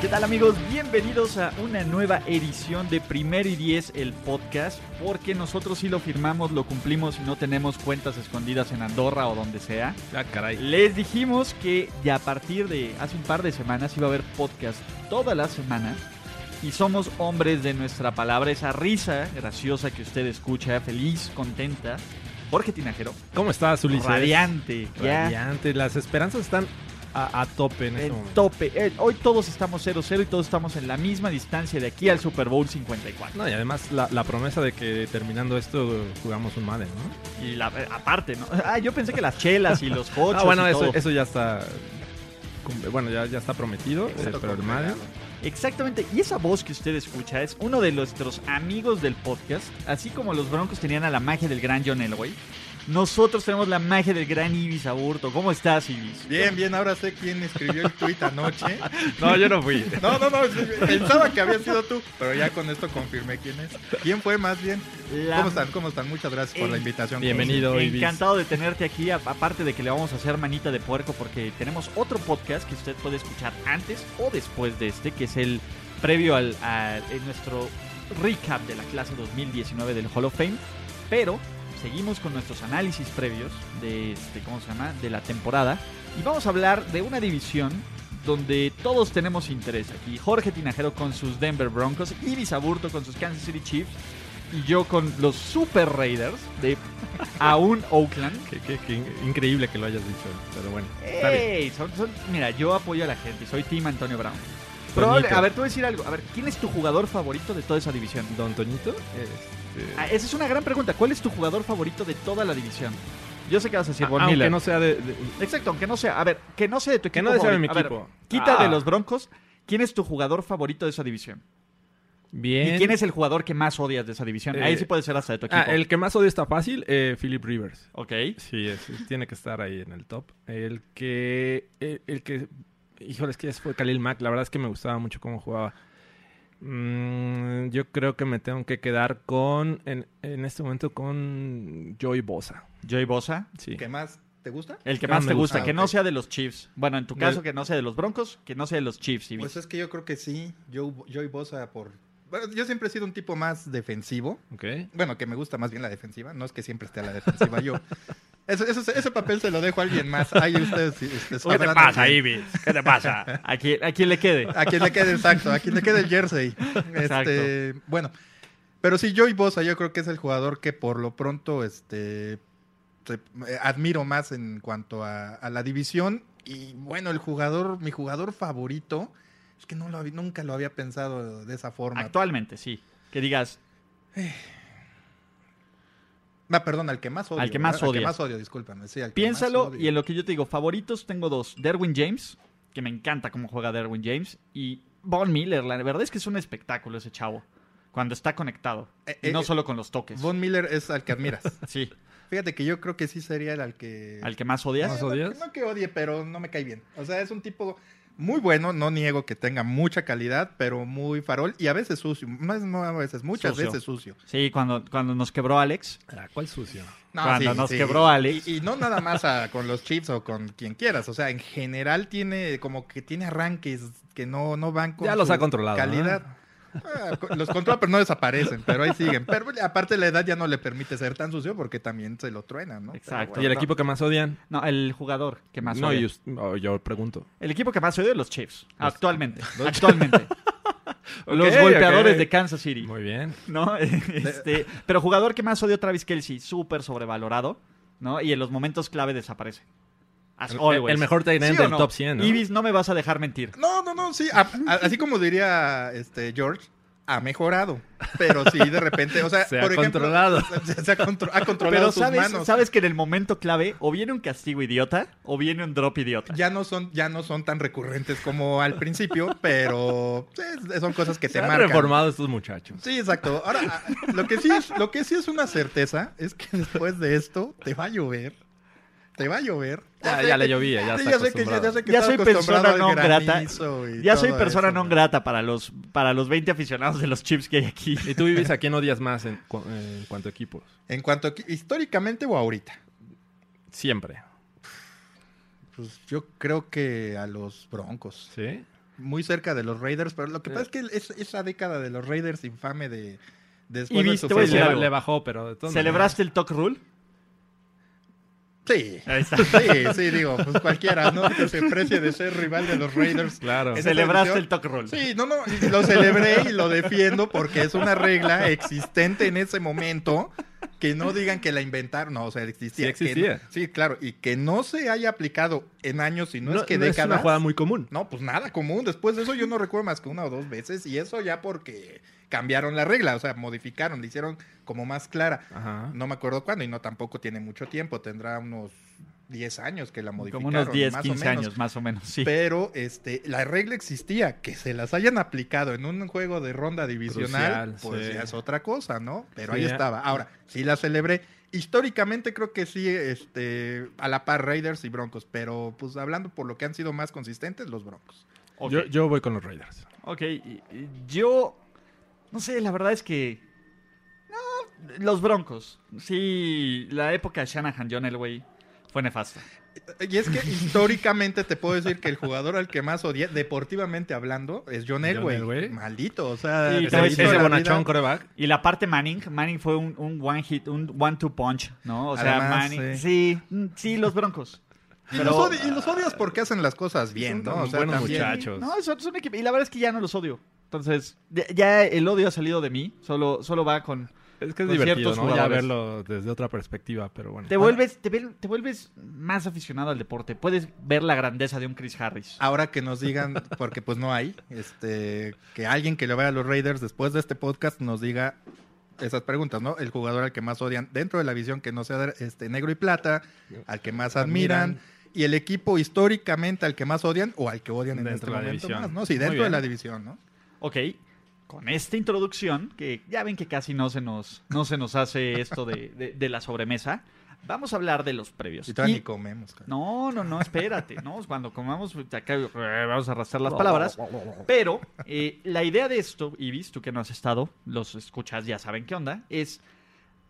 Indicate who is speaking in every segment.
Speaker 1: ¿Qué tal amigos? Bienvenidos a una nueva edición de Primero y Diez, el podcast, porque nosotros sí lo firmamos, lo cumplimos y no tenemos cuentas escondidas en Andorra o donde sea.
Speaker 2: Ah, caray.
Speaker 1: Les dijimos que ya a partir de hace un par de semanas iba a haber podcast todas las semanas y somos hombres de nuestra palabra, esa risa graciosa que usted escucha, feliz, contenta. Jorge Tinajero,
Speaker 2: ¿Cómo estás, Ulises?
Speaker 1: radiante, ya
Speaker 2: Radiante. Las esperanzas están a, a tope en este
Speaker 1: en
Speaker 2: momento.
Speaker 1: tope. Eh, hoy todos estamos 0-0 y todos estamos en la misma distancia de aquí al Super Bowl 54.
Speaker 2: No, y además la, la promesa de que terminando esto jugamos un Madden, ¿no?
Speaker 1: Y la, aparte, ¿no? Ah, yo pensé que las chelas y los coches.
Speaker 2: ah, bueno,
Speaker 1: y
Speaker 2: eso,
Speaker 1: todo.
Speaker 2: eso ya está. cum- Bueno, ya, ya está prometido, eh, pero el Madden.
Speaker 1: Exactamente. Y esa voz que usted escucha es uno de nuestros amigos del podcast. Así como los broncos tenían a la magia del gran John Elway, nosotros tenemos la magia del gran Ibis Aburto. ¿Cómo estás, Ibis?
Speaker 3: Bien, bien, ahora sé quién escribió el tuit anoche.
Speaker 2: No, yo no fui.
Speaker 3: No, no, no, pensaba que había sido tú, pero ya con esto confirmé quién es. ¿Quién fue más bien?
Speaker 1: La-
Speaker 3: ¿Cómo están? ¿Cómo están? Muchas gracias por la invitación.
Speaker 2: Bienvenido, Ibis.
Speaker 1: Encantado de tenerte aquí, a- aparte de que le vamos a hacer manita de puerco porque tenemos otro podcast que usted puede escuchar antes o después de este, que es el previo al, a- en nuestro recap de la clase 2019 del Hall of Fame, pero seguimos con nuestros análisis previos de este, ¿cómo se llama? de la temporada y vamos a hablar de una división donde todos tenemos interés aquí. Jorge Tinajero con sus Denver Broncos, Ibis Aburto con sus Kansas City Chiefs y yo con los Super Raiders de aún Oakland.
Speaker 2: Qué, qué- qué in- increíble que lo hayas dicho, pero bueno. Está bien.
Speaker 1: Ey, son- son- mira, yo apoyo a la gente, soy Team Antonio Brown.
Speaker 2: Toñito.
Speaker 1: Probable- a ver, te voy a decir algo. A ver, ¿quién es tu jugador favorito de toda esa división?
Speaker 2: Don Toñito, este,
Speaker 1: Ah, esa es una gran pregunta. ¿Cuál es tu jugador favorito de toda la división? Yo sé que vas a decir Von
Speaker 2: aunque
Speaker 1: Miller.
Speaker 2: no sea de, de-
Speaker 1: Exacto, aunque no sea. A ver, que no sea de tu equipo.
Speaker 2: que no sea de mi
Speaker 1: favorito. A ver,
Speaker 2: equipo.
Speaker 1: quita de
Speaker 2: Ah,
Speaker 1: los Broncos. ¿Quién es tu jugador favorito de esa división?
Speaker 2: Bien.
Speaker 1: ¿Y quién es el jugador que más odias de esa división?
Speaker 2: Eh,
Speaker 1: Ahí sí puede ser hasta de tu equipo.
Speaker 2: Ah, el que más odio está fácil, eh, Philip Rivers.
Speaker 1: Ok.
Speaker 2: Sí, es- tiene que estar ahí en el top. El que. El, el que. Híjole, es que ese fue Khalil Mack. La verdad es que me gustaba mucho cómo jugaba. Mm, yo creo que me tengo que quedar con. En, en este momento con. Joey Bosa.
Speaker 1: Joey Bosa.
Speaker 2: Sí.
Speaker 3: ¿Qué más? ¿Te gusta?
Speaker 1: El que
Speaker 2: No
Speaker 1: más
Speaker 2: me
Speaker 1: te gusta,
Speaker 3: gusta.
Speaker 1: que
Speaker 3: Ah,
Speaker 1: no
Speaker 3: ok.
Speaker 1: sea de los Chiefs. Bueno, en tu
Speaker 2: Del-
Speaker 1: caso, que no sea de los Broncos, que no sea de los Chiefs. Ibis.
Speaker 3: Pues es que yo creo que sí, yo, yo y Bosa por... Bueno, yo siempre he sido un tipo más defensivo.
Speaker 2: Ok.
Speaker 3: Bueno, que me gusta más bien la defensiva. No es que siempre esté a la defensiva yo. Eso, eso- ese papel se lo dejo a alguien más. Ahí ustedes, ustedes
Speaker 1: ¿Qué te
Speaker 3: sabrán
Speaker 1: pasa,
Speaker 3: a quién.
Speaker 1: Ibis? ¿Qué te pasa? ¿A quién, a quién le quede?
Speaker 3: A quien le quede, exacto, a quien le quede el jersey. Este, bueno, pero sí, Joey Bosa, yo creo que es el jugador que por lo pronto este, se- eh, admiro más en cuanto a, a la división. Y bueno, el jugador, mi jugador favorito, es que no lo, hab- nunca lo había pensado de esa forma.
Speaker 1: Actualmente, sí. Que digas,
Speaker 3: Ah, perdón, al que más odio.
Speaker 1: Al que más
Speaker 3: ¿verdad? Al que
Speaker 1: odia.
Speaker 3: más odio, discúlpame. Sí, al que más
Speaker 1: piénsalo
Speaker 3: odio.
Speaker 1: y en lo que yo te digo, favoritos tengo dos. Derwin James, que me encanta cómo juega Derwin James, y Von Miller. La verdad es que es un espectáculo ese chavo. Cuando está conectado.
Speaker 3: Eh,
Speaker 1: y
Speaker 3: eh,
Speaker 1: no solo con los toques.
Speaker 3: Von Miller es al que admiras.
Speaker 1: Sí,
Speaker 3: Fíjate que yo creo que sí sería el al que...
Speaker 1: al que más odias.
Speaker 2: ¿Más
Speaker 3: No, no,
Speaker 2: odias?
Speaker 3: No que odie, pero no me cae bien. O sea, es un tipo muy bueno, no niego que tenga mucha calidad, pero muy farol y a veces sucio. Más no a veces, muchas
Speaker 1: Sucio.
Speaker 3: veces sucio.
Speaker 1: Sí, cuando, cuando nos quebró Alex.
Speaker 2: Ah, ¿Cuál sucio?
Speaker 3: No,
Speaker 1: Cuando
Speaker 3: sí,
Speaker 1: nos
Speaker 3: sí.
Speaker 1: quebró Alex.
Speaker 3: Y, y no nada más a- con los chips o con quien quieras. O sea, en general tiene como que tiene arranques que no, no van con
Speaker 2: Ya los
Speaker 3: su
Speaker 2: ha controlado, ¿no?
Speaker 3: calidad. Ah, co- los controla, pero no desaparecen, pero ahí siguen. Pero aparte la edad ya no le permite ser tan sucio porque también se lo truenan, ¿no? Pero
Speaker 1: Exacto.
Speaker 2: ¿Y el
Speaker 3: no.
Speaker 2: equipo que más odian?
Speaker 1: No, el jugador que más
Speaker 2: no,
Speaker 1: odia.
Speaker 2: y us- oh, yo pregunto.
Speaker 1: El equipo que más odio es los Chiefs. Actualmente. Actualmente. los
Speaker 2: Ok,
Speaker 1: golpeadores
Speaker 2: ok.
Speaker 1: de Kansas City.
Speaker 2: Muy bien.
Speaker 1: ¿No? Este, pero jugador que más odio Travis Kelsey, súper sobrevalorado, ¿no? Y en los momentos clave desaparece. As always.
Speaker 2: El mejor tight end
Speaker 1: ¿Sí o
Speaker 2: del
Speaker 1: no?
Speaker 2: top 100. ¿no?
Speaker 1: Ibis, no me vas a dejar mentir.
Speaker 3: No, no, no, sí. a- a- así como diría este George, ha mejorado. Pero sí, de repente, o sea,
Speaker 2: Se ha controlado.
Speaker 3: se, se ha, contro- ha controlado
Speaker 1: Pero
Speaker 3: sus
Speaker 1: sabes,
Speaker 3: manos.
Speaker 1: sabes que en el momento clave o viene un castigo idiota o viene un drop idiota.
Speaker 3: Ya no son, ya no son tan recurrentes como al principio, pero eh, son cosas que
Speaker 2: Se
Speaker 3: te
Speaker 2: han
Speaker 3: marcan.
Speaker 2: reformado estos muchachos.
Speaker 3: Sí, exacto. Ahora, a- lo que sí es, lo que sí es una certeza es que después de esto te va a llover. Te va a llover.
Speaker 2: Ya,
Speaker 1: Ah,
Speaker 3: sé
Speaker 2: Ah, ya
Speaker 3: que-
Speaker 2: le llovía, ya
Speaker 3: sí,
Speaker 2: está
Speaker 3: ya sé que, ya,
Speaker 2: acostumbrado.
Speaker 3: sé que
Speaker 1: Ya
Speaker 3: estaba
Speaker 1: soy persona
Speaker 3: acostumbrado
Speaker 1: no
Speaker 3: al
Speaker 1: grata.
Speaker 3: granizo y
Speaker 1: Ya soy
Speaker 3: todo
Speaker 1: persona
Speaker 3: eso,
Speaker 1: no
Speaker 3: güey.
Speaker 1: grata para los para los 20 aficionados de los chips que hay aquí.
Speaker 2: ¿Y tú vives a quién odias más en, cu- en cuanto a equipos?
Speaker 3: En cuanto a que- históricamente o ahorita.
Speaker 2: Siempre.
Speaker 3: Pues yo creo que a los Broncos.
Speaker 2: ¿Sí?
Speaker 3: Muy cerca de los Raiders, pero lo que pasa es que es- esa década de los Raiders infame de después
Speaker 1: Y
Speaker 3: del
Speaker 1: viste,
Speaker 3: Super
Speaker 1: voy a
Speaker 2: Pues
Speaker 3: Bowl-
Speaker 1: decir
Speaker 2: le,
Speaker 1: algo.
Speaker 2: le bajó, pero de todas
Speaker 1: ¿Celebraste el Talk Rule?
Speaker 3: Sí.
Speaker 1: Ahí está.
Speaker 3: Sí, sí, digo, pues cualquiera, ¿no? Que se precie de ser rival de los Raiders.
Speaker 2: maneras. Claro.
Speaker 3: Es-
Speaker 1: Celebraste el Talk Rule.
Speaker 3: Sí, no, no, y lo celebré y lo defiendo porque es una regla existente en ese momento. Que no digan que la inventaron, no, o sea, existía.
Speaker 2: Sí existía.
Speaker 3: Que no- sí, claro, y que no se haya aplicado en años, y no, es que
Speaker 2: es
Speaker 3: décadas.
Speaker 2: una jugada muy común.
Speaker 3: No, pues nada común. Después de eso yo no recuerdo más que una o dos veces, y eso ya porque cambiaron la regla, o sea, modificaron, le hicieron como más clara.
Speaker 2: Ajá.
Speaker 3: No me acuerdo cuándo, y no tampoco tiene mucho tiempo, tendrá unos 10 años que la
Speaker 1: Como
Speaker 3: modificaron.
Speaker 1: unos 10,
Speaker 3: más o
Speaker 1: 15
Speaker 3: menos.
Speaker 1: años más o menos, sí.
Speaker 3: Pero este, la regla existía, que se las hayan aplicado en un juego de ronda divisional,
Speaker 2: Crucial,
Speaker 3: pues
Speaker 2: sí.
Speaker 3: ya es otra cosa, ¿no? Pero
Speaker 2: Sí,
Speaker 3: ahí
Speaker 2: ya.
Speaker 3: estaba. Ahora, sí la celebré. Históricamente creo que sí, este, a la par Raiders y Broncos, pero pues hablando por lo que han sido más consistentes, los Broncos.
Speaker 1: Ok.
Speaker 2: Yo, yo voy con los Raiders.
Speaker 1: Ok, y- y yo. No sé, la verdad es que. No, los Broncos. Sí, la época de Shanahan, John Elway, fue nefasta.
Speaker 3: Y es que históricamente te puedo decir que el jugador al que más odié, deportivamente hablando, es John
Speaker 2: John
Speaker 3: Elway.
Speaker 2: Elway.
Speaker 3: Maldito, o sea,
Speaker 1: Y
Speaker 3: se
Speaker 1: te voy a
Speaker 3: hizo
Speaker 1: decir-
Speaker 3: la
Speaker 2: ese
Speaker 3: vida-
Speaker 2: bonachón coreback.
Speaker 1: Y la parte Manning, Manning fue un, un one hit, un one two punch, ¿no? O sea,
Speaker 3: Además,
Speaker 1: Manning. Sí, mm, sí, los Broncos.
Speaker 3: Y,
Speaker 1: Pero-
Speaker 3: los odi- y los odias porque hacen las cosas bien,
Speaker 2: Son
Speaker 3: ¿no? O sea,
Speaker 2: buenos
Speaker 3: también-
Speaker 2: muchachos. Chachos.
Speaker 1: No, son, son equipo- Y la verdad es que ya no los odio. Entonces, ya, ya el odio ha salido de mí. Solo, solo va con.
Speaker 2: Es que es
Speaker 1: Con
Speaker 2: divertido,
Speaker 1: ciertos
Speaker 2: ¿no? Ya
Speaker 1: jugadores.
Speaker 2: verlo desde otra perspectiva, pero bueno.
Speaker 1: Te vuelves, te, vuel- te vuelves más aficionado al deporte. Puedes ver la grandeza de un Chris Harris.
Speaker 3: Ahora que nos digan, porque pues no hay, este, que alguien que le vaya a los Raiders después de este podcast nos diga esas preguntas, ¿no? El jugador al que más odian dentro de la visión que no sea este negro y plata, al que más admiran y el equipo históricamente al que más odian o al que odian en
Speaker 2: Dentro
Speaker 3: este
Speaker 2: de la
Speaker 3: momento
Speaker 2: división.
Speaker 3: más, ¿no? Sí,
Speaker 2: Muy
Speaker 3: dentro de
Speaker 2: bien.
Speaker 3: la división, ¿no?
Speaker 1: Ok, con esta introducción, que ya ven que casi no se nos, no se nos hace esto de, de- de la sobremesa, vamos a hablar de los previos.
Speaker 3: Y todavía
Speaker 1: Pues Y-
Speaker 3: ni comemos. cara.
Speaker 1: no, no, no, espérate, ¿no? Cuando comamos, acá, eh, vamos a arrastrar las palabras. Pero eh, la idea de esto, y visto que no has estado, los escuchas ya saben qué onda, es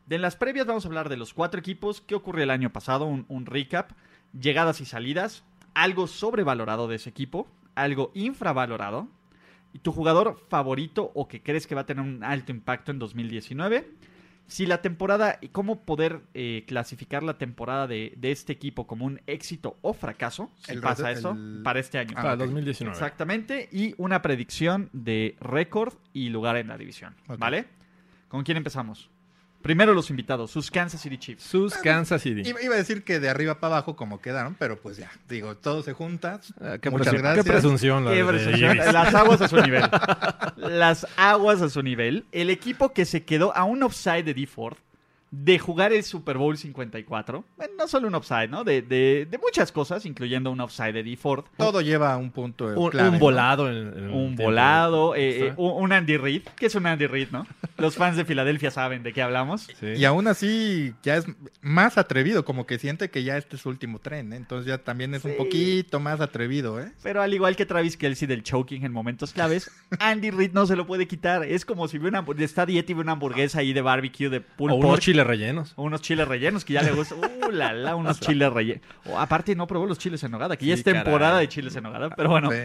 Speaker 1: de las previas vamos a hablar de los cuatro equipos, qué ocurrió el año pasado, un, un recap, llegadas y salidas, algo sobrevalorado de ese equipo, algo infravalorado, y tu jugador favorito o que crees que va a tener un alto impacto en 2019. Si la temporada, y cómo poder eh, clasificar la temporada de, de este equipo como un éxito o fracaso, si
Speaker 3: El
Speaker 1: pasa
Speaker 3: reto-
Speaker 1: eso,
Speaker 3: el-
Speaker 1: para este año.
Speaker 2: Para
Speaker 3: Ah, ok.
Speaker 2: 2019.
Speaker 1: Exactamente, y una predicción de récord y lugar en la división.
Speaker 3: Ok.
Speaker 1: ¿Vale? ¿Con quién empezamos? Primero los invitados, sus Kansas City Chiefs.
Speaker 2: Sus Kansas City.
Speaker 3: Iba iba a decir que de arriba para abajo como quedaron, pero pues ya, digo, todo se junta.
Speaker 2: Ah, qué,
Speaker 3: Muchas
Speaker 2: presun-
Speaker 3: gracias.
Speaker 2: qué presunción la
Speaker 1: Qué
Speaker 2: de
Speaker 1: impresión.
Speaker 2: Ibis.
Speaker 1: Las aguas a su nivel. Las aguas a su nivel. El equipo que se quedó a un offside de D. Ford de jugar el Super Bowl 54. Bueno, no solo un offside, ¿no? De, de- de muchas cosas, incluyendo un offside de D. Ford.
Speaker 3: Todo lleva a un punto eh,
Speaker 2: Un,
Speaker 3: clave,
Speaker 2: un
Speaker 3: ¿no?
Speaker 2: volado. en- en
Speaker 1: Un
Speaker 2: tiempo
Speaker 1: volado, eh, eh,
Speaker 2: extra.
Speaker 1: un un Andy Reid. ¿Qué es un Andy Reid, no? Los fans de Filadelfia saben de qué hablamos.
Speaker 2: Sí.
Speaker 3: Y aún así ya es más atrevido, como que siente que ya este es su último tren, ¿eh? entonces ya también es
Speaker 1: Sí.
Speaker 3: un poquito más atrevido, ¿eh?
Speaker 1: Pero al igual que Travis Kelsey del choking en momentos claves, Andy Reid no se lo puede quitar. Es como si ve una, hambur- está dieta y ve una hamburguesa ahí de barbecue de
Speaker 2: O
Speaker 1: pulpo.
Speaker 2: unos chiles rellenos.
Speaker 1: unos chiles rellenos que ya le gusta. Uh, la, la, unos chiles rellenos. aparte, no probó los chiles en nogada, que ya
Speaker 2: Sí,
Speaker 1: es temporada
Speaker 2: caray.
Speaker 1: de chiles en nogada. Pero bueno,
Speaker 3: Sí.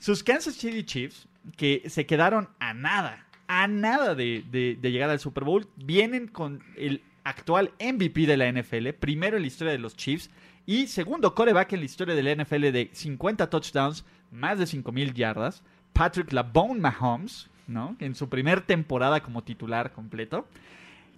Speaker 1: sus Kansas City Chiefs, que se quedaron a nada, a nada de, de- de llegar al Super Bowl, vienen con el actual MVP de la NFL, primero en la historia de los Chiefs y segundo coreback en la historia de la NFL de 50 touchdowns, más de 5.000 yardas, Patrick LaBone Mahomes, ¿no? En su primer temporada como titular completo.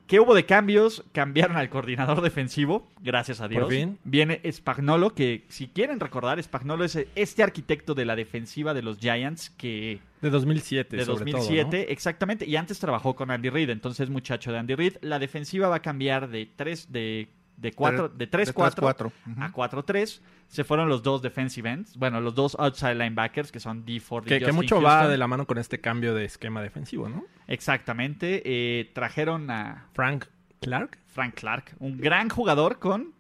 Speaker 1: ¿Qué hubo de cambios? Cambiaron al coordinador defensivo, gracias a Dios.
Speaker 2: Por fin.
Speaker 1: Viene Spagnolo, que si quieren recordar, Spagnolo es este arquitecto de la defensiva de los Giants que
Speaker 2: De 2007,
Speaker 1: de
Speaker 2: sobre
Speaker 1: 2007,
Speaker 2: todo, ¿no?
Speaker 1: exactamente, y antes trabajó con Andy Reid, entonces muchacho de Andy Reid. La defensiva va a cambiar de 3 de de 4 de 3 4
Speaker 3: 4.
Speaker 1: a 4-3. Se fueron los dos defensive ends, bueno, los dos outside linebackers que son D4 y
Speaker 2: Que, que
Speaker 1: Justin
Speaker 2: mucho va
Speaker 1: Houston.
Speaker 2: de la mano con este cambio de esquema defensivo, ¿no?
Speaker 1: Exactamente, eh, trajeron a
Speaker 2: Frank Clark.
Speaker 1: Frank Clark, un gran jugador con...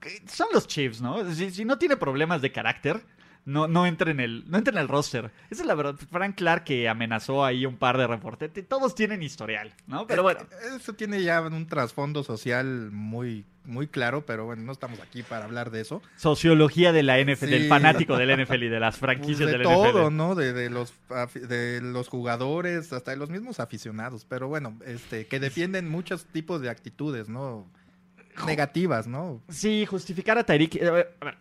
Speaker 1: que Son los Chiefs, ¿no? Si, si no tiene problemas de carácter, no, no, entra en el, no entra en el roster. Esa es la verdad. Frank Clark que amenazó ahí un par de reportetes. Todos tienen historial, ¿no? Pero bueno,
Speaker 3: Eso tiene ya un trasfondo social muy, muy claro, pero bueno, no estamos aquí para hablar de eso.
Speaker 1: sociología de la NFL, del
Speaker 3: Sí.
Speaker 1: fanático del NFL y de las
Speaker 3: Pues
Speaker 1: franquicias
Speaker 3: de
Speaker 1: del
Speaker 3: todo,
Speaker 1: NFL.
Speaker 3: ¿no? De, de los, afi- de los jugadores, hasta de los mismos aficionados, pero bueno, este, que defienden muchos tipos de actitudes, ¿no? Negativas, ¿no?
Speaker 1: Sí, justificar a Tyreek... eh, a ver, a ver,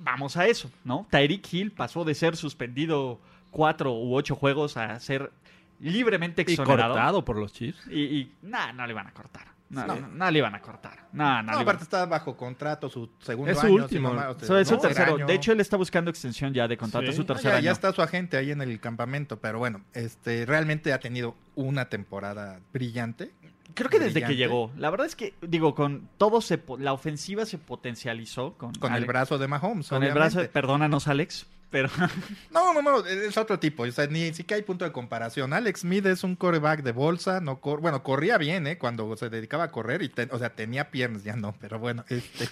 Speaker 1: vamos a eso, ¿no? Tyreek Hill pasó de ser suspendido cuatro u ocho juegos a ser libremente
Speaker 2: Y
Speaker 1: exonerado.
Speaker 2: cortado por los Chiefs.
Speaker 1: Y, y nada, no le iban a cortar. No,
Speaker 3: No.
Speaker 1: no, no le iban a cortar. No, no,
Speaker 3: No,
Speaker 1: le iban
Speaker 3: aparte está bajo contrato su segundo
Speaker 2: Es su
Speaker 3: año.
Speaker 2: último.
Speaker 3: si no mal-
Speaker 1: a- So, es su
Speaker 3: ¿no?
Speaker 1: tercero.
Speaker 3: Año.
Speaker 1: De hecho, él está buscando extensión ya de contrato.
Speaker 2: Sí.
Speaker 1: Es su
Speaker 3: No,
Speaker 1: tercer
Speaker 3: ya,
Speaker 1: año.
Speaker 3: ya está su agente ahí en el campamento, pero bueno, este, realmente ha tenido una temporada brillante.
Speaker 1: Creo que desde que
Speaker 3: brillante.
Speaker 1: llegó. La verdad es que, digo, con todo se po- la ofensiva se potencializó con,
Speaker 3: Con el
Speaker 1: Alex-
Speaker 3: brazo de Mahomes.
Speaker 1: Con el brazo,
Speaker 3: obviamente.
Speaker 1: perdónanos, Alex, pero
Speaker 3: No, no, no, es otro tipo. O sea, ni siquiera hay punto de comparación. Alex Smith es un coreback de bolsa. no cor- Bueno, corría bien, ¿eh? Cuando se dedicaba a correr. y ten- O sea, tenía piernas, ya no. Pero bueno, este...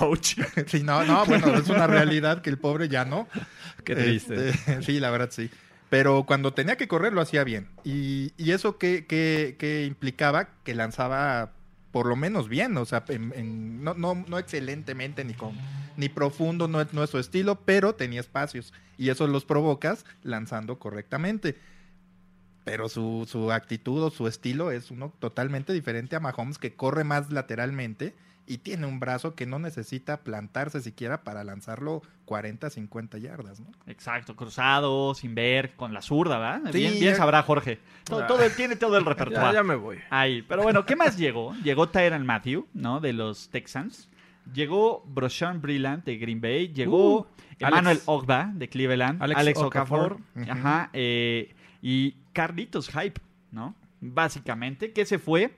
Speaker 1: Ouch.
Speaker 3: sí, no, no, bueno, es una realidad que el pobre ya no.
Speaker 2: Qué triste.
Speaker 3: Este, sí, la verdad sí. Pero cuando tenía que correr lo hacía bien. ¿Y, y eso que, implicaba? Que lanzaba por lo menos bien, o sea, en- en- no, no, no excelentemente ni con ni profundo, no, es- no es su estilo, pero tenía espacios. Y eso los provocas lanzando correctamente. Pero su, su actitud o su estilo es uno totalmente diferente a Mahomes, que corre más lateralmente y tiene un brazo que no necesita plantarse siquiera para lanzarlo 40, 50 yardas, ¿no?
Speaker 1: Exacto, cruzado, sin ver, con la zurda, ¿verdad?
Speaker 3: Sí,
Speaker 1: bien, bien
Speaker 3: ya-
Speaker 1: sabrá Jorge. Todo,
Speaker 2: Ah.
Speaker 1: todo el- tiene todo el
Speaker 2: Ya,
Speaker 1: repertorio.
Speaker 2: ya me voy.
Speaker 1: Ahí. Pero bueno, ¿qué más llegó? Llegó Tyron Matthew, ¿no? De los Texans. Llegó Broshan Brillant de Green Bay. Llegó
Speaker 2: Uh,
Speaker 1: Emmanuel
Speaker 2: Alex.
Speaker 1: Ogba de Cleveland. Alex,
Speaker 2: Alex
Speaker 1: Okafor.
Speaker 2: Okafor.
Speaker 3: Ujú.
Speaker 1: Ajá. eh, y Carlitos Hype, ¿no? Básicamente, que se fue.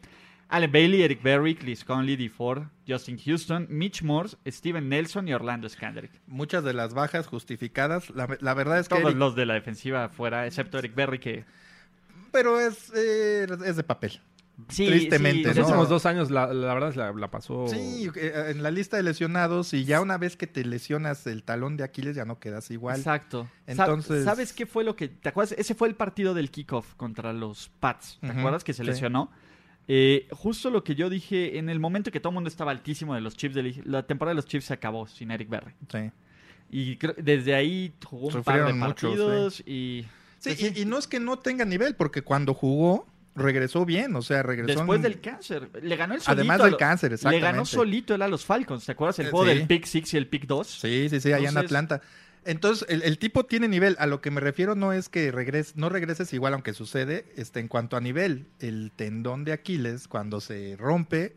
Speaker 1: Allen Bailey, Eric Berry, Chris Conley, D. Ford, Justin Houston, Mitch Morse, Steven Nelson y Orlando Scandrick.
Speaker 3: muchas de las bajas justificadas. La, la verdad es que.
Speaker 1: Todos
Speaker 3: Eric-
Speaker 1: los de la defensiva fuera, excepto Eric Berry, que.
Speaker 3: Pero es, eh, es de papel.
Speaker 1: Sí,
Speaker 3: Tristemente,
Speaker 1: sí,
Speaker 2: Los
Speaker 3: ¿no?
Speaker 2: últimos dos años, la, la verdad, es la, la pasó.
Speaker 1: Oh.
Speaker 3: Sí, eh, en la lista de lesionados, y ya una vez que te lesionas el talón de Aquiles, ya no quedas igual.
Speaker 1: Exacto. Entonces,
Speaker 3: Entonces-
Speaker 1: ¿sabes qué fue lo que te acuerdas? Ese fue el partido del kickoff contra los Pats. ¿Te
Speaker 3: Ujú,
Speaker 1: acuerdas que se
Speaker 3: sí.
Speaker 1: lesionó? Eh, justo lo que yo dije en el momento que todo el mundo estaba altísimo de los Chiefs, le dije, la temporada de los Chiefs se acabó sin Eric Berry.
Speaker 3: Sí.
Speaker 1: Y creo- desde ahí jugó un par
Speaker 3: Sufrieron
Speaker 1: de
Speaker 3: mucho,
Speaker 1: partidos y
Speaker 3: Sí, y, y no es que no tenga nivel, porque cuando jugó, regresó bien. O sea, regresó.
Speaker 1: después
Speaker 3: en-
Speaker 1: del cáncer le ganó el solito.
Speaker 3: Además
Speaker 1: a
Speaker 3: del
Speaker 1: lo-
Speaker 3: cáncer,
Speaker 1: le
Speaker 3: exactamente.
Speaker 1: ganó solito él a los Falcons. ¿Te acuerdas el
Speaker 3: Eh,
Speaker 1: juego
Speaker 3: sí.
Speaker 1: del pick 6 y el pick 2?
Speaker 3: Sí, sí, sí, allá en
Speaker 1: Entonces-
Speaker 3: Atlanta. Entonces, el, el tipo tiene nivel. A lo que me refiero no es que regreses, no regreses igual, aunque sucede. Este, en cuanto a nivel, el tendón de Aquiles, cuando se rompe,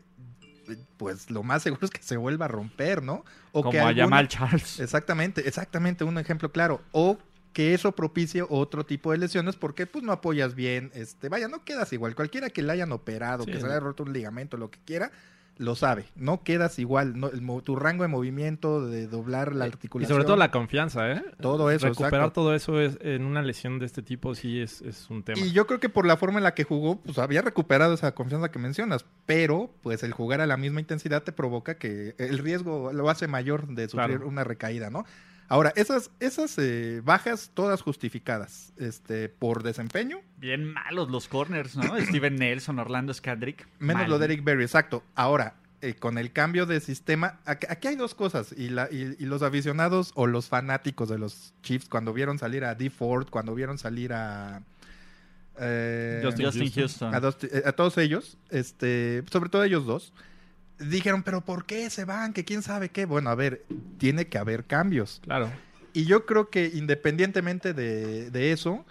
Speaker 3: pues lo más seguro es que se vuelva a romper, ¿no? O
Speaker 1: Como
Speaker 3: que
Speaker 1: a
Speaker 3: alguna-
Speaker 1: Jamal Charles.
Speaker 3: Exactamente, exactamente, un ejemplo claro. O que eso propicie otro tipo de lesiones porque pues no apoyas bien, este, vaya, no quedas igual. Cualquiera que le hayan operado,
Speaker 2: Sí,
Speaker 3: que se
Speaker 2: ¿no?
Speaker 3: le haya roto un ligamento, lo que quiera, lo sabe. No quedas igual. no- el mo- tu rango de movimiento, de doblar la
Speaker 2: Eh, Y
Speaker 3: articulación.
Speaker 2: sobre todo la confianza, ¿eh?
Speaker 3: Todo eso,
Speaker 2: Recuperar
Speaker 3: exacto.
Speaker 2: todo eso es, en una lesión de este tipo sí es, es un tema.
Speaker 3: Y yo creo que por la forma en la que jugó, pues había recuperado esa confianza que mencionas, pero pues el jugar a la misma intensidad te provoca que el riesgo lo hace mayor de sufrir
Speaker 2: Claro.
Speaker 3: una recaída, ¿no? Ahora, esas, esas eh, bajas todas justificadas, este, por desempeño,
Speaker 1: Bien malos los corners, ¿no? Steven Nelson, Orlando Scandrick.
Speaker 3: menos
Speaker 1: mal.
Speaker 3: lo de Eric Berry, exacto. Ahora, eh, con el cambio de sistema, ac- aquí hay dos cosas, y, la, y, y los aficionados o los fanáticos de los Chiefs, cuando vieron salir a D. Ford, cuando vieron salir a... eh,
Speaker 1: Justin,
Speaker 2: Justin
Speaker 1: Houston.
Speaker 3: a, dos- eh, a todos ellos, este, sobre todo ellos dos, dijeron, pero ¿por qué se van? Que quién sabe qué. Bueno, a ver, tiene que haber cambios.
Speaker 2: Claro.
Speaker 3: Y yo creo que independientemente de, de eso,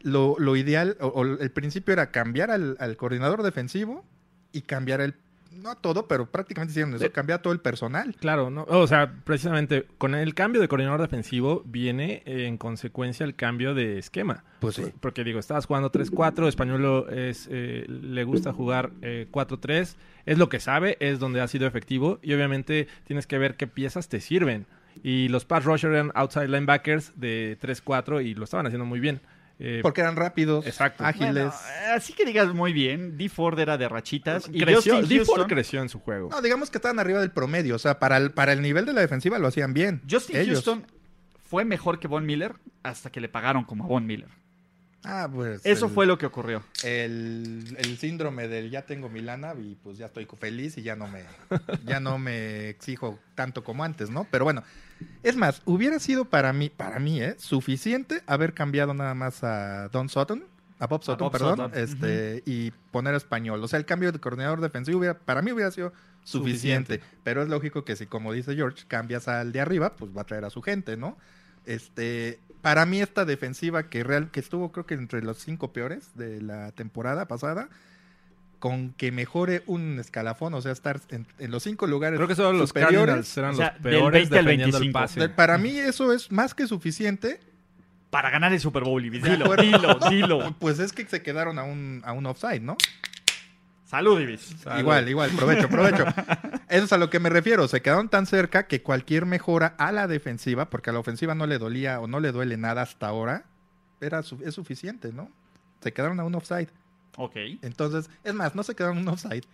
Speaker 3: lo, lo ideal o, o el principio era cambiar al, al coordinador defensivo y cambiar el. No todo, pero prácticamente hicieron eso. Cambiar todo el personal.
Speaker 2: Claro, ¿no? o sea, precisamente con el cambio de coordinador defensivo viene eh, en consecuencia el cambio de esquema.
Speaker 3: Pues sí.
Speaker 2: Porque digo, estabas jugando 3-4, Españolo es, eh, le gusta jugar eh, 4-3, es lo que sabe, es donde ha sido efectivo y obviamente tienes que ver qué piezas te sirven. Y los pass rusher eran outside linebackers de 3-4 y lo estaban haciendo muy bien. Eh,
Speaker 3: Porque eran rápidos,
Speaker 2: Exacto.
Speaker 3: ágiles.
Speaker 1: Bueno, así que digas muy bien, D Ford era de rachitas y
Speaker 2: creció,
Speaker 1: Justin
Speaker 2: D. Ford
Speaker 1: Houston,
Speaker 2: creció en su
Speaker 1: eh,
Speaker 2: juego.
Speaker 3: No, digamos que estaban arriba del promedio. O sea, para el, para el nivel de la defensiva lo hacían bien.
Speaker 1: Justin
Speaker 3: ellos.
Speaker 1: Houston fue mejor que Von Miller hasta que le pagaron como a Von Miller.
Speaker 3: Ah, pues.
Speaker 1: Eso
Speaker 3: el-
Speaker 1: fue lo que ocurrió.
Speaker 3: el, el síndrome del ya tengo mi lana y pues ya estoy feliz y ya no me ya no me exijo tanto como antes, ¿no? Pero bueno, es más, hubiera sido para mí, para mí, ¿eh? Suficiente haber cambiado nada más a Don Sutton, a Bob Sutton,
Speaker 1: Bob
Speaker 3: perdón,
Speaker 1: Sutton,
Speaker 3: este, y poner a español. O sea, el cambio de coordinador defensivo hubiera, para mí hubiera sido suficiente. Pero es lógico que si, como dice George, cambias al de arriba, pues va a traer a su gente, ¿no? Este, para mí esta defensiva que real, que estuvo creo que entre los cinco peores de la temporada pasada, con que mejore un escalafón, o sea, estar en, en los cinco lugares.
Speaker 2: Creo que solo los
Speaker 3: superiores,
Speaker 2: Cardinals serán
Speaker 1: o sea,
Speaker 2: los
Speaker 1: del
Speaker 2: peores
Speaker 1: 20 al
Speaker 2: defendiendo el
Speaker 1: 25.
Speaker 2: pase.
Speaker 3: de- para mí eso es más que suficiente.
Speaker 1: Para ganar el Super Bowl, Ibis.
Speaker 3: De
Speaker 1: Dilo,
Speaker 3: acuerdo.
Speaker 1: dilo, dilo.
Speaker 3: Pues es que se quedaron a un, a un offside, ¿no?
Speaker 1: Salud, Ibis.
Speaker 2: Salud.
Speaker 3: Igual, igual, provecho, provecho. Eso es a lo que me refiero. Se quedaron tan cerca que cualquier mejora a la defensiva, porque a la ofensiva no le dolía o no le duele nada hasta ahora, era su- es suficiente, ¿no? Se quedaron a un offside.
Speaker 1: Ok.
Speaker 3: Entonces, es más, no se quedaron un offside.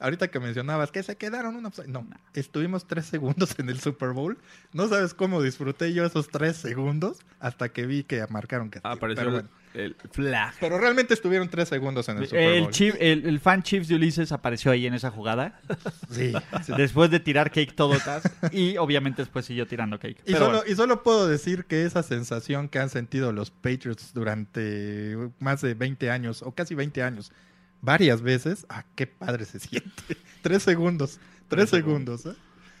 Speaker 3: Ahorita que mencionabas que se quedaron un offside. No, estuvimos tres segundos en el Super Bowl. No sabes cómo disfruté yo esos tres segundos hasta que vi que marcaron que.
Speaker 2: Apareció
Speaker 3: pero,
Speaker 2: el-
Speaker 3: bueno.
Speaker 2: el flag.
Speaker 3: Pero realmente estuvieron tres segundos en el Super
Speaker 1: El,
Speaker 3: Bowl.
Speaker 1: chief- el- el fan Chiefs de Ulises apareció ahí en esa jugada.
Speaker 3: Sí, sí.
Speaker 1: Después de tirar cake todotas. Y obviamente después siguió tirando cake.
Speaker 3: Y
Speaker 1: Pero
Speaker 3: solo,
Speaker 1: bueno.
Speaker 3: y solo puedo decir que esa sensación que han sentido los Patriots durante más de 20 años, o casi 20 años, varias veces, ah, qué padre se siente. Tres segundos, tres segundos. ¿eh?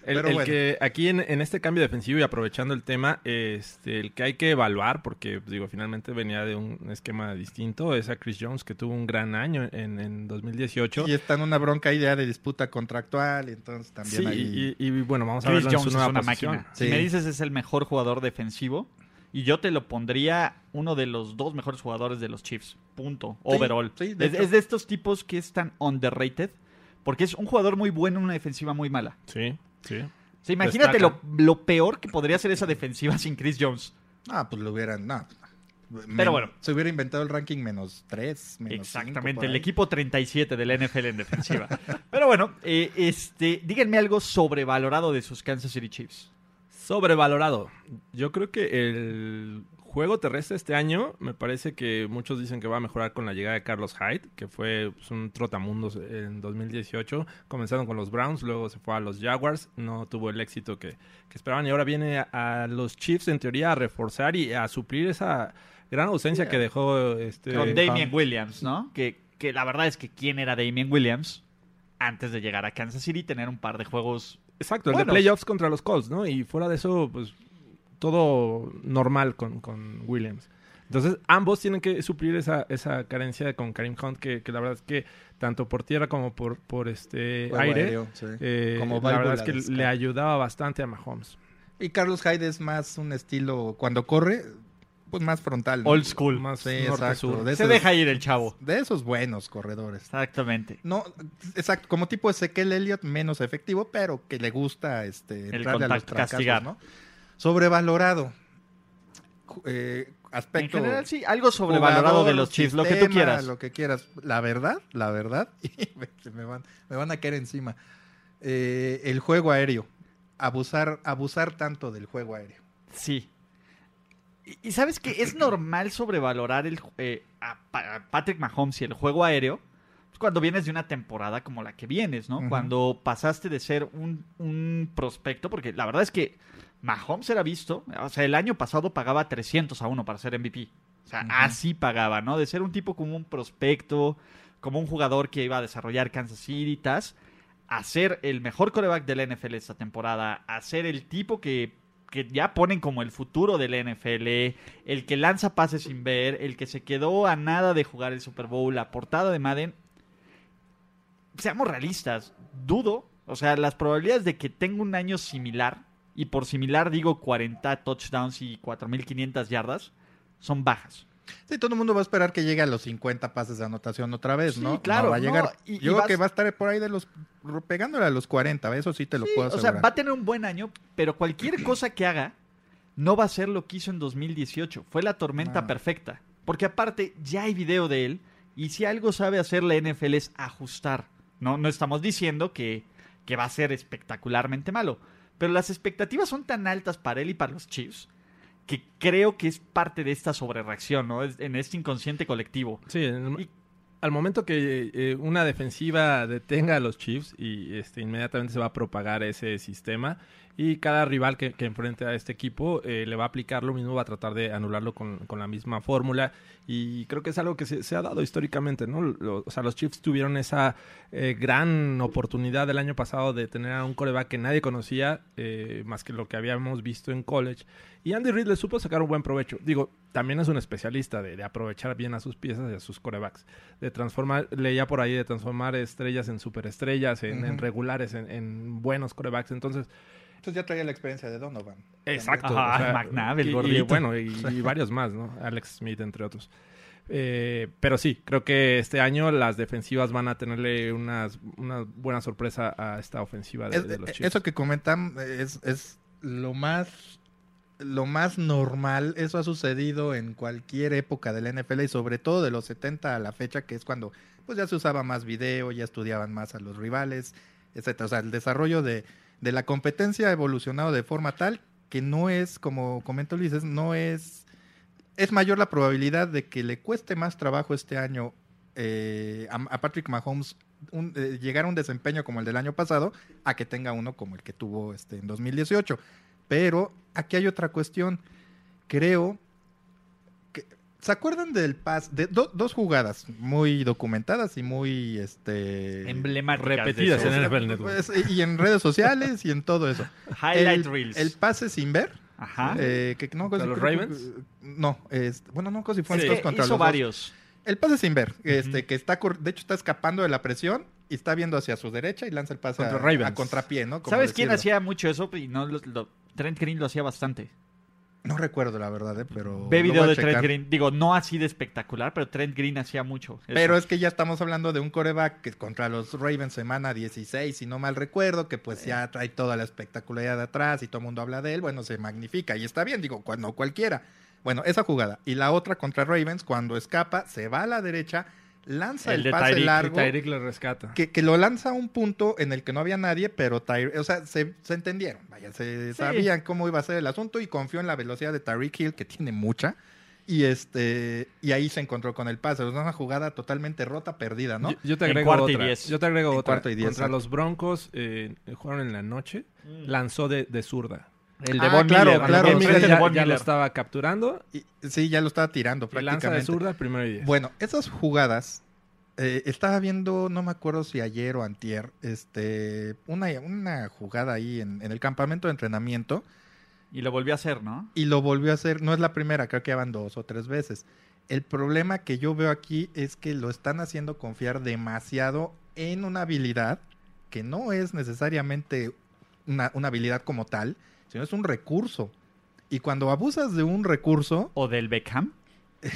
Speaker 2: El,
Speaker 3: Pero
Speaker 2: el
Speaker 3: bueno.
Speaker 2: que aquí en, en este cambio defensivo y aprovechando el tema, este, el que hay que evaluar, porque digo, finalmente venía de un esquema distinto, es a Chris Jones, que tuvo un gran año en, en 2018.
Speaker 3: Y está en una bronca idea de disputa contractual, entonces también
Speaker 2: Sí,
Speaker 3: ahí.
Speaker 2: y, y- y, bueno, vamos a
Speaker 1: Chris
Speaker 2: verlo en
Speaker 1: Jones
Speaker 2: su
Speaker 1: es
Speaker 2: nueva
Speaker 1: una
Speaker 2: posición.
Speaker 1: máquina.
Speaker 3: Sí.
Speaker 1: Si me dices es el mejor jugador defensivo. Y yo te lo pondría uno de los dos mejores jugadores de los Chiefs. Punto. Overall.
Speaker 3: sí, de
Speaker 1: es,
Speaker 3: hecho.
Speaker 1: es de estos tipos que es tan underrated. Porque es un jugador muy bueno en una defensiva muy mala.
Speaker 2: Sí, sí.
Speaker 1: O sea, imagínate lo,
Speaker 2: Destaca.
Speaker 1: lo peor que podría ser esa defensiva sin Chris Jones.
Speaker 3: Ah, pues lo hubieran. No.
Speaker 1: Pero bueno.
Speaker 3: Se hubiera inventado el ranking menos tres, menos cinco
Speaker 1: Exactamente,
Speaker 3: por
Speaker 1: el
Speaker 3: ahí.
Speaker 1: equipo 37 de la NFL en defensiva. Pero bueno, eh, este, díganme algo sobrevalorado de sus Kansas City Chiefs.
Speaker 2: Sobrevalorado. Yo creo que el juego terrestre este año, me parece que muchos dicen que va a mejorar con la llegada de Carlos Hyde, que fue pues, un trotamundos en 2018. Comenzaron con los Browns, luego se fue a los Jaguars, no tuvo el éxito que, que esperaban y ahora viene a, a los Chiefs en teoría a reforzar y a suplir esa gran ausencia que dejó este...
Speaker 1: Con Damien
Speaker 2: Ham.
Speaker 1: Williams, ¿no? Que, que la verdad es que quién era Damien Williams antes de llegar a Kansas City y tener un par de juegos.
Speaker 2: Exacto, el
Speaker 1: Bueno.
Speaker 2: de playoffs contra los Colts, ¿no? Y fuera de eso, pues todo normal con, con Williams. Entonces, ambos tienen que suplir esa, esa carencia con Karim Hunt, que, que la verdad es que tanto por tierra como por, por este
Speaker 3: Juego
Speaker 2: aire,
Speaker 3: aéreo, sí.
Speaker 2: eh,
Speaker 3: Como
Speaker 2: la
Speaker 3: válvula
Speaker 2: verdad es que
Speaker 3: de escape.
Speaker 2: le ayudaba bastante a Mahomes.
Speaker 3: Y Carlos Hyde es más un estilo, cuando corre, pues más frontal. ¿no?
Speaker 1: Old school.
Speaker 2: Más
Speaker 3: Sí,
Speaker 2: norte-sur.
Speaker 3: exacto. De
Speaker 1: Se
Speaker 3: esos-
Speaker 1: deja ir el chavo.
Speaker 3: De esos buenos corredores.
Speaker 1: Exactamente.
Speaker 3: No, exacto, como tipo Ezequiel Elliott, menos efectivo, pero que le gusta este,
Speaker 1: El
Speaker 3: entrarle a los
Speaker 1: contacto,
Speaker 3: trancazos,
Speaker 1: castigar.
Speaker 3: ¿no? Sobrevalorado. Ju- eh, aspecto.
Speaker 1: En general, sí, algo sobrevalorado
Speaker 3: jugador,
Speaker 1: de los Chiefs, lo que tú
Speaker 3: sistema,
Speaker 1: quieras.
Speaker 3: Lo que quieras. La verdad, la verdad, y me- se me, van, me van a caer encima. Eh, el juego aéreo. Abusar, abusar tanto del juego aéreo.
Speaker 1: Sí. Y, y sabes que es normal sobrevalorar el, ju- eh, a, Pa- a Patrick Mahomes y el juego aéreo pues, cuando vienes de una temporada como la que vienes, ¿no?
Speaker 3: Ujú.
Speaker 1: Cuando pasaste de ser un, un prospecto, porque la verdad es que Mahomes era visto, o sea, el año pasado pagaba 300 a 1 para ser MVP. O sea,
Speaker 3: Ujú.
Speaker 1: así pagaba, ¿no? De ser un tipo como un prospecto, como un jugador que iba a desarrollar Kansas City y tas, a ser el mejor coreback de la NFL esta temporada, a ser el tipo que, que ya ponen como el futuro de la NFL, el que lanza pases sin ver, el que se quedó a nada de jugar el Super Bowl, la portada de Madden. seamos realistas, dudo, o sea, las probabilidades de que tenga un año similar, y por similar digo 40 touchdowns y 4.500 yardas, son bajas.
Speaker 3: Sí, todo el mundo va a esperar que llegue a los 50 pases de anotación otra vez,
Speaker 1: Sí,
Speaker 3: ¿no? No
Speaker 1: claro,
Speaker 3: va a
Speaker 1: no,
Speaker 3: llegar.
Speaker 1: y- y
Speaker 3: Yo creo
Speaker 1: vas-
Speaker 3: que va a estar por ahí de los pegándole a los 40, eso sí te lo
Speaker 1: Sí,
Speaker 3: puedo
Speaker 1: o sea,
Speaker 3: asegurar.
Speaker 1: va a tener un buen año, pero cualquier cosa que haga no va a ser lo que hizo en 2018. Fue la tormenta
Speaker 3: Ah.
Speaker 1: perfecta. Porque aparte, ya hay video de él. Y si algo sabe hacer la NFL es ajustar. No, no estamos diciendo que, que va a ser espectacularmente malo. Pero las expectativas son tan altas para él y para los Chiefs que creo que es parte de esta sobrereacción, ¿no? Es- En este inconsciente colectivo.
Speaker 2: Sí, en-
Speaker 1: Y-
Speaker 2: al momento que eh, una defensiva detenga a los Chiefs y este, inmediatamente se va a propagar ese sistema y cada rival que, que enfrente a este equipo eh, le va a aplicar lo mismo, va a tratar de anularlo con, con la misma fórmula y creo que es algo que se, se ha dado históricamente, ¿no? Lo- o sea, los Chiefs tuvieron esa eh, gran oportunidad el año pasado de tener a un coreback que nadie conocía eh, más que lo que habíamos visto en college y Andy Reid le supo sacar un buen provecho. Digo, también es un especialista de, de aprovechar bien a sus piezas y a sus corebacks. De transformar, leía por ahí de transformar estrellas en superestrellas, en, en
Speaker 3: Ujú.
Speaker 2: regulares, en, en buenos corebacks. Entonces,
Speaker 3: Entonces ya traía la experiencia de Donovan.
Speaker 2: exacto.
Speaker 1: Ajá,
Speaker 2: o sea,
Speaker 1: McNabb, el
Speaker 2: y- y
Speaker 1: gordito.
Speaker 2: bueno, y, y varios más, ¿no? Alex Smith, entre otros. Eh, pero sí, creo que este año las defensivas van a tenerle unas, una buena sorpresa a esta ofensiva de,
Speaker 3: Es- eh,
Speaker 2: de los Chiefs.
Speaker 3: eso que comentan eh, es, es lo más lo más normal, eso ha sucedido en cualquier época de la NFL y sobre todo de los 70 a la fecha que es cuando pues ya se usaba más video, ya estudiaban más a los rivales, etcétera, o sea, el desarrollo de, de la competencia ha evolucionado de forma tal que no es como comenta Luis, es- no es es mayor la probabilidad de que le cueste más trabajo este año eh, a, a Patrick Mahomes un- eh, llegar a un desempeño como el del año pasado a que tenga uno como el que tuvo este en 2018. Pero aquí hay otra cuestión. Creo que ¿se acuerdan del pas de do- dos jugadas muy documentadas y muy este
Speaker 1: Emblemáticas.
Speaker 2: Repetidas
Speaker 1: de eso.
Speaker 2: en NFL Network.
Speaker 3: pues, y- y en redes sociales y en todo eso.
Speaker 1: Highlight
Speaker 3: el,
Speaker 1: Reels. Ah.
Speaker 3: el pase sin ver
Speaker 1: Ajá.
Speaker 3: eh, que no,
Speaker 2: ¿Contra
Speaker 3: creo
Speaker 2: los
Speaker 3: que-
Speaker 2: Ravens?
Speaker 3: No, este, bueno, no, creo que si
Speaker 1: Es
Speaker 3: fueron
Speaker 1: que
Speaker 3: todos contra
Speaker 1: Eh, hizo
Speaker 3: los dos.
Speaker 1: varios.
Speaker 3: El pase sin ver, este,
Speaker 1: Ujú.
Speaker 3: que está, cor- de hecho, está escapando de la presión y está viendo hacia su derecha y lanza el pase
Speaker 2: Contra
Speaker 3: a,
Speaker 2: Ravens.
Speaker 3: a contrapié, ¿no? Como
Speaker 1: ¿Sabes quién
Speaker 3: decirlo.
Speaker 1: hacía mucho eso? Y no lo- lo- Trent Green lo hacía bastante.
Speaker 3: No recuerdo la verdad, eh, pero.
Speaker 1: Ve
Speaker 3: lo
Speaker 1: video
Speaker 3: voy a
Speaker 1: de Trent
Speaker 3: checar.
Speaker 1: Green. Digo, no así de espectacular, pero Trent Green hacía mucho. eso.
Speaker 3: Pero es que ya estamos hablando de un coreback que contra los Ravens semana 16, si no mal recuerdo, que
Speaker 1: Eh.
Speaker 3: pues ya trae toda la espectacularidad de atrás y todo el mundo habla de él, bueno, se magnifica y está bien, digo, cuando cualquiera. Bueno, esa jugada. Y la otra contra Ravens, cuando escapa, se va a la derecha, lanza
Speaker 1: El
Speaker 3: el,
Speaker 1: de
Speaker 3: pase
Speaker 1: Tyreek,
Speaker 3: largo.
Speaker 2: Tyreek le rescata.
Speaker 3: Que, que lo lanza a un punto en el que no había nadie, pero Tyre- o sea, se, se entendieron, vaya, se
Speaker 1: Sí.
Speaker 3: sabían cómo iba a ser el asunto y confió en la velocidad de Tyreek Hill, que tiene mucha, y este, y ahí se encontró con el pase. O sea, una jugada totalmente rota, perdida, ¿no?
Speaker 2: Yo, yo te
Speaker 1: En
Speaker 2: agrego
Speaker 1: cuarto y
Speaker 2: otra.
Speaker 1: diez.
Speaker 2: Yo te agrego
Speaker 3: En
Speaker 2: otra.
Speaker 3: cuarto y diez,
Speaker 2: Contra
Speaker 3: exacto. Mm.
Speaker 2: los Broncos eh, jugaron en la noche,
Speaker 1: Mm.
Speaker 2: lanzó de, de zurda.
Speaker 1: el de
Speaker 3: Ah,
Speaker 1: Von
Speaker 3: claro,
Speaker 1: Miller.
Speaker 3: claro,
Speaker 1: el
Speaker 2: Von
Speaker 1: de
Speaker 3: sí,
Speaker 2: Miller
Speaker 1: frente
Speaker 2: ya,
Speaker 1: de Von
Speaker 2: ya lo
Speaker 1: Miller.
Speaker 2: estaba capturando
Speaker 3: Y- sí, ya lo estaba tirando
Speaker 2: y lanza de
Speaker 3: prácticamente.
Speaker 2: zurda primero y diez.
Speaker 3: Bueno, esas jugadas, eh, estaba viendo, no me acuerdo si ayer o antier, este, una, una jugada ahí en, en el campamento de entrenamiento,
Speaker 1: Y lo volvió a hacer, ¿no?
Speaker 3: y lo volvió a hacer. No es la primera, creo que ya van dos o tres veces. El problema que yo veo aquí es que lo están haciendo confiar demasiado en una habilidad que no es necesariamente una, una habilidad como tal, sino es un recurso. Y cuando abusas de un recurso,
Speaker 1: O del Beckham.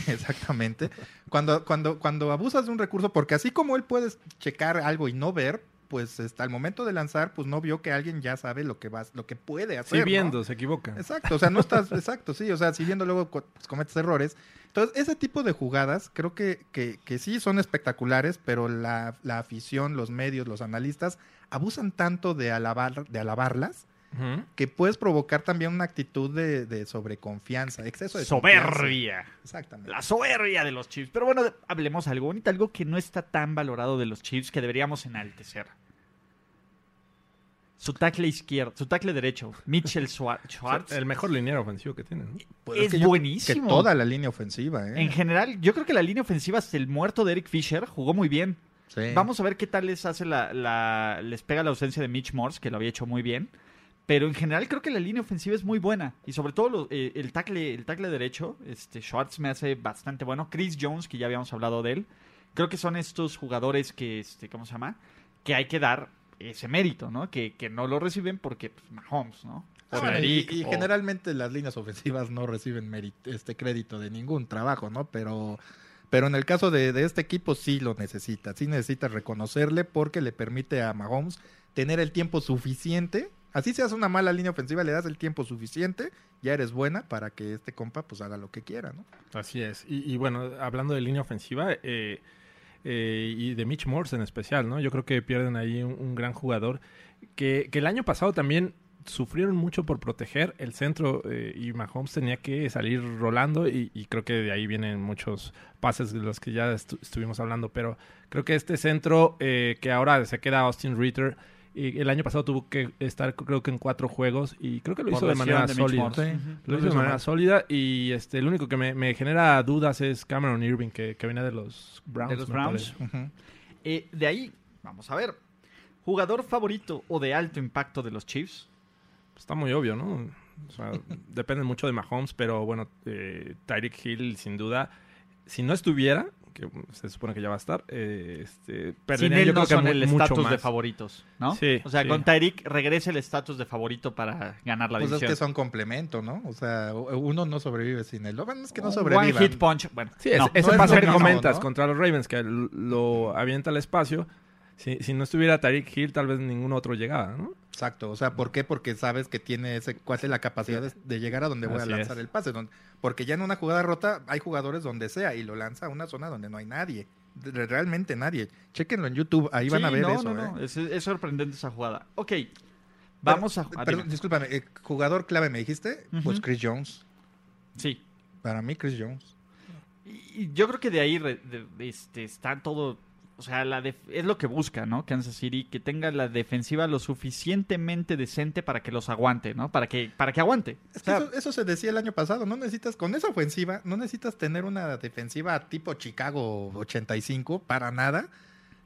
Speaker 3: exactamente, cuando, cuando, cuando abusas de un recurso, porque así como él puedes checar algo y no ver, pues hasta el momento de lanzar, pues no vio que alguien ya sabe lo que vas, lo que puede
Speaker 2: Sí,
Speaker 3: hacer. ¿no?
Speaker 2: viendo, se equivoca.
Speaker 3: Exacto, o sea, no estás, exacto, sí, o sea, si viendo luego co- pues, cometes errores. Entonces, ese tipo de jugadas creo que, que, que sí son espectaculares, pero la, la afición, los medios, los analistas abusan tanto de, alabar, de alabarlas
Speaker 2: Ujú.
Speaker 3: que puedes provocar también una actitud de, de sobreconfianza, exceso de confianza.
Speaker 1: Soberbia.
Speaker 3: Exactamente.
Speaker 1: La soberbia de los Chiefs. Pero bueno, hablemos algo bonito, algo que no está tan valorado de los Chiefs que deberíamos enaltecer. Su tackle izquierdo, su tackle derecho, Mitchell Schwar-
Speaker 2: O sea,
Speaker 1: Schwartz.
Speaker 2: el mejor liniero ofensivo que tienen. ¿no?
Speaker 3: Pues
Speaker 1: es
Speaker 3: que yo-
Speaker 1: buenísimo.
Speaker 3: Que toda la línea ofensiva, ¿eh?
Speaker 1: En general, yo creo que la línea ofensiva hasta el muerto de Eric Fisher jugó muy bien.
Speaker 3: Sí.
Speaker 1: Vamos a ver qué tal les hace la, la- les pega la ausencia de Mitch Morse, que lo había hecho muy bien. Pero en general creo que la línea ofensiva es muy buena. Y sobre todo lo- eh, el tackle, el tackle derecho, este Schwartz me hace bastante bueno. Chris Jones, que ya habíamos hablado de él. Creo que son estos jugadores que, este, ¿cómo se llama? que hay que dar ese mérito, ¿no? Que, que no lo reciben porque pues, Mahomes, ¿no?
Speaker 3: Ah,
Speaker 1: O
Speaker 3: bueno, y,
Speaker 1: Eric,
Speaker 3: y
Speaker 1: o-
Speaker 3: generalmente las líneas ofensivas no reciben mérito- este crédito de ningún trabajo, ¿no? Pero, pero en el caso de, de este equipo sí lo necesita, sí necesita reconocerle porque le permite a Mahomes tener el tiempo suficiente. Así se hace una mala línea ofensiva, le das el tiempo suficiente, ya eres buena para que este compa pues haga lo que quiera, ¿no?
Speaker 2: Así es. Y, y bueno, hablando de línea ofensiva eh, eh, y de Mitch Morse en especial, ¿no? Yo creo que pierden ahí un, un gran jugador que, que el año pasado también sufrieron mucho por proteger el centro eh, y Mahomes tenía que salir rolando y, y creo que de ahí vienen muchos pases de los que ya estu- estuvimos hablando, pero creo que este centro eh, que ahora se queda Austin Ritter y el año pasado tuvo que estar creo que en cuatro juegos y creo que lo
Speaker 1: por
Speaker 2: hizo de
Speaker 1: lesión
Speaker 2: manera
Speaker 1: Mitch
Speaker 2: sólida.
Speaker 1: Morse.
Speaker 3: Sí.
Speaker 1: Ujú.
Speaker 2: Lo hizo de manera sólida y este, el único que me, me genera dudas es Cameron Irving, que, que viene de los Browns.
Speaker 1: De los
Speaker 2: me
Speaker 1: Browns.
Speaker 2: parece.
Speaker 3: Ujú.
Speaker 1: Eh, de ahí, vamos a ver. ¿Jugador favorito o de alto impacto de los Chiefs?
Speaker 2: Está muy obvio, ¿no? O sea, depende mucho de Mahomes, pero bueno, eh, Tyreek Hill, sin duda, si no estuviera, que se supone que ya va a estar, eh, este,
Speaker 1: Sin
Speaker 2: perdería
Speaker 1: él
Speaker 2: yo
Speaker 1: no
Speaker 2: creo
Speaker 1: son
Speaker 2: que mu-
Speaker 1: el
Speaker 2: mucho
Speaker 1: estatus de
Speaker 2: más.
Speaker 1: favoritos, ¿no?
Speaker 2: Sí,
Speaker 1: o sea,
Speaker 2: sí.
Speaker 1: con Tyreek regresa el estatus de favorito para ganar la
Speaker 3: Pues es
Speaker 1: división.
Speaker 3: que son complemento, ¿no? O sea, u- uno no sobrevive sin él. Lo bueno es que no
Speaker 1: One
Speaker 3: sobrevive.
Speaker 1: hit punch. Bueno,
Speaker 2: Sí, es-
Speaker 1: no.
Speaker 2: ese
Speaker 3: no es
Speaker 2: pase
Speaker 3: lo
Speaker 2: que
Speaker 3: mismo,
Speaker 2: comentas
Speaker 3: ¿no?
Speaker 2: contra los Ravens, que l- lo avienta al espacio. Si, si no estuviera Tyreek Hill, tal vez ningún otro llegaba, ¿no?
Speaker 3: Exacto, o sea, ¿por qué? Porque sabes que tiene ese cuate la capacidad de, de llegar a donde voy
Speaker 2: Así
Speaker 3: a lanzar
Speaker 2: es.
Speaker 3: el pase. don- porque ya en una jugada rota hay jugadores donde sea y lo lanza a una zona donde no hay nadie, de- realmente nadie. Chequenlo en YouTube, ahí van
Speaker 1: Sí,
Speaker 3: a ver
Speaker 1: no,
Speaker 3: eso.
Speaker 1: no,
Speaker 3: ¿eh?
Speaker 1: no. Es, es sorprendente esa jugada. Ok, vamos
Speaker 3: Pero-
Speaker 1: a... ah,
Speaker 3: Perdón,
Speaker 1: dime.
Speaker 3: discúlpame, eh, jugador clave me dijiste, pues
Speaker 1: Ujú.
Speaker 3: Chris Jones.
Speaker 1: sí.
Speaker 3: Para mí Chris Jones.
Speaker 1: Y y yo creo que de ahí re- de- de- este, está todo. O sea, la def- es lo que busca, ¿no? Kansas City, que tenga la defensiva lo suficientemente decente para que los aguante, ¿no? Para que, para que aguante.
Speaker 3: Es
Speaker 1: O
Speaker 3: que
Speaker 1: sea,
Speaker 3: eso, eso se decía el año pasado, no necesitas, con esa ofensiva, no necesitas tener una defensiva tipo Chicago 85 para nada.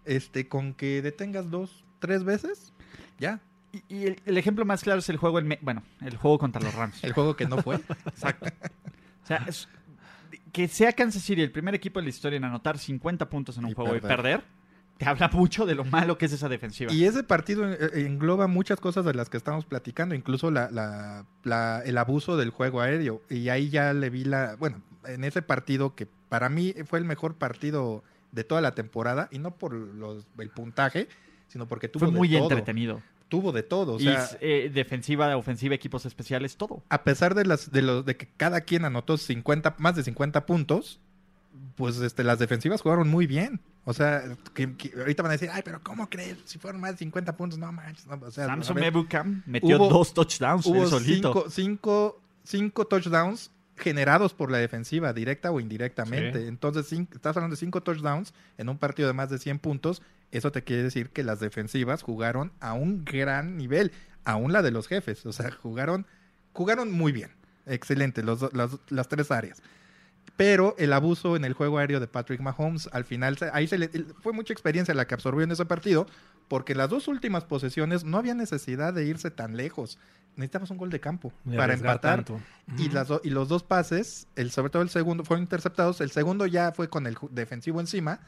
Speaker 3: Este, con que detengas dos, tres veces, ya.
Speaker 1: y y el, el ejemplo más claro es el juego en Me- bueno, el juego contra los Rams.
Speaker 3: El juego que no fue.
Speaker 1: Exacto. O sea, es- que sea Kansas City el primer equipo de la historia en anotar 50 puntos en un
Speaker 3: Y
Speaker 1: juego y
Speaker 3: perder.
Speaker 1: perder, te habla mucho de lo malo que es esa defensiva.
Speaker 3: Y ese partido en- engloba muchas cosas de las que estamos platicando, incluso la, la- la- el abuso del juego aéreo. Y ahí ya le vi la, bueno, en ese partido que para mí fue el mejor partido de toda la temporada, y no por los, el puntaje, sino porque tuvo
Speaker 1: Fue muy
Speaker 3: de todo.
Speaker 1: entretenido.
Speaker 3: Tuvo de todo. O sea,
Speaker 1: y eh, defensiva, ofensiva, equipos especiales, todo.
Speaker 3: a pesar de las de los de que cada quien anotó 50 más de 50 puntos, pues este las defensivas jugaron muy bien. O sea, que, que ahorita van a decir, "Ay, pero cómo crees? Si fueron más de 50 puntos, no manches, no, o sea, a
Speaker 1: Samsung
Speaker 3: ver,
Speaker 1: Ebukam metió
Speaker 3: hubo-
Speaker 1: dos touchdowns él
Speaker 3: hubo
Speaker 1: solito.
Speaker 3: cinco, cinco- cinco touchdowns generados por la defensiva, directa o indirectamente.
Speaker 2: Sí.
Speaker 3: Entonces, cin- estás hablando de cinco touchdowns en un partido de más de 100 puntos. Eso te quiere decir que las defensivas jugaron a un gran nivel, aún la de los jefes. O sea, jugaron, jugaron muy bien. Excelente, los do- las, las tres áreas. Pero el abuso en el juego aéreo de Patrick Mahomes, al final, se- ahí se le- fue mucha experiencia la que absorbió en ese partido, porque las dos últimas posesiones no había necesidad de irse tan lejos. Necesitabas un gol de campo
Speaker 2: De
Speaker 3: para
Speaker 2: arriesgar
Speaker 3: empatar.
Speaker 2: tanto.
Speaker 3: Y, las do- y los dos pases, el, sobre todo el segundo, fueron interceptados. El segundo ya fue con el ju- defensivo encima,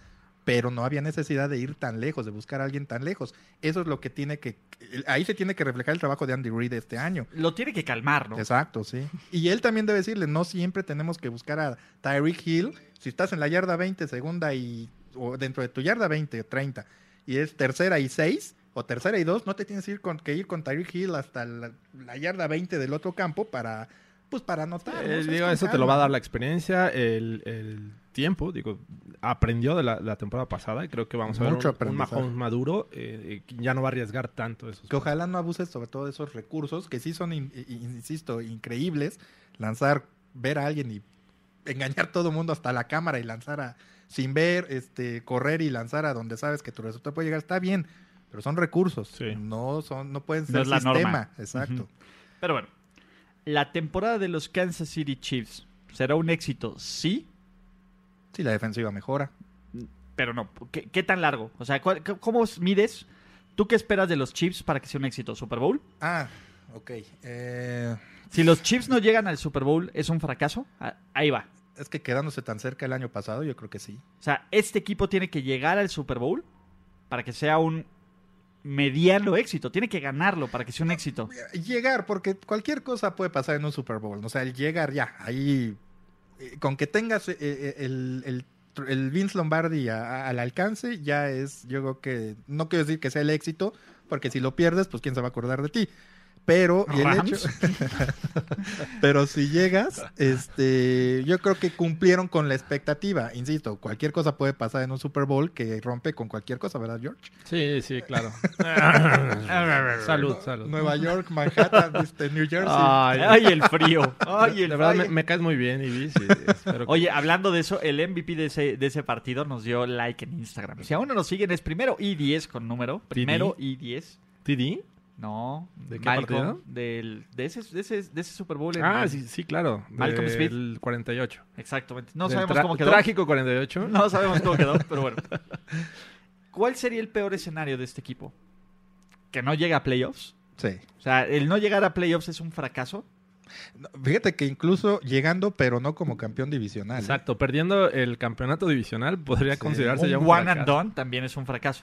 Speaker 3: pero no había necesidad de ir tan lejos, de buscar a alguien tan lejos. Eso es lo que tiene que. el- Ahí se tiene que reflejar el trabajo de Andy Reid este año.
Speaker 1: Lo tiene que calmar, ¿no?
Speaker 3: Exacto, sí. Y él también debe decirle, no siempre tenemos que buscar a Tyreek Hill. Si estás en la yarda 20, segunda y... o dentro de tu yarda 20 o 30, y es tercera y 6 o tercera y 2, no te tienes que ir con, que ir con Tyreek Hill hasta la, la yarda 20 del otro campo para... Pues para anotar. ¿no? O sea,
Speaker 2: Eh,
Speaker 3: es
Speaker 2: digo,
Speaker 3: con
Speaker 2: eso te lo
Speaker 3: calma.
Speaker 2: va a dar la experiencia, el, el tiempo, digo, aprendió de la, la temporada pasada y creo que vamos a ver
Speaker 3: Mucho
Speaker 2: un- un,
Speaker 3: aprendizaje.
Speaker 2: Mahomes maduro, eh, eh, que ya no va a arriesgar tanto esos
Speaker 3: Que ojalá no abuses sobre todo de esos recursos que sí son, in- in- insisto, increíbles. Lanzar, ver a alguien y engañar todo el mundo hasta la cámara y lanzar a, sin ver, este, correr y lanzar a donde sabes que tu resultado puede llegar. Está bien, pero son recursos.
Speaker 2: Sí.
Speaker 3: No son, no pueden ser
Speaker 1: No es la
Speaker 3: sistema.
Speaker 1: norma.
Speaker 3: Exacto.
Speaker 1: Ujú. Pero bueno, la temporada de los Kansas City Chiefs será un éxito, sí,
Speaker 3: Sí, la defensiva mejora.
Speaker 1: pero no. ¿Qué, qué tan largo? O sea, ¿cuál- c- ¿cómo mides? ¿Tú qué esperas de los Chiefs para que sea un éxito? ¿Super Bowl?
Speaker 3: Ah, ok. Eh,
Speaker 1: Si los Chiefs no llegan al Super Bowl, ¿es un fracaso? Ah, Ahí va.
Speaker 3: es que quedándose tan cerca el año pasado, yo creo que sí.
Speaker 1: O sea, este equipo tiene que llegar al Super Bowl para que sea un mediano éxito. Tiene que ganarlo para que sea un éxito.
Speaker 3: Llegar, porque cualquier cosa puede pasar en un Super Bowl. O sea, el llegar ya, ahí, eh, con que tengas eh, eh, el, el el Vince Lombardi a, a, al alcance ya es, yo creo que, no quiero decir que sea el éxito, porque si lo pierdes, pues quién se va a acordar de ti. Pero, y el hecho, pero si llegas, este, yo creo que cumplieron con la expectativa. Insisto, cualquier cosa puede pasar en un Super Bowl que rompe con cualquier cosa, ¿verdad, George?
Speaker 2: Sí, sí, claro. salud, salud.
Speaker 3: Nueva York, Manhattan, este, New Jersey.
Speaker 1: Ay, ay, el frío. Ay, el
Speaker 2: la verdad, me, me, caes muy bien, Ibis. Sí,
Speaker 1: Oye, hablando de eso, el MVP de ese, de ese partido nos dio like en Instagram. Si aún no nos siguen, es primero I10 con número. Primero I10.
Speaker 2: ¿TD?
Speaker 1: No. ¿De qué Malcolm, partido? Del, de, ese, de, ese, de ese Super Bowl. En
Speaker 2: ah, el, sí, sí, claro.
Speaker 1: Malcolm
Speaker 2: del
Speaker 1: Smith.
Speaker 2: El 48.
Speaker 1: Exactamente. No del sabemos cómo quedó.
Speaker 2: Trágico 48.
Speaker 1: No sabemos cómo quedó, pero bueno. ¿Cuál sería el peor escenario de este equipo? ¿Que no llegue a playoffs?
Speaker 3: Sí.
Speaker 1: O sea, el no llegar a playoffs es un fracaso.
Speaker 3: No, fíjate que incluso llegando, pero no como campeón divisional.
Speaker 2: Exacto, ¿eh? perdiendo el campeonato divisional podría sí. considerarse
Speaker 1: un
Speaker 2: ya un
Speaker 1: one
Speaker 2: fracaso.
Speaker 1: and done también es un fracaso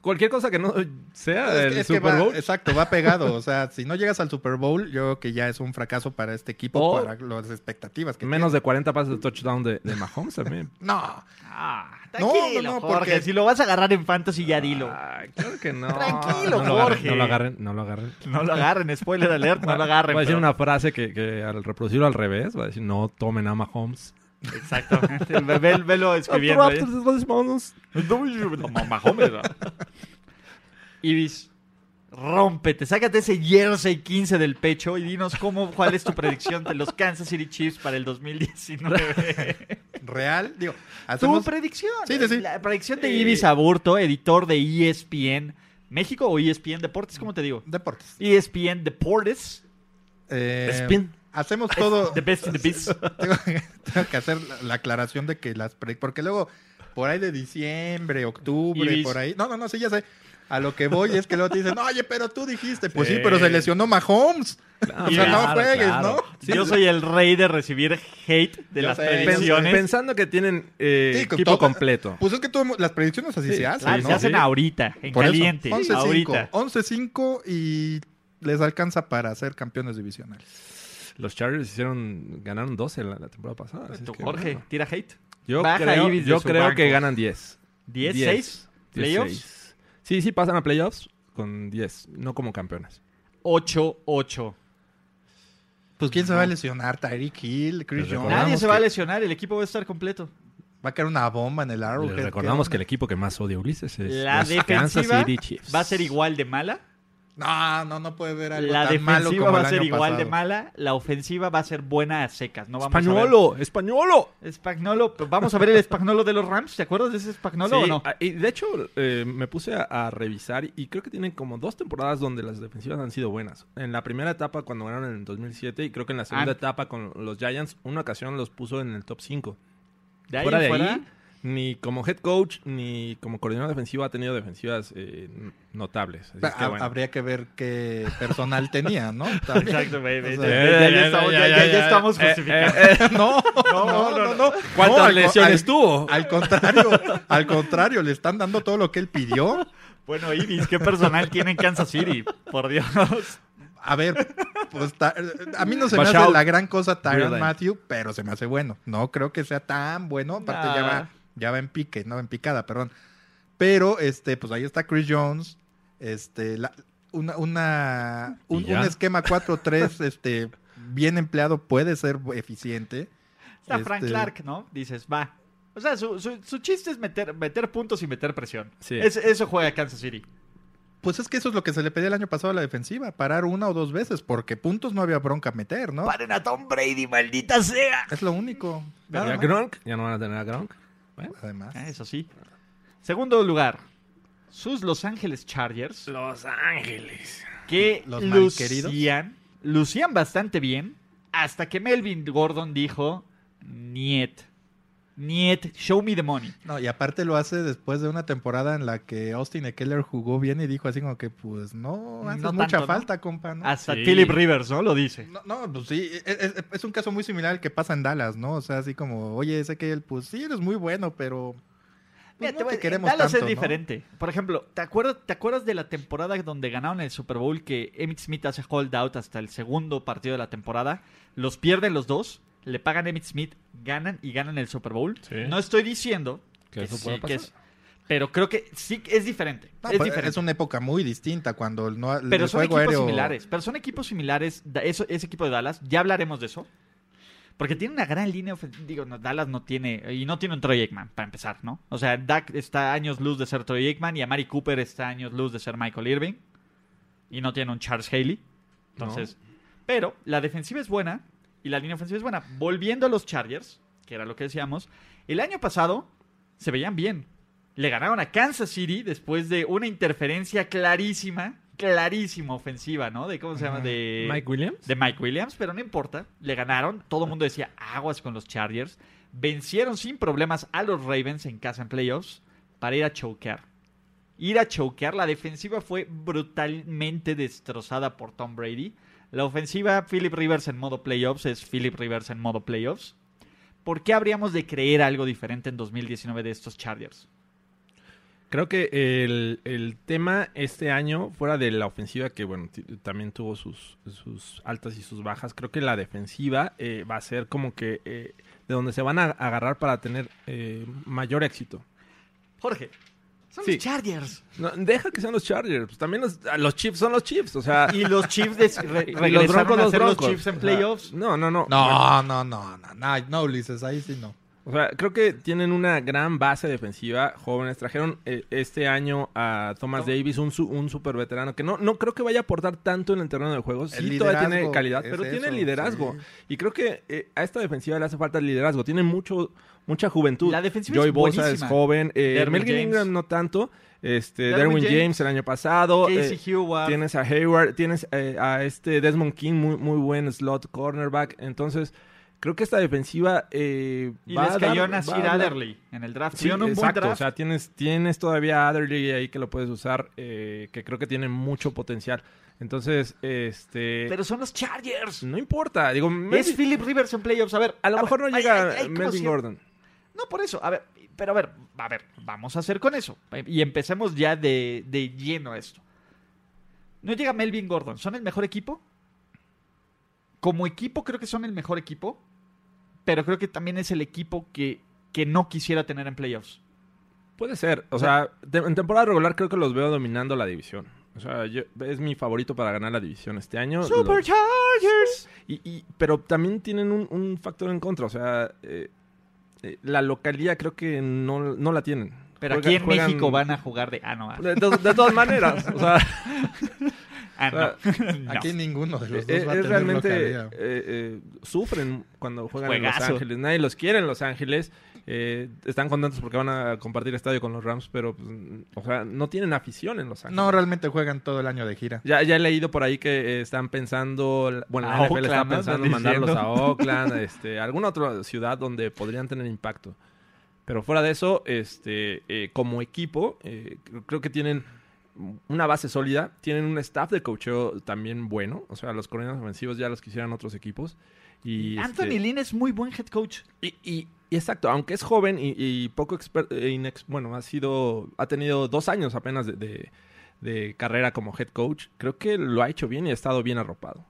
Speaker 2: cualquier cosa que no sea del
Speaker 3: es
Speaker 2: que Super
Speaker 3: va,
Speaker 2: Bowl.
Speaker 3: Exacto, va pegado. O sea, si no llegas al Super Bowl, yo creo que ya es un fracaso para este equipo,
Speaker 2: O
Speaker 3: para las expectativas que
Speaker 2: Oh. Menos
Speaker 3: tiene.
Speaker 2: de 40 pases de touchdown de, de Mahomes también.
Speaker 3: no.
Speaker 1: Ah, tranquilo, no, no, no, Jorge. Porque... Si lo vas a agarrar en fantasy, ya dilo.
Speaker 2: Ah, claro que no.
Speaker 1: tranquilo,
Speaker 2: no
Speaker 1: Jorge.
Speaker 2: Lo agarren, no lo agarren,
Speaker 1: no lo agarren. spoiler alert, no lo agarren.
Speaker 2: Va a decir una frase que, que al reproducirlo al revés, va a decir, no tomen a Mahomes.
Speaker 1: Exactamente. Ve, velo escribiendo. ¿eh? No, Mahomes. ¿no? Ibis, rómpete, sácate ese jersey 15 del pecho y dinos cómo, cuál es tu predicción de los Kansas City Chiefs para el 2019.
Speaker 3: Real, digo,
Speaker 1: Tu
Speaker 3: hacemos...
Speaker 1: predicción.
Speaker 3: Sí, sí, sí.
Speaker 1: La predicción de Ibis Aburto, editor de E ESPN México o E ESPN Deportes, ¿cómo te digo? E
Speaker 3: Deportes.
Speaker 1: ESPN Deportes.
Speaker 3: Eh,
Speaker 2: Spin.
Speaker 3: Hacemos todo.
Speaker 1: The best in the biz.
Speaker 3: tengo, que- tengo que hacer la- la aclaración de que las pre- porque luego por ahí de diciembre, octubre,
Speaker 1: Ibis.
Speaker 3: por ahí. No, no, no, sí ya sé. A lo que voy es que luego te dicen, "Oye, pero tú dijiste, pues sí,
Speaker 2: Sí.
Speaker 3: pero se lesionó Mahomes." o sea, no
Speaker 2: claro,
Speaker 3: juegues,
Speaker 2: claro.
Speaker 3: ¿no?
Speaker 2: Sí,
Speaker 1: Yo soy el rey de recibir hate de
Speaker 3: Yo
Speaker 1: las
Speaker 3: sé.
Speaker 2: Pens-
Speaker 1: predicciones.
Speaker 2: pensando que tienen eh,
Speaker 3: Sí, con
Speaker 2: equipo
Speaker 3: todo-
Speaker 2: completo.
Speaker 3: Pues es que todas las predicciones así se hacen,
Speaker 1: Claro,
Speaker 3: ¿no?
Speaker 1: se hacen
Speaker 2: Sí.
Speaker 1: ahorita, en
Speaker 3: Por eso,
Speaker 1: caliente.
Speaker 3: 11-5,
Speaker 1: ahorita.
Speaker 3: 11-5 y les alcanza para ser campeones divisionales.
Speaker 2: Los Chargers hicieron, ganaron 12 la, la temporada pasada. así es
Speaker 1: Tú,
Speaker 2: que,
Speaker 1: Jorge,
Speaker 2: bueno.
Speaker 1: tira hate.
Speaker 2: Yo
Speaker 1: Baja
Speaker 2: creo,
Speaker 1: Ibis de
Speaker 2: yo
Speaker 1: su
Speaker 2: creo
Speaker 1: banco.
Speaker 2: que ganan 10.
Speaker 1: 10,
Speaker 2: 10,
Speaker 1: 6,
Speaker 2: 10,
Speaker 1: playoffs,
Speaker 2: 6. Sí, sí, pasan a playoffs con 10, no como campeones.
Speaker 1: 8, 8.
Speaker 3: Pues quién se va a lesionar, Tyreek Hill, Chris
Speaker 2: Les
Speaker 3: Jones.
Speaker 1: Nadie
Speaker 2: Recordamos
Speaker 1: se va a
Speaker 2: que-
Speaker 1: lesionar, el equipo va a estar completo.
Speaker 3: Va a caer una bomba en el Arrowhead.
Speaker 2: Les
Speaker 3: ¿qué
Speaker 2: recordamos
Speaker 3: onda?
Speaker 2: que el equipo que más odia a Ulises es
Speaker 1: La
Speaker 2: los Kansas
Speaker 1: defensiva
Speaker 2: City Chiefs.
Speaker 1: va a ser igual de mala.
Speaker 3: No, no, no puede ver algo
Speaker 1: La
Speaker 3: tan malo
Speaker 1: defensiva
Speaker 3: como
Speaker 1: va
Speaker 3: el
Speaker 1: a ser
Speaker 3: año
Speaker 1: igual de
Speaker 3: pasado.
Speaker 1: mala. La ofensiva va a ser buena a secas. No vamos a
Speaker 2: ¡Españolo! ¡Españolo!
Speaker 1: ver. Spagnolo, pues vamos a ver el Espagnolo de los Rams. ¿Te acuerdas de ese Espagnolo
Speaker 2: Sí,
Speaker 1: o no?
Speaker 2: ah, Y de hecho, eh, me puse a, a revisar y creo que tienen como dos temporadas donde las defensivas han sido buenas. En la primera etapa cuando ganaron en el 2007 y creo que en la segunda
Speaker 1: Ah.
Speaker 2: etapa con los Giants, una ocasión los puso en el top 5.
Speaker 1: De ahí
Speaker 2: fuera
Speaker 1: en
Speaker 2: de
Speaker 1: fuera,
Speaker 2: ahí, ni como head coach ni como coordinador defensivo ha tenido defensivas eh, n- notables. Así es que
Speaker 3: Ha-
Speaker 2: bueno.
Speaker 3: Ah, Habría que ver qué personal tenía, ¿no? También.
Speaker 1: Exacto, güey,
Speaker 3: O
Speaker 1: güey,
Speaker 3: sea,
Speaker 1: ya- ya- ya estamos- ya- ya- ya estamos
Speaker 2: Eh, eh,
Speaker 1: justificando.
Speaker 2: eh, eh,
Speaker 3: No, no, no, no,
Speaker 2: ¿Cuántas
Speaker 3: No, al-
Speaker 2: lesiones
Speaker 3: al-
Speaker 2: tuvo?
Speaker 3: Al contrario, al contrario, le están dando todo lo que él pidió.
Speaker 1: Bueno, Ibis, ¿qué personal tiene en Kansas City? Por Dios.
Speaker 3: A ver, pues ta- a mí no se me
Speaker 2: Bashaw.
Speaker 3: hace la gran cosa Tyron
Speaker 2: Really.
Speaker 3: Matthew, pero se me hace bueno. No creo que sea tan bueno. Aparte ya,
Speaker 1: Nah.
Speaker 3: va, ya va en pique, no en picada, perdón. Pero este, pues ahí está Chris Jones. Este, la- una, una-
Speaker 2: Y
Speaker 3: un,
Speaker 2: ya.
Speaker 3: un esquema 4-3, este, bien empleado puede ser eficiente.
Speaker 1: Está Frank
Speaker 3: Este-
Speaker 1: Clark, ¿no? Dices, va. O sea, su, su- su chiste es meter, meter puntos y meter presión.
Speaker 2: Sí.
Speaker 1: Es- eso juega Kansas City.
Speaker 3: Pues es que eso es lo que se le pedía el año pasado a la defensiva, parar una o dos veces, porque puntos no había bronca meter, ¿no?
Speaker 1: ¡Paren a Tom Brady, maldita sea!
Speaker 3: Es lo único.
Speaker 2: Pero ya
Speaker 3: Nada más.
Speaker 2: Gronk, ya no van a tener a Gronk. Bueno.
Speaker 3: Además.
Speaker 1: Ah, Eso sí. Segundo lugar, sus Los Ángeles Chargers,
Speaker 2: Los Ángeles.
Speaker 1: que
Speaker 3: Los malqueridos.
Speaker 1: lucían, lucían bastante bien, hasta que Melvin Gordon dijo, niet, niet, show me the money.
Speaker 3: No, y aparte lo hace después de una temporada en la que Austin Eckler jugó bien y dijo así como que pues no, hace
Speaker 1: No
Speaker 3: mucha
Speaker 1: tanto, ¿no? Ah,
Speaker 3: falta, compa, ¿no?
Speaker 1: Hasta
Speaker 2: Sí.
Speaker 1: Philip Rivers, ¿no? Lo dice.
Speaker 3: No, no, pues sí, es, es- es un caso muy similar al que pasa en Dallas, ¿no? O sea, así como, oye, ese que él, pues sí, eres muy bueno, pero
Speaker 1: Mira,
Speaker 3: Pues no
Speaker 1: te voy-
Speaker 3: te queremos
Speaker 1: Dallas
Speaker 3: tanto,
Speaker 1: es
Speaker 3: ¿no?
Speaker 1: diferente. Por ejemplo, ¿te acuerdas, ¿te acuerdas de la temporada donde ganaron el Super Bowl que Emmitt Smith hace holdout hasta el segundo partido de la temporada? Los pierden los dos, le pagan a Emmitt Smith, ganan y ganan el Super Bowl.
Speaker 4: Sí.
Speaker 1: No estoy diciendo
Speaker 4: Que eso pueda pasar.
Speaker 1: es- pero creo que sí que es diferente.
Speaker 3: No,
Speaker 1: es
Speaker 3: pues,
Speaker 1: diferente.
Speaker 3: es una época muy distinta cuando el, no, el
Speaker 1: Pero son
Speaker 3: juego
Speaker 1: equipos
Speaker 3: aéreo.
Speaker 1: similares. Pero son equipos similares. da- eso- ese equipo de Dallas, ya hablaremos de eso. Porque tiene una gran línea ofensiva. Digo, no, Dallas no tiene. Y no tiene un Troy Aikman, para empezar, ¿no? O sea, Dak está años luz de ser Troy Aikman y Amari Cooper está años luz de ser Michael Irving. Y no tiene un Charles Haley. Entonces. Pero la defensiva es buena y la línea ofensiva es buena. Volviendo a los Chargers, que era lo que decíamos, el año pasado se veían bien. Le ganaron a Kansas City después de una interferencia clarísima, clarísima ofensiva, ¿no? De cómo se llama de
Speaker 2: Mike Williams.
Speaker 1: de Mike Williams, pero no importa, le ganaron, todo el mundo decía aguas con los Chargers, vencieron sin problemas a los Ravens en casa en playoffs para ir a choquear. Ir a choquear, la defensiva fue brutalmente destrozada por Tom Brady. La ofensiva, Philip Rivers en modo playoffs, es Philip Rivers en modo playoffs. ¿Por qué habríamos de creer algo diferente en 2019 de estos Chargers?
Speaker 2: Creo que el, el tema este año, fuera de la ofensiva, que bueno, ti- también tuvo sus, sus altas y sus bajas, creo que la defensiva eh, va a ser como que eh, de donde se van a agarrar para tener eh, mayor éxito.
Speaker 1: Jorge, son
Speaker 2: Sí.
Speaker 1: los Chargers.
Speaker 2: No, deja que sean los Chargers, pues también los, a los Chiefs son los Chiefs, o sea...
Speaker 1: Y los Chiefs des- re-
Speaker 2: y
Speaker 1: regresaron a ser los
Speaker 2: Broncos, Ah,
Speaker 1: Chiefs en
Speaker 2: o sea,
Speaker 1: playoffs.
Speaker 2: no, no, no.
Speaker 3: No, no, no, no, no, no, Ulises, ahí sí no.
Speaker 2: O sea, creo que tienen una gran base defensiva, jóvenes. Trajeron eh, este año a Thomas
Speaker 1: No.
Speaker 2: Davis, un, su- un super veterano, que no, no creo que vaya a aportar tanto en el terreno de juego.
Speaker 3: El
Speaker 2: Sí, todavía tiene
Speaker 3: liderazgo,
Speaker 2: calidad,
Speaker 3: es
Speaker 2: pero tiene
Speaker 3: eso,
Speaker 2: liderazgo.
Speaker 3: sí.
Speaker 2: Y creo que eh, a esta defensiva le hace falta liderazgo. Tiene mucho, mucha juventud.
Speaker 1: La defensiva
Speaker 2: Joey
Speaker 1: es
Speaker 2: Bosa
Speaker 1: buenísima.
Speaker 2: es joven. eh,
Speaker 1: Derwin
Speaker 2: Melvin
Speaker 1: James.
Speaker 2: Ingram no tanto. Este,
Speaker 1: Derwin
Speaker 2: Derwin
Speaker 1: James.
Speaker 2: James. el año pasado. eh,
Speaker 1: Casey Heward.
Speaker 2: Tienes a Hayward, tienes eh, a este Desmond King, muy, muy buen slot cornerback. Entonces, creo que esta defensiva eh,
Speaker 1: Y
Speaker 2: va
Speaker 1: les
Speaker 2: a dar-
Speaker 1: cayó
Speaker 2: va a
Speaker 1: Nasir
Speaker 2: dar-
Speaker 1: Adderley en el draft.
Speaker 2: Sí,
Speaker 1: Tuvieron un
Speaker 2: exacto.
Speaker 1: buen
Speaker 2: O
Speaker 1: draft.
Speaker 2: sea, tienes, tienes todavía a Adderley ahí que lo puedes usar, eh, que creo que tiene mucho potencial. Entonces, este...
Speaker 1: pero son los Chargers.
Speaker 2: no importa, digo...
Speaker 1: Es
Speaker 2: Melvin-
Speaker 1: Philip Rivers en playoffs. A ver.
Speaker 2: a lo
Speaker 1: a
Speaker 2: mejor
Speaker 1: ver,
Speaker 2: no
Speaker 1: ay,
Speaker 2: llega
Speaker 1: ay, ay, ¿cómo
Speaker 2: Melvin
Speaker 1: se-
Speaker 2: Gordon.
Speaker 1: No, por eso. A ver, pero a ver, a ver, vamos a hacer con eso. Y empecemos ya de, de lleno esto. No llega Melvin Gordon. ¿Son el mejor equipo? Como equipo creo que son el mejor equipo. Pero creo que también es el equipo que, que no quisiera tener en playoffs.
Speaker 2: Puede ser. O sea, te- en temporada regular creo que los veo dominando la división. O sea, yo- es mi favorito para ganar la división este año. Los-
Speaker 1: Chargers.
Speaker 2: Y, y- pero también tienen un, un factor en contra, o sea, eh, eh, la localidad creo que no, no la tienen.
Speaker 1: Pero
Speaker 2: Juega-
Speaker 1: aquí en
Speaker 2: juegan-
Speaker 1: México van a jugar de... Ah, no. ah,
Speaker 2: De, de- de todas maneras, o sea,
Speaker 1: ah,
Speaker 2: o sea,
Speaker 1: no. No. E,
Speaker 3: Aquí ninguno de los
Speaker 2: eh,
Speaker 3: dos
Speaker 2: es,
Speaker 3: va a tener
Speaker 2: realmente,
Speaker 3: localía.
Speaker 2: eh, eh, sufren cuando juegan en Los
Speaker 1: Juegazo.
Speaker 2: Ángeles, nadie los quiere en Los Ángeles, eh, están contentos porque van a compartir estadio con los Rams, pero, pues, mm, o sea, no tienen afición en Los Ángeles.
Speaker 3: No, realmente juegan todo el año de gira.
Speaker 2: Ya, ya he leído por ahí que eh, están pensando, bueno,
Speaker 1: A
Speaker 2: la NFL está
Speaker 1: Oakland, ¿no?
Speaker 2: pensando
Speaker 1: Están
Speaker 2: mandarlos a
Speaker 1: diciendo.
Speaker 2: Oakland, este, a alguna otra ciudad donde podrían tener impacto. Pero fuera de eso, este, eh, como equipo, eh, cre- creo que tienen una base sólida, tienen un staff de coacheo también bueno, o sea, los coordinadores ofensivos ya los quisieran otros equipos. Y,
Speaker 1: Anthony
Speaker 2: este,
Speaker 1: Lynn es muy buen head coach.
Speaker 2: y, y- y exacto, aunque es joven y, y poco experto, bueno, ha sido, ha tenido dos años apenas de, de- de carrera como head coach, creo que lo ha hecho bien y ha estado bien arropado.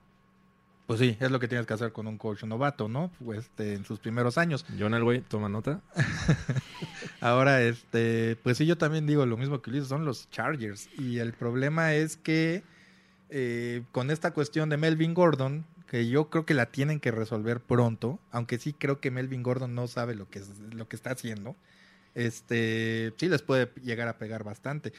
Speaker 3: Pues sí, es lo que tienes que hacer con un coach novato, ¿no? Pues, este, en sus primeros años.
Speaker 2: John Elway, toma nota.
Speaker 3: Ahora, este, pues sí, yo también digo lo mismo que Ulises, son los Chargers. Y el problema es que eh, con esta cuestión de Melvin Gordon, que yo creo que la tienen que resolver pronto, aunque sí creo que Melvin Gordon no sabe lo que, es- lo que está haciendo, este, sí les puede llegar a pegar bastante.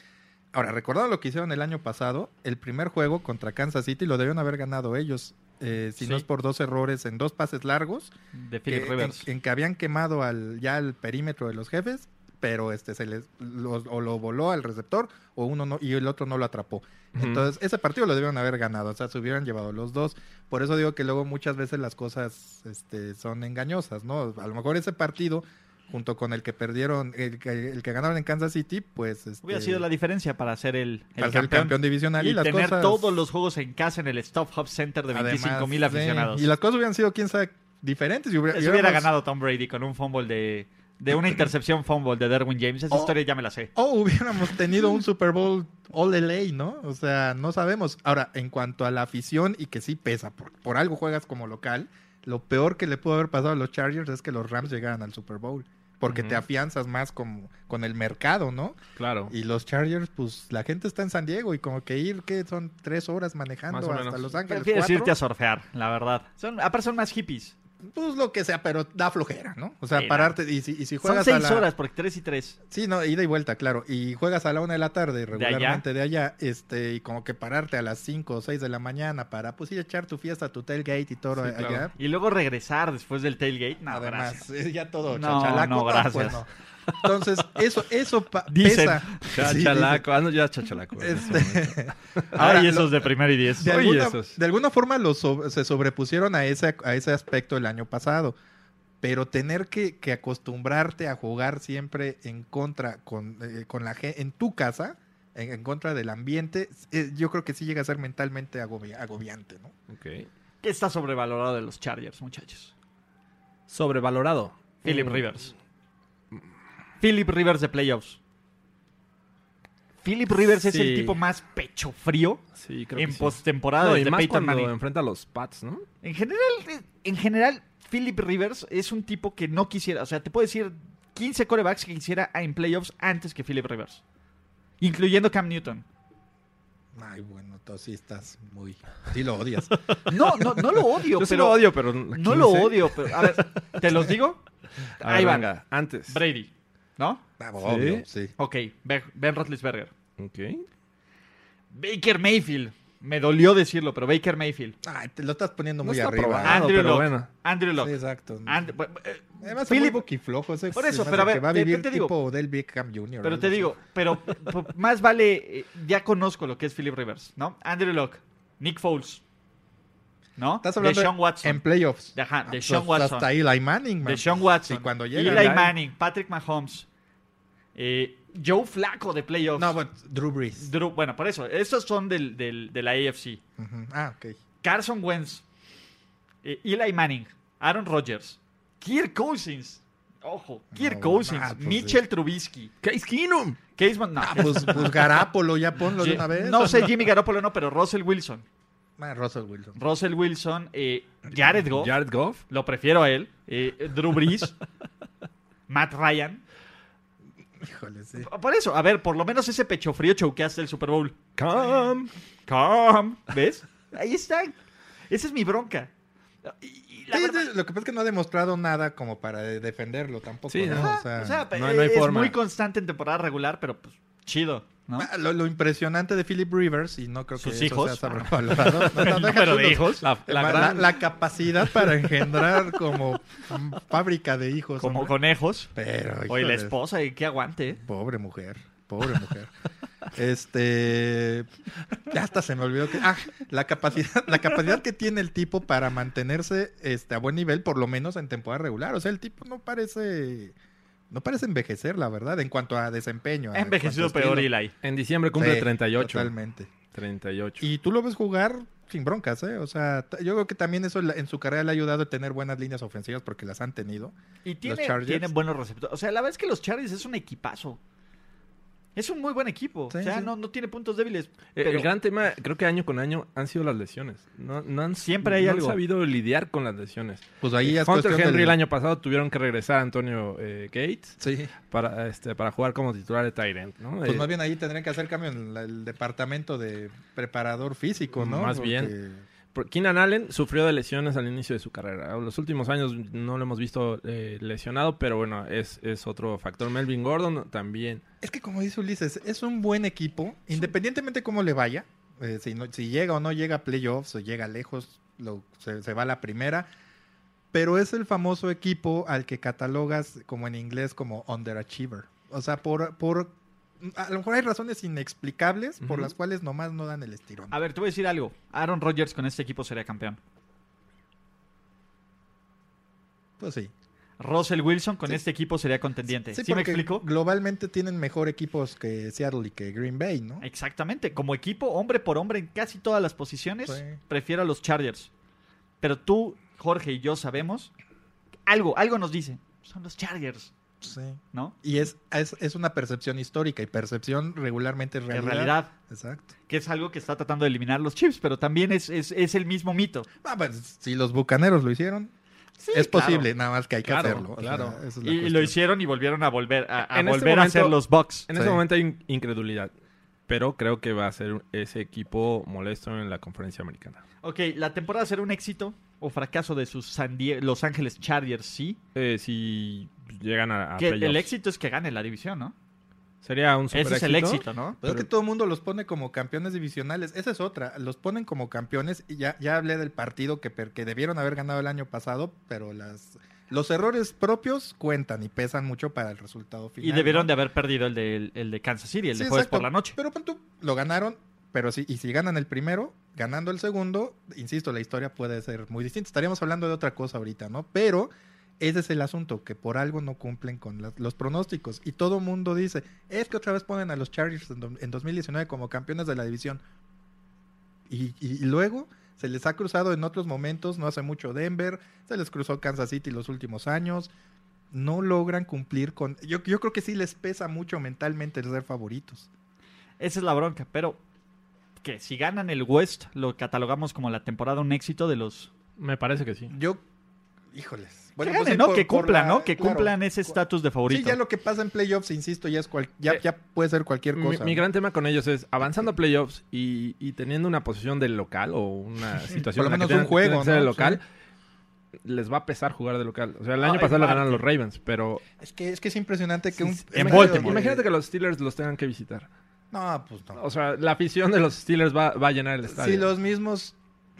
Speaker 3: Ahora, recordando lo que hicieron el año pasado, el primer juego contra Kansas City lo debieron haber ganado ellos, eh, si no
Speaker 1: Sí.
Speaker 3: es por dos errores en dos pases largos
Speaker 1: De
Speaker 3: que-
Speaker 1: Philip
Speaker 3: en-
Speaker 1: Rivers.
Speaker 3: En, que habían quemado al, ya el perímetro de los jefes, pero este se les los- o lo voló al receptor o uno no y el otro no lo atrapó.
Speaker 2: Ujú.
Speaker 3: Entonces, ese partido lo debieron haber ganado, o sea, se hubieran llevado los dos. Por eso digo que luego muchas veces las cosas este, son engañosas, ¿no? A lo mejor ese partido junto con el que perdieron, el que, el que ganaron en Kansas City, pues este,
Speaker 1: Hubiera sido la diferencia para ser el, el
Speaker 3: para ser
Speaker 1: campeón.
Speaker 3: el campeón divisional y,
Speaker 1: y
Speaker 3: las
Speaker 1: tener
Speaker 3: cosas-
Speaker 1: todos los juegos en casa en el Stop Hub Center de 25 mil
Speaker 3: Además, sí,
Speaker 1: aficionados.
Speaker 3: y las cosas hubieran sido quién sabe diferentes y hubiera,
Speaker 1: Eso hubiera
Speaker 3: hubiéramos-
Speaker 1: ganado Tom Brady con un fumble de, de una intercepción fumble de Derwin James. Esa
Speaker 3: Oh.
Speaker 1: historia ya me la sé.
Speaker 3: O hubiéramos tenido un Super Bowl All LA, ¿no? O sea, no sabemos. Ahora, en cuanto a la afición y que sí pesa, por, por algo juegas como local, lo peor que le pudo haber pasado a los Chargers es que los Rams llegaran al Super Bowl. Porque te
Speaker 2: Ujú.
Speaker 3: afianzas más como, con el mercado, ¿no?
Speaker 2: Claro.
Speaker 3: Y los Chargers, pues la gente está en San Diego y como que ir, que son tres horas
Speaker 2: Más o
Speaker 3: manejando hasta
Speaker 2: menos.
Speaker 3: Los Ángeles.
Speaker 1: Prefieres
Speaker 3: cuatro?
Speaker 1: irte a surfear, la verdad. Son, aparte son más hippies.
Speaker 3: Pues lo que sea, pero da flojera, ¿no? O sea,
Speaker 1: Sí, da.
Speaker 3: pararte y si, y si
Speaker 1: Son
Speaker 3: juegas a
Speaker 1: seis
Speaker 3: la...
Speaker 1: horas, porque tres y tres.
Speaker 3: Sí, no, ida y vuelta, claro. Y juegas a la una de la tarde regularmente de allá, este, y como que pararte a las cinco o seis de la mañana para pues ir a echar tu fiesta, tu tailgate y todo
Speaker 2: Sí,
Speaker 3: allá.
Speaker 2: claro.
Speaker 1: Y luego regresar después del tailgate. No,
Speaker 3: Además,
Speaker 1: gracias.
Speaker 3: eh, ya todo
Speaker 1: No,
Speaker 3: chachalaco.
Speaker 1: no,
Speaker 3: pues,
Speaker 1: gracias.
Speaker 3: no. Entonces, eso, eso pa-
Speaker 1: Dicen.
Speaker 3: pesa. Sí,
Speaker 2: Chachalaco. ah, no, ya chachalaco.
Speaker 3: dicen. Este,
Speaker 1: Ahora,
Speaker 3: Ahora,
Speaker 1: esos de primer y diez.
Speaker 3: de,
Speaker 2: Oye,
Speaker 3: alguna,
Speaker 2: esos.
Speaker 3: de alguna forma los so- se sobrepusieron a ese, a ese aspecto el año pasado. Pero tener que, que acostumbrarte a jugar siempre en contra, con, eh, con la gen- en tu casa, en, en contra del ambiente, eh, yo creo que sí llega a ser mentalmente agobi- agobiante, ¿no?
Speaker 2: Ok.
Speaker 1: ¿Qué está sobrevalorado de los Chargers, muchachos?
Speaker 2: Sobrevalorado.
Speaker 1: Philip
Speaker 2: Mm,
Speaker 1: Rivers. Philip Rivers de playoffs. Philip Rivers es el
Speaker 2: Sí.
Speaker 1: tipo más pecho frío
Speaker 2: Sí, creo
Speaker 1: en
Speaker 2: que sí.
Speaker 1: postemporada
Speaker 2: No, y
Speaker 1: desde
Speaker 2: más
Speaker 1: Peyton
Speaker 2: cuando
Speaker 1: Manning.
Speaker 2: enfrenta a los Pats, ¿no?
Speaker 1: En general, en general, Philip Rivers es un tipo que no quisiera. O sea, te puedo decir 15 corebacks que quisiera en playoffs antes que Philip Rivers. Incluyendo Cam Newton.
Speaker 3: Ay, bueno, tú sí estás muy... Sí lo odias.
Speaker 1: No, no, no lo odio,
Speaker 2: Yo sí
Speaker 1: pero-
Speaker 2: lo odio, pero...
Speaker 1: No lo odio, pero. A ver, ¿te los digo? Ahí
Speaker 2: Ahí
Speaker 1: van.
Speaker 2: venga, antes.
Speaker 1: Brady. ¿No?
Speaker 3: Ah, obvio, sí.
Speaker 1: Ok, Ben Ben Roethlisberger.
Speaker 2: Ok.
Speaker 1: Baker Mayfield. Me dolió decirlo, pero Baker Mayfield.
Speaker 3: Ay, te lo estás poniendo
Speaker 2: No
Speaker 3: muy
Speaker 2: está
Speaker 3: arriba. ¿eh?
Speaker 2: probado.
Speaker 1: Andrew
Speaker 2: pero
Speaker 1: Luck.
Speaker 2: bueno.
Speaker 1: Andrew Luck.
Speaker 3: Sí, exacto.
Speaker 1: And- bu- eh, Philip-
Speaker 3: Además, Philip... es muy boquiflojo. ese
Speaker 1: Por
Speaker 3: se
Speaker 1: eso,
Speaker 3: me
Speaker 1: pero a
Speaker 3: hace
Speaker 1: ver,
Speaker 3: que va a
Speaker 1: te- te
Speaker 3: vivir
Speaker 1: digo-
Speaker 3: tipo Del Beckham Jr. o
Speaker 1: pero
Speaker 3: algo
Speaker 1: te
Speaker 3: así.
Speaker 1: digo, pero p- más vale. eh, ya conozco lo que es Philip Rivers, ¿no? Andrew Luck. Nick Foles. ¿no?
Speaker 3: Estás hablando
Speaker 1: de Sean
Speaker 3: en
Speaker 1: Watson.
Speaker 3: playoffs.
Speaker 1: De- ajá, de
Speaker 3: Ah,
Speaker 1: Sean
Speaker 3: pues,
Speaker 1: Watson.
Speaker 3: Hasta Eli Manning, man.
Speaker 1: De Sean Watson.
Speaker 3: Y cuando llega ¿eh?
Speaker 1: Eli
Speaker 3: Eli-
Speaker 1: Manning. Patrick Mahomes. eh, Joe Flaco de playoffs.
Speaker 3: No, bueno, Drew Brees.
Speaker 1: Drew- bueno, por eso. Estos son del, del- de la AFC.
Speaker 3: Ujú. Ah, ok.
Speaker 1: Carson Wentz, eh, Eli Manning, Aaron Rodgers, Kirk Cousins. Ojo, Kirk
Speaker 3: No,
Speaker 1: Cousins,
Speaker 3: nah, pues
Speaker 1: Mitchell Trubisky,
Speaker 2: Case Keenum.
Speaker 1: Case Mon- no,
Speaker 3: Ah, pues, pues Garápolo, ya ponlo de
Speaker 1: Ji-
Speaker 3: una vez.
Speaker 1: no sé, Jimmy Garoppolo no, pero Russell Wilson.
Speaker 3: Ah, Russell Wilson.
Speaker 1: Russell Wilson, eh, Jared Goff,
Speaker 2: Jared Goff.
Speaker 1: lo prefiero a él, eh, Drew Brees, Matt Ryan.
Speaker 3: Híjole, sí.
Speaker 1: Por eso, a ver, por lo menos ese pecho frío choqueaste el Super Bowl.
Speaker 2: Come.
Speaker 1: Come, ¿ves? Ahí está. Esa es mi bronca. Y- y la
Speaker 3: Sí,
Speaker 1: verdad-
Speaker 3: sí, lo que pasa es que no ha demostrado nada como para de- defenderlo tampoco.
Speaker 2: Sí,
Speaker 3: ¿no?
Speaker 2: ajá,
Speaker 3: O sea,
Speaker 1: O sea,
Speaker 2: no hay- no hay
Speaker 1: es
Speaker 2: forma.
Speaker 1: muy constante en temporada regular, pero pues chido, ¿no?
Speaker 3: ah, lo, lo impresionante de Philip Rivers, y no creo que
Speaker 1: Sus
Speaker 3: eso
Speaker 1: hijos.
Speaker 3: sea sobrevalorado. No, no,
Speaker 1: El
Speaker 3: deja
Speaker 1: número
Speaker 3: tú
Speaker 1: de
Speaker 3: los-
Speaker 1: hijos.
Speaker 2: La,
Speaker 3: La,
Speaker 2: la gran...
Speaker 3: Eh, la capacidad para engendrar como mm, fábrica de hijos.
Speaker 1: Como
Speaker 3: hombre.
Speaker 1: conejos.
Speaker 3: Pero,
Speaker 1: Oye, la
Speaker 3: híjole.
Speaker 1: esposa, y que aguante. ¿eh?
Speaker 3: Pobre mujer, pobre mujer. Este, ya hasta se me olvidó que ah, la capacidad, la capacidad que tiene el tipo para mantenerse este a buen nivel, por lo menos en temporada regular. O sea, el tipo no parece, no parece envejecer, la verdad, en cuanto a desempeño.
Speaker 1: Ha envejecido peor
Speaker 3: y
Speaker 1: Eli.
Speaker 2: En diciembre cumple 38.
Speaker 3: Totalmente.
Speaker 2: 38.
Speaker 3: Y tú lo ves jugar sin broncas, ¿eh? O sea, t- yo creo que también eso la- en su carrera le ha ayudado a tener buenas líneas ofensivas porque las han tenido.
Speaker 1: Y tiene,
Speaker 3: Chargers.
Speaker 1: tiene buenos receptores. O sea, la verdad es que los Chargers es un equipazo. Es un muy buen equipo.
Speaker 3: Sí,
Speaker 1: o sea,
Speaker 3: sí.
Speaker 1: no, no tiene puntos débiles.
Speaker 2: Eh,
Speaker 1: pero-
Speaker 2: El gran tema, creo que año con año, han sido las lesiones. No, no han,
Speaker 1: Siempre hay
Speaker 2: no han
Speaker 1: algo.
Speaker 2: sabido lidiar con las lesiones.
Speaker 3: Pues ahí es
Speaker 2: Hunter
Speaker 3: cuestión
Speaker 2: Henry
Speaker 3: del-
Speaker 2: el año pasado tuvieron que regresar a Antonio eh, Gates
Speaker 3: Sí.
Speaker 2: para, este, para jugar como titular de Tyrant, ¿no?
Speaker 3: Pues
Speaker 2: Eh,
Speaker 3: más bien ahí tendrían que hacer cambio en la- el departamento de preparador físico, ¿no?
Speaker 2: Más bien. por- Keenan Allen sufrió de lesiones al inicio de su carrera. Los últimos años no lo hemos visto eh, lesionado, pero bueno, es, es otro factor. Melvin Gordon también.
Speaker 3: Es que como dice Ulises, es un buen equipo, independientemente cómo le vaya, eh, si, no- si llega o no llega a playoffs o llega lejos, lo- se, se va a la primera, pero es el famoso equipo al que catalogas como en inglés como underachiever. O sea, por, por a lo mejor hay razones inexplicables por
Speaker 2: Ujú.
Speaker 3: las cuales nomás no dan el estirón.
Speaker 1: A ver, te voy a decir algo. Aaron Rodgers con este equipo sería campeón.
Speaker 3: Pues sí.
Speaker 1: Russell Wilson con
Speaker 3: Sí.
Speaker 1: este equipo sería contendiente. ¿Sí, me
Speaker 3: porque
Speaker 1: explico?
Speaker 3: Globalmente tienen mejor equipos que Seattle y que Green Bay, ¿no?
Speaker 1: Exactamente, como equipo, hombre por hombre, en casi todas las posiciones,
Speaker 3: Sí.
Speaker 1: prefiero a los Chargers. Pero tú, Jorge y yo sabemos, algo, algo nos dice, son los Chargers.
Speaker 3: Sí.
Speaker 1: ¿no?
Speaker 3: Y es, es, es una percepción histórica y percepción regularmente es
Speaker 1: En
Speaker 3: realidad.
Speaker 1: realidad,
Speaker 3: Exacto.
Speaker 1: que es algo que está tratando de eliminar los chips, pero también es, es, es el mismo mito.
Speaker 3: Ah, pues, si los bucaneros lo hicieron,
Speaker 1: Sí,
Speaker 3: es
Speaker 1: claro.
Speaker 3: posible, nada más que hay que
Speaker 2: Claro,
Speaker 3: hacerlo. O sea,
Speaker 2: claro.
Speaker 3: esa es la
Speaker 1: Y, y lo
Speaker 3: cuestión.
Speaker 1: hicieron y volvieron a volver a, a
Speaker 2: En este
Speaker 1: volver a hacer
Speaker 2: momento-
Speaker 1: los bugs.
Speaker 2: En este
Speaker 3: Sí.
Speaker 2: momento hay in- incredulidad. Pero creo que va a ser ese equipo molesto en la conferencia americana.
Speaker 1: Ok, la temporada será un éxito o fracaso de sus San Die- Los Ángeles Chargers, sí.
Speaker 2: Eh, si llegan
Speaker 3: Ah,
Speaker 2: a, a
Speaker 1: Que
Speaker 2: playoffs.
Speaker 1: el éxito es que gane la división, ¿no?
Speaker 2: Sería un super
Speaker 1: Ese es el éxito, ¿no?
Speaker 3: Pero
Speaker 2: Pero-
Speaker 3: es que todo el mundo los pone como campeones divisionales. Esa es otra. Los ponen como campeones. Y ya, ya hablé del partido que, per- que debieron haber ganado el año pasado, pero las, los errores propios cuentan y pesan mucho para el resultado final.
Speaker 1: Y debieron
Speaker 3: ¿no?
Speaker 1: de haber perdido el de, el de Kansas City, el
Speaker 3: Sí,
Speaker 1: de jueves
Speaker 3: exacto.
Speaker 1: por la noche.
Speaker 3: Pero pon tú, lo ganaron, pero sí, y si ganan el primero, ganando el segundo, insisto, la historia puede ser muy distinta. Estaríamos hablando de otra cosa ahorita, ¿no? Pero ese es el asunto, que por algo no cumplen con las- los pronósticos. Y todo mundo dice, es que otra vez ponen a los Chargers en, do- en 2019 como campeones de la división. Y, y- y luego se les ha cruzado en otros momentos, no hace mucho Denver, se les cruzó Kansas City los últimos años. No logran cumplir con... Yo, yo creo que sí les pesa mucho mentalmente el ser favoritos.
Speaker 1: Esa es la bronca, pero que si ganan el West, lo catalogamos como la temporada un éxito de los...
Speaker 2: Me parece que sí.
Speaker 3: Yo, híjoles.
Speaker 1: que ganen,
Speaker 3: sí,
Speaker 1: ¿no?
Speaker 3: por-
Speaker 1: que
Speaker 3: por
Speaker 1: cumplan,
Speaker 3: la-
Speaker 1: ¿no? Que
Speaker 3: claro.
Speaker 1: cumplan ese estatus de favorito.
Speaker 3: Sí, ya lo que pasa en playoffs, insisto, ya es cual- ya,
Speaker 2: Eh,
Speaker 3: ya puede ser cualquier
Speaker 2: Mi,
Speaker 3: cosa.
Speaker 2: mi
Speaker 3: ¿no?
Speaker 2: gran tema con ellos es avanzando a playoffs y, y teniendo una posición del local o una situación
Speaker 3: Por lo
Speaker 2: en la
Speaker 3: menos
Speaker 2: que tengan-
Speaker 3: un juego,
Speaker 2: tengan que ser
Speaker 3: ¿no?
Speaker 2: el local, les va a pesar jugar de local. O sea, el año
Speaker 1: Ay,
Speaker 2: pasado lo
Speaker 1: Marte.
Speaker 2: ganaron los Ravens, pero
Speaker 3: Es que es que es impresionante que un
Speaker 1: En
Speaker 3: imagínate-
Speaker 1: Baltimore.
Speaker 2: imagínate que los Steelers los tengan que visitar.
Speaker 3: No, pues no.
Speaker 2: O sea, la afición de los Steelers va, va a llenar el estadio.
Speaker 3: si los mismos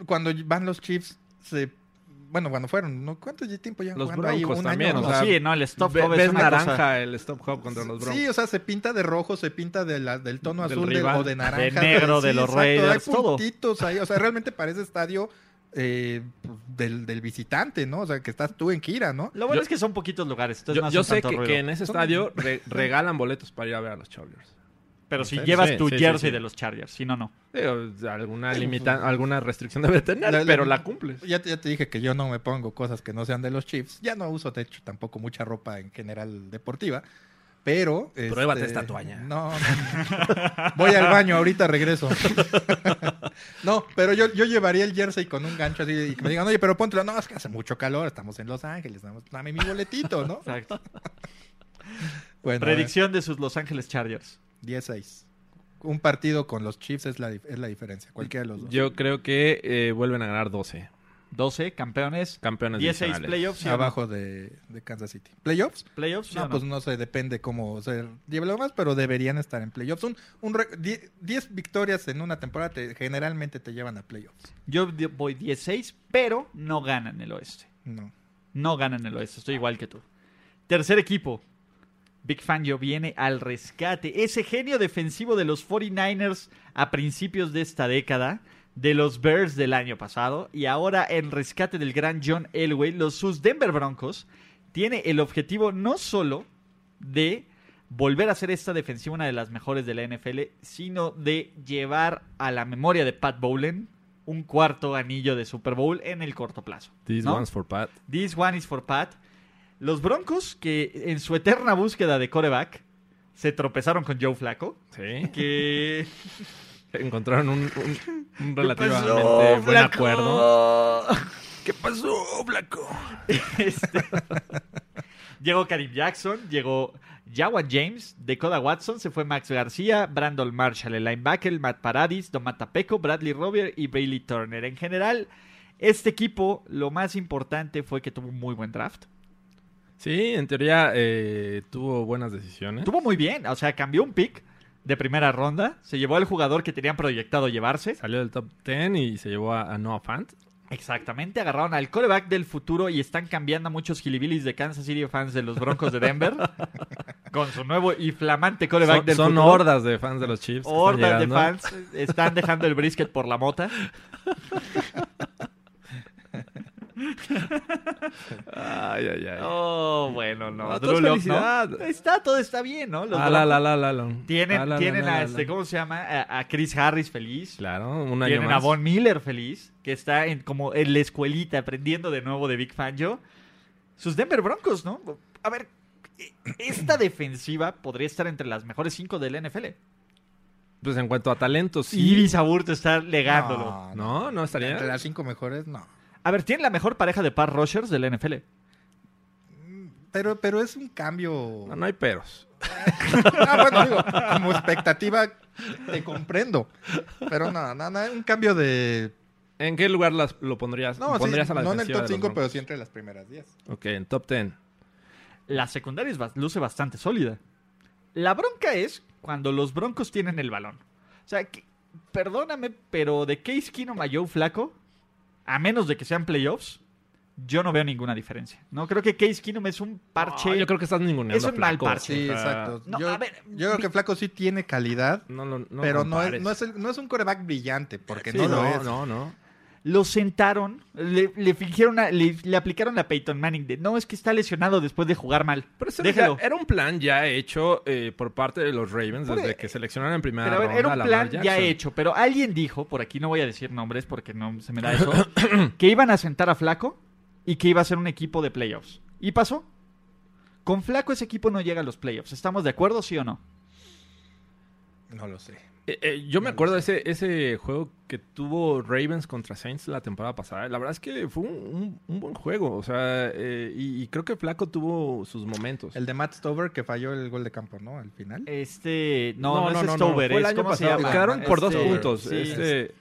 Speaker 3: cuando van los Chiefs se bueno, cuando fueron, ¿no? ¿Cuánto tiempo ya
Speaker 2: Los
Speaker 3: jugando ahí?
Speaker 2: Broncos
Speaker 3: ¿Un
Speaker 2: también,
Speaker 3: año?
Speaker 2: o
Speaker 1: No,
Speaker 2: sea,
Speaker 1: sí, no, el stop
Speaker 2: Ve-
Speaker 1: Hub es
Speaker 2: ves
Speaker 1: una
Speaker 2: naranja
Speaker 1: cosa-
Speaker 2: el stop hop contra los Broncos.
Speaker 3: Sí, o sea, se pinta de rojo, se pinta de la- del tono
Speaker 2: Del
Speaker 3: azul de-
Speaker 2: rival.
Speaker 3: o de naranja.
Speaker 1: De negro, de los Raiders,
Speaker 3: Hay
Speaker 1: todo.
Speaker 3: puntitos ahí. O sea, realmente parece estadio eh, del, del visitante, ¿no? O sea, que estás tú en gira, ¿no?
Speaker 1: Lo bueno
Speaker 2: Yo-
Speaker 1: es que son poquitos lugares, entonces no
Speaker 2: yo,
Speaker 1: hacen
Speaker 2: yo sé
Speaker 1: tanto
Speaker 2: que,
Speaker 1: ruido.
Speaker 2: que en ese estadio re- regalan boletos para ir a ver a los Chargers.
Speaker 1: Pero si
Speaker 3: Sí,
Speaker 1: llevas
Speaker 2: sí,
Speaker 1: tu
Speaker 2: sí,
Speaker 1: jersey
Speaker 2: sí.
Speaker 1: de los Chargers, si no, no.
Speaker 2: Digo, alguna, limita- alguna restricción debe tener,
Speaker 3: La- la-
Speaker 2: pero la cumples.
Speaker 3: Ya, te- ya te dije que yo no me pongo cosas que no sean de los chips. Ya no uso, de hecho, tampoco mucha ropa en general deportiva. Pero. este,
Speaker 2: Pruébate esta toalla.
Speaker 3: No. Voy al baño, ahorita regreso. no, pero yo, yo llevaría el jersey con un gancho así y que me digan, oye, pero póntelo. No, es que hace mucho calor, estamos en Los Ángeles. nada más Dame mi boletito, ¿no?
Speaker 1: Exacto.
Speaker 3: Bueno,
Speaker 1: Predicción de sus Los Ángeles Chargers.
Speaker 3: 10-6. Un partido con los chips es la, dif- es la diferencia. Cualquiera de los dos.
Speaker 2: Yo creo que eh, vuelven a ganar 12
Speaker 1: 12 campeones,
Speaker 2: campeones
Speaker 1: 16
Speaker 2: divisionales.
Speaker 1: playoffs. ¿sí o no?
Speaker 3: Abajo de, de Kansas City. ¿Playoffs?
Speaker 1: ¿Playoffs? ¿sí o
Speaker 3: No,
Speaker 1: no?
Speaker 3: pues no sé, depende cómo se lleve lo más, pero deberían estar en playoffs. Un, un re- die- 10 victorias en una temporada te- generalmente te llevan a playoffs.
Speaker 1: Yo di- voy 16, pero no ganan el oeste.
Speaker 3: No.
Speaker 1: No ganan el oeste, estoy igual que tú. Tercer equipo. Big Fangio viene al rescate. Ese genio defensivo de los 49ers a principios de esta década, de los Bears del año pasado, y ahora en rescate del gran John Elway, los sus Denver Broncos, tiene el objetivo no solo de volver a ser esta defensiva una de las mejores de la NFL, sino de llevar a la memoria de Pat Bowlen un cuarto anillo de Super Bowl en el corto plazo.
Speaker 2: This
Speaker 1: ¿no?
Speaker 2: one's for Pat.
Speaker 1: This one is for Pat. Los Broncos, que en su eterna búsqueda de coreback, se tropezaron con Joe Flaco.
Speaker 2: Sí.
Speaker 1: Que.
Speaker 2: Encontraron un, un- un relativamente
Speaker 1: pasó,
Speaker 2: buen
Speaker 1: Pues Flaco?
Speaker 2: acuerdo.
Speaker 3: ¿Qué pasó, Blanco?
Speaker 1: Este, llegó Karim Jackson, llegó Jawan James, Dakota Watson, se fue Max García, Brandon Marshall, el linebacker, Matt Paradis, Domata Peco, Bradley Robier y Bailey Turner. En general, este equipo, lo más importante fue que tuvo un muy buen draft.
Speaker 2: Sí, en teoría eh, tuvo buenas decisiones.
Speaker 1: Tuvo muy bien, o sea, cambió un pick de primera ronda, se llevó al jugador que tenían proyectado llevarse.
Speaker 2: Salió del top 10 y se llevó a, a Noah Fant.
Speaker 1: Exactamente, agarraron al coreback del futuro y están cambiando a muchos gilibilis de Kansas City fans de los Broncos de Denver con su nuevo y flamante coreback
Speaker 2: Son,
Speaker 1: del
Speaker 2: son
Speaker 1: futuro.
Speaker 2: hordas de fans de los Chiefs. que están
Speaker 1: Hordas de
Speaker 2: llegando.
Speaker 1: fans están dejando el brisket por la mota.
Speaker 2: Ay, ay, ay.
Speaker 1: Oh, bueno, no.
Speaker 2: No, todo
Speaker 1: Drew
Speaker 2: es
Speaker 1: Lock,
Speaker 2: felicidad.
Speaker 1: ¿no? Está, todo está bien, ¿no? Los
Speaker 2: Ah, la,
Speaker 1: Broncos
Speaker 2: la, la, la, la.
Speaker 1: Tienen,
Speaker 2: Ah, la, la,
Speaker 1: tienen
Speaker 2: la, la,
Speaker 1: a
Speaker 2: la.
Speaker 1: este, ¿cómo se llama? A, a Chris Harris feliz.
Speaker 2: Claro, un año
Speaker 1: Tienen
Speaker 2: más.
Speaker 1: a Von Miller feliz, que está en, como en la escuelita aprendiendo de nuevo de Big Fangio. Sus Denver Broncos, ¿no? A ver, e, esta defensiva podría estar entre las mejores cinco del NFL.
Speaker 2: Pues en cuanto a talentos, sí.
Speaker 1: Iris Aburto está legándolo.
Speaker 2: No, no estaría.
Speaker 3: Entre las cinco mejores, no.
Speaker 1: A ver, tiene la mejor pareja de pass rushers del NFL.
Speaker 3: Pero, pero es un cambio.
Speaker 2: No, no hay peros.
Speaker 3: ah, bueno, digo, como expectativa te comprendo. Pero no, no, no, un cambio de.
Speaker 2: ¿En qué lugar las, lo pondrías?
Speaker 3: No, sí,
Speaker 2: pondrías a la
Speaker 3: no en el
Speaker 2: defensiva
Speaker 3: top
Speaker 2: de los
Speaker 3: 5, pero
Speaker 2: Broncos?
Speaker 3: sí entre las primeras 10.
Speaker 2: Ok, en top 10.
Speaker 1: La secundaria es bas- luce bastante sólida. La bronca es cuando los Broncos tienen el balón. O sea, que- perdóname, pero de Case Keenum a Joe Flaco, a menos de que sean playoffs, yo no veo ninguna diferencia. No creo que Case Keenum es un parche.
Speaker 2: No, Ah, yo creo que estás ninguneando
Speaker 1: Es
Speaker 2: a
Speaker 1: un mal
Speaker 2: Flacco.
Speaker 1: parche.
Speaker 3: Sí,
Speaker 2: O sea,
Speaker 3: exacto.
Speaker 1: no,
Speaker 3: yo,
Speaker 1: a ver,
Speaker 3: yo creo
Speaker 1: vi-
Speaker 3: que Flaco sí tiene calidad,
Speaker 2: No, lo- no
Speaker 3: pero no es,
Speaker 2: compares.
Speaker 3: no, es el- no es un coreback brillante, porque
Speaker 2: Sí,
Speaker 3: no, lo
Speaker 2: no,
Speaker 3: es.
Speaker 2: no, no.
Speaker 1: Lo sentaron, le, le fingieron, a- le, le aplicaron la Peyton Manning de no, es que está lesionado después de jugar mal.
Speaker 2: Pero eso
Speaker 1: Déjalo.
Speaker 2: ya- era un plan ya hecho eh, por parte de los Ravens
Speaker 1: Por-
Speaker 3: e-
Speaker 2: desde que seleccionaron en primera
Speaker 1: Pero a ver,
Speaker 2: Ah, ronda
Speaker 1: era
Speaker 2: a
Speaker 1: un
Speaker 2: Lamar
Speaker 1: plan ya
Speaker 2: Jackson.
Speaker 1: hecho, pero alguien dijo, por aquí no voy a decir nombres porque no se me da eso, que iban a sentar a Flaco y que iba a ser un equipo de playoffs. ¿Y pasó? Con Flaco ese equipo no llega a los playoffs. ¿Estamos de acuerdo, sí o no?
Speaker 3: No lo sé.
Speaker 2: Eh, eh, yo me acuerdo de ese, ese juego que tuvo Ravens contra Saints la temporada pasada. La verdad es que fue un, un- un buen juego. O sea, eh, y, y creo que Flaco tuvo sus momentos.
Speaker 3: El de Matt Stover que falló el gol de campo, ¿no? Al final.
Speaker 2: Eh,
Speaker 1: Este, no, no, es
Speaker 2: Fue
Speaker 1: Stover,
Speaker 2: el
Speaker 1: es-
Speaker 2: año
Speaker 1: ¿cómo se
Speaker 2: pasado.
Speaker 1: llama?
Speaker 2: Quedaron por dos
Speaker 1: Este,
Speaker 2: puntos.
Speaker 1: sí,
Speaker 2: Este,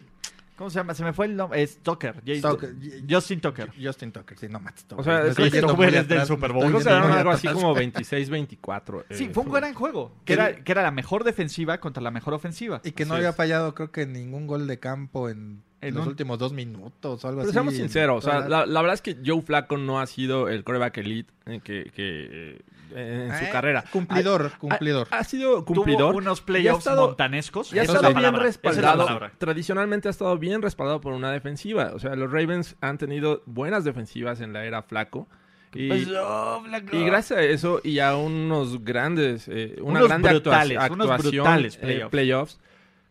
Speaker 1: ¿Cómo se llama? Se me fue el nombre. Es Tucker. James-
Speaker 3: Tucker.
Speaker 1: Justin Tucker.
Speaker 3: Justin Tucker, sí, no Matt Stover.
Speaker 2: O sea,
Speaker 3: Me
Speaker 2: creo
Speaker 3: estoy
Speaker 2: que
Speaker 3: yendo
Speaker 1: Stover
Speaker 3: muy
Speaker 1: es del
Speaker 3: atrás, me
Speaker 1: Super
Speaker 3: estoy
Speaker 1: Bowl.
Speaker 2: creo
Speaker 3: yendo
Speaker 2: que quedaron
Speaker 3: muy
Speaker 2: algo así
Speaker 3: atrás.
Speaker 2: como 26-24. eh,
Speaker 1: Sí, fue un gran juego. Que,
Speaker 3: Sí.
Speaker 1: era, que era la mejor defensiva contra la mejor ofensiva.
Speaker 3: Y que no
Speaker 2: Así
Speaker 3: había
Speaker 2: es.
Speaker 3: fallado, creo que ningún gol de campo en,
Speaker 1: En
Speaker 3: los
Speaker 1: un-
Speaker 3: últimos dos minutos o algo
Speaker 2: Pero
Speaker 3: así.
Speaker 2: seamos
Speaker 3: en
Speaker 2: sinceros, o sea,
Speaker 3: toda
Speaker 2: la, la verdad es que Joe Flacco no ha sido el coreback elite eh, que, que, eh, en su
Speaker 3: Eh,
Speaker 2: carrera.
Speaker 3: Cumplidor, cumplidor.
Speaker 2: Ha, ha
Speaker 1: Tuvo
Speaker 2: sido cumplidor.
Speaker 1: unos
Speaker 2: Y ha
Speaker 1: playoffs
Speaker 2: estado-
Speaker 1: montanescos.
Speaker 2: Y ha
Speaker 1: Esa
Speaker 2: estado
Speaker 1: es la
Speaker 2: bien
Speaker 1: palabra, esa es la
Speaker 2: respaldado.
Speaker 1: palabra.
Speaker 2: tradicionalmente ha estado bien respaldado por una defensiva. O sea, los Ravens han tenido buenas defensivas en la era Flaco. Y,
Speaker 1: Pues, oh, Flaco.
Speaker 2: y gracias a eso y a unos grandes, eh, una
Speaker 1: Unos
Speaker 2: grande actua-
Speaker 1: brutales, unos
Speaker 2: actuación,
Speaker 1: brutales
Speaker 2: eh,
Speaker 1: playoffs.
Speaker 2: playoffs,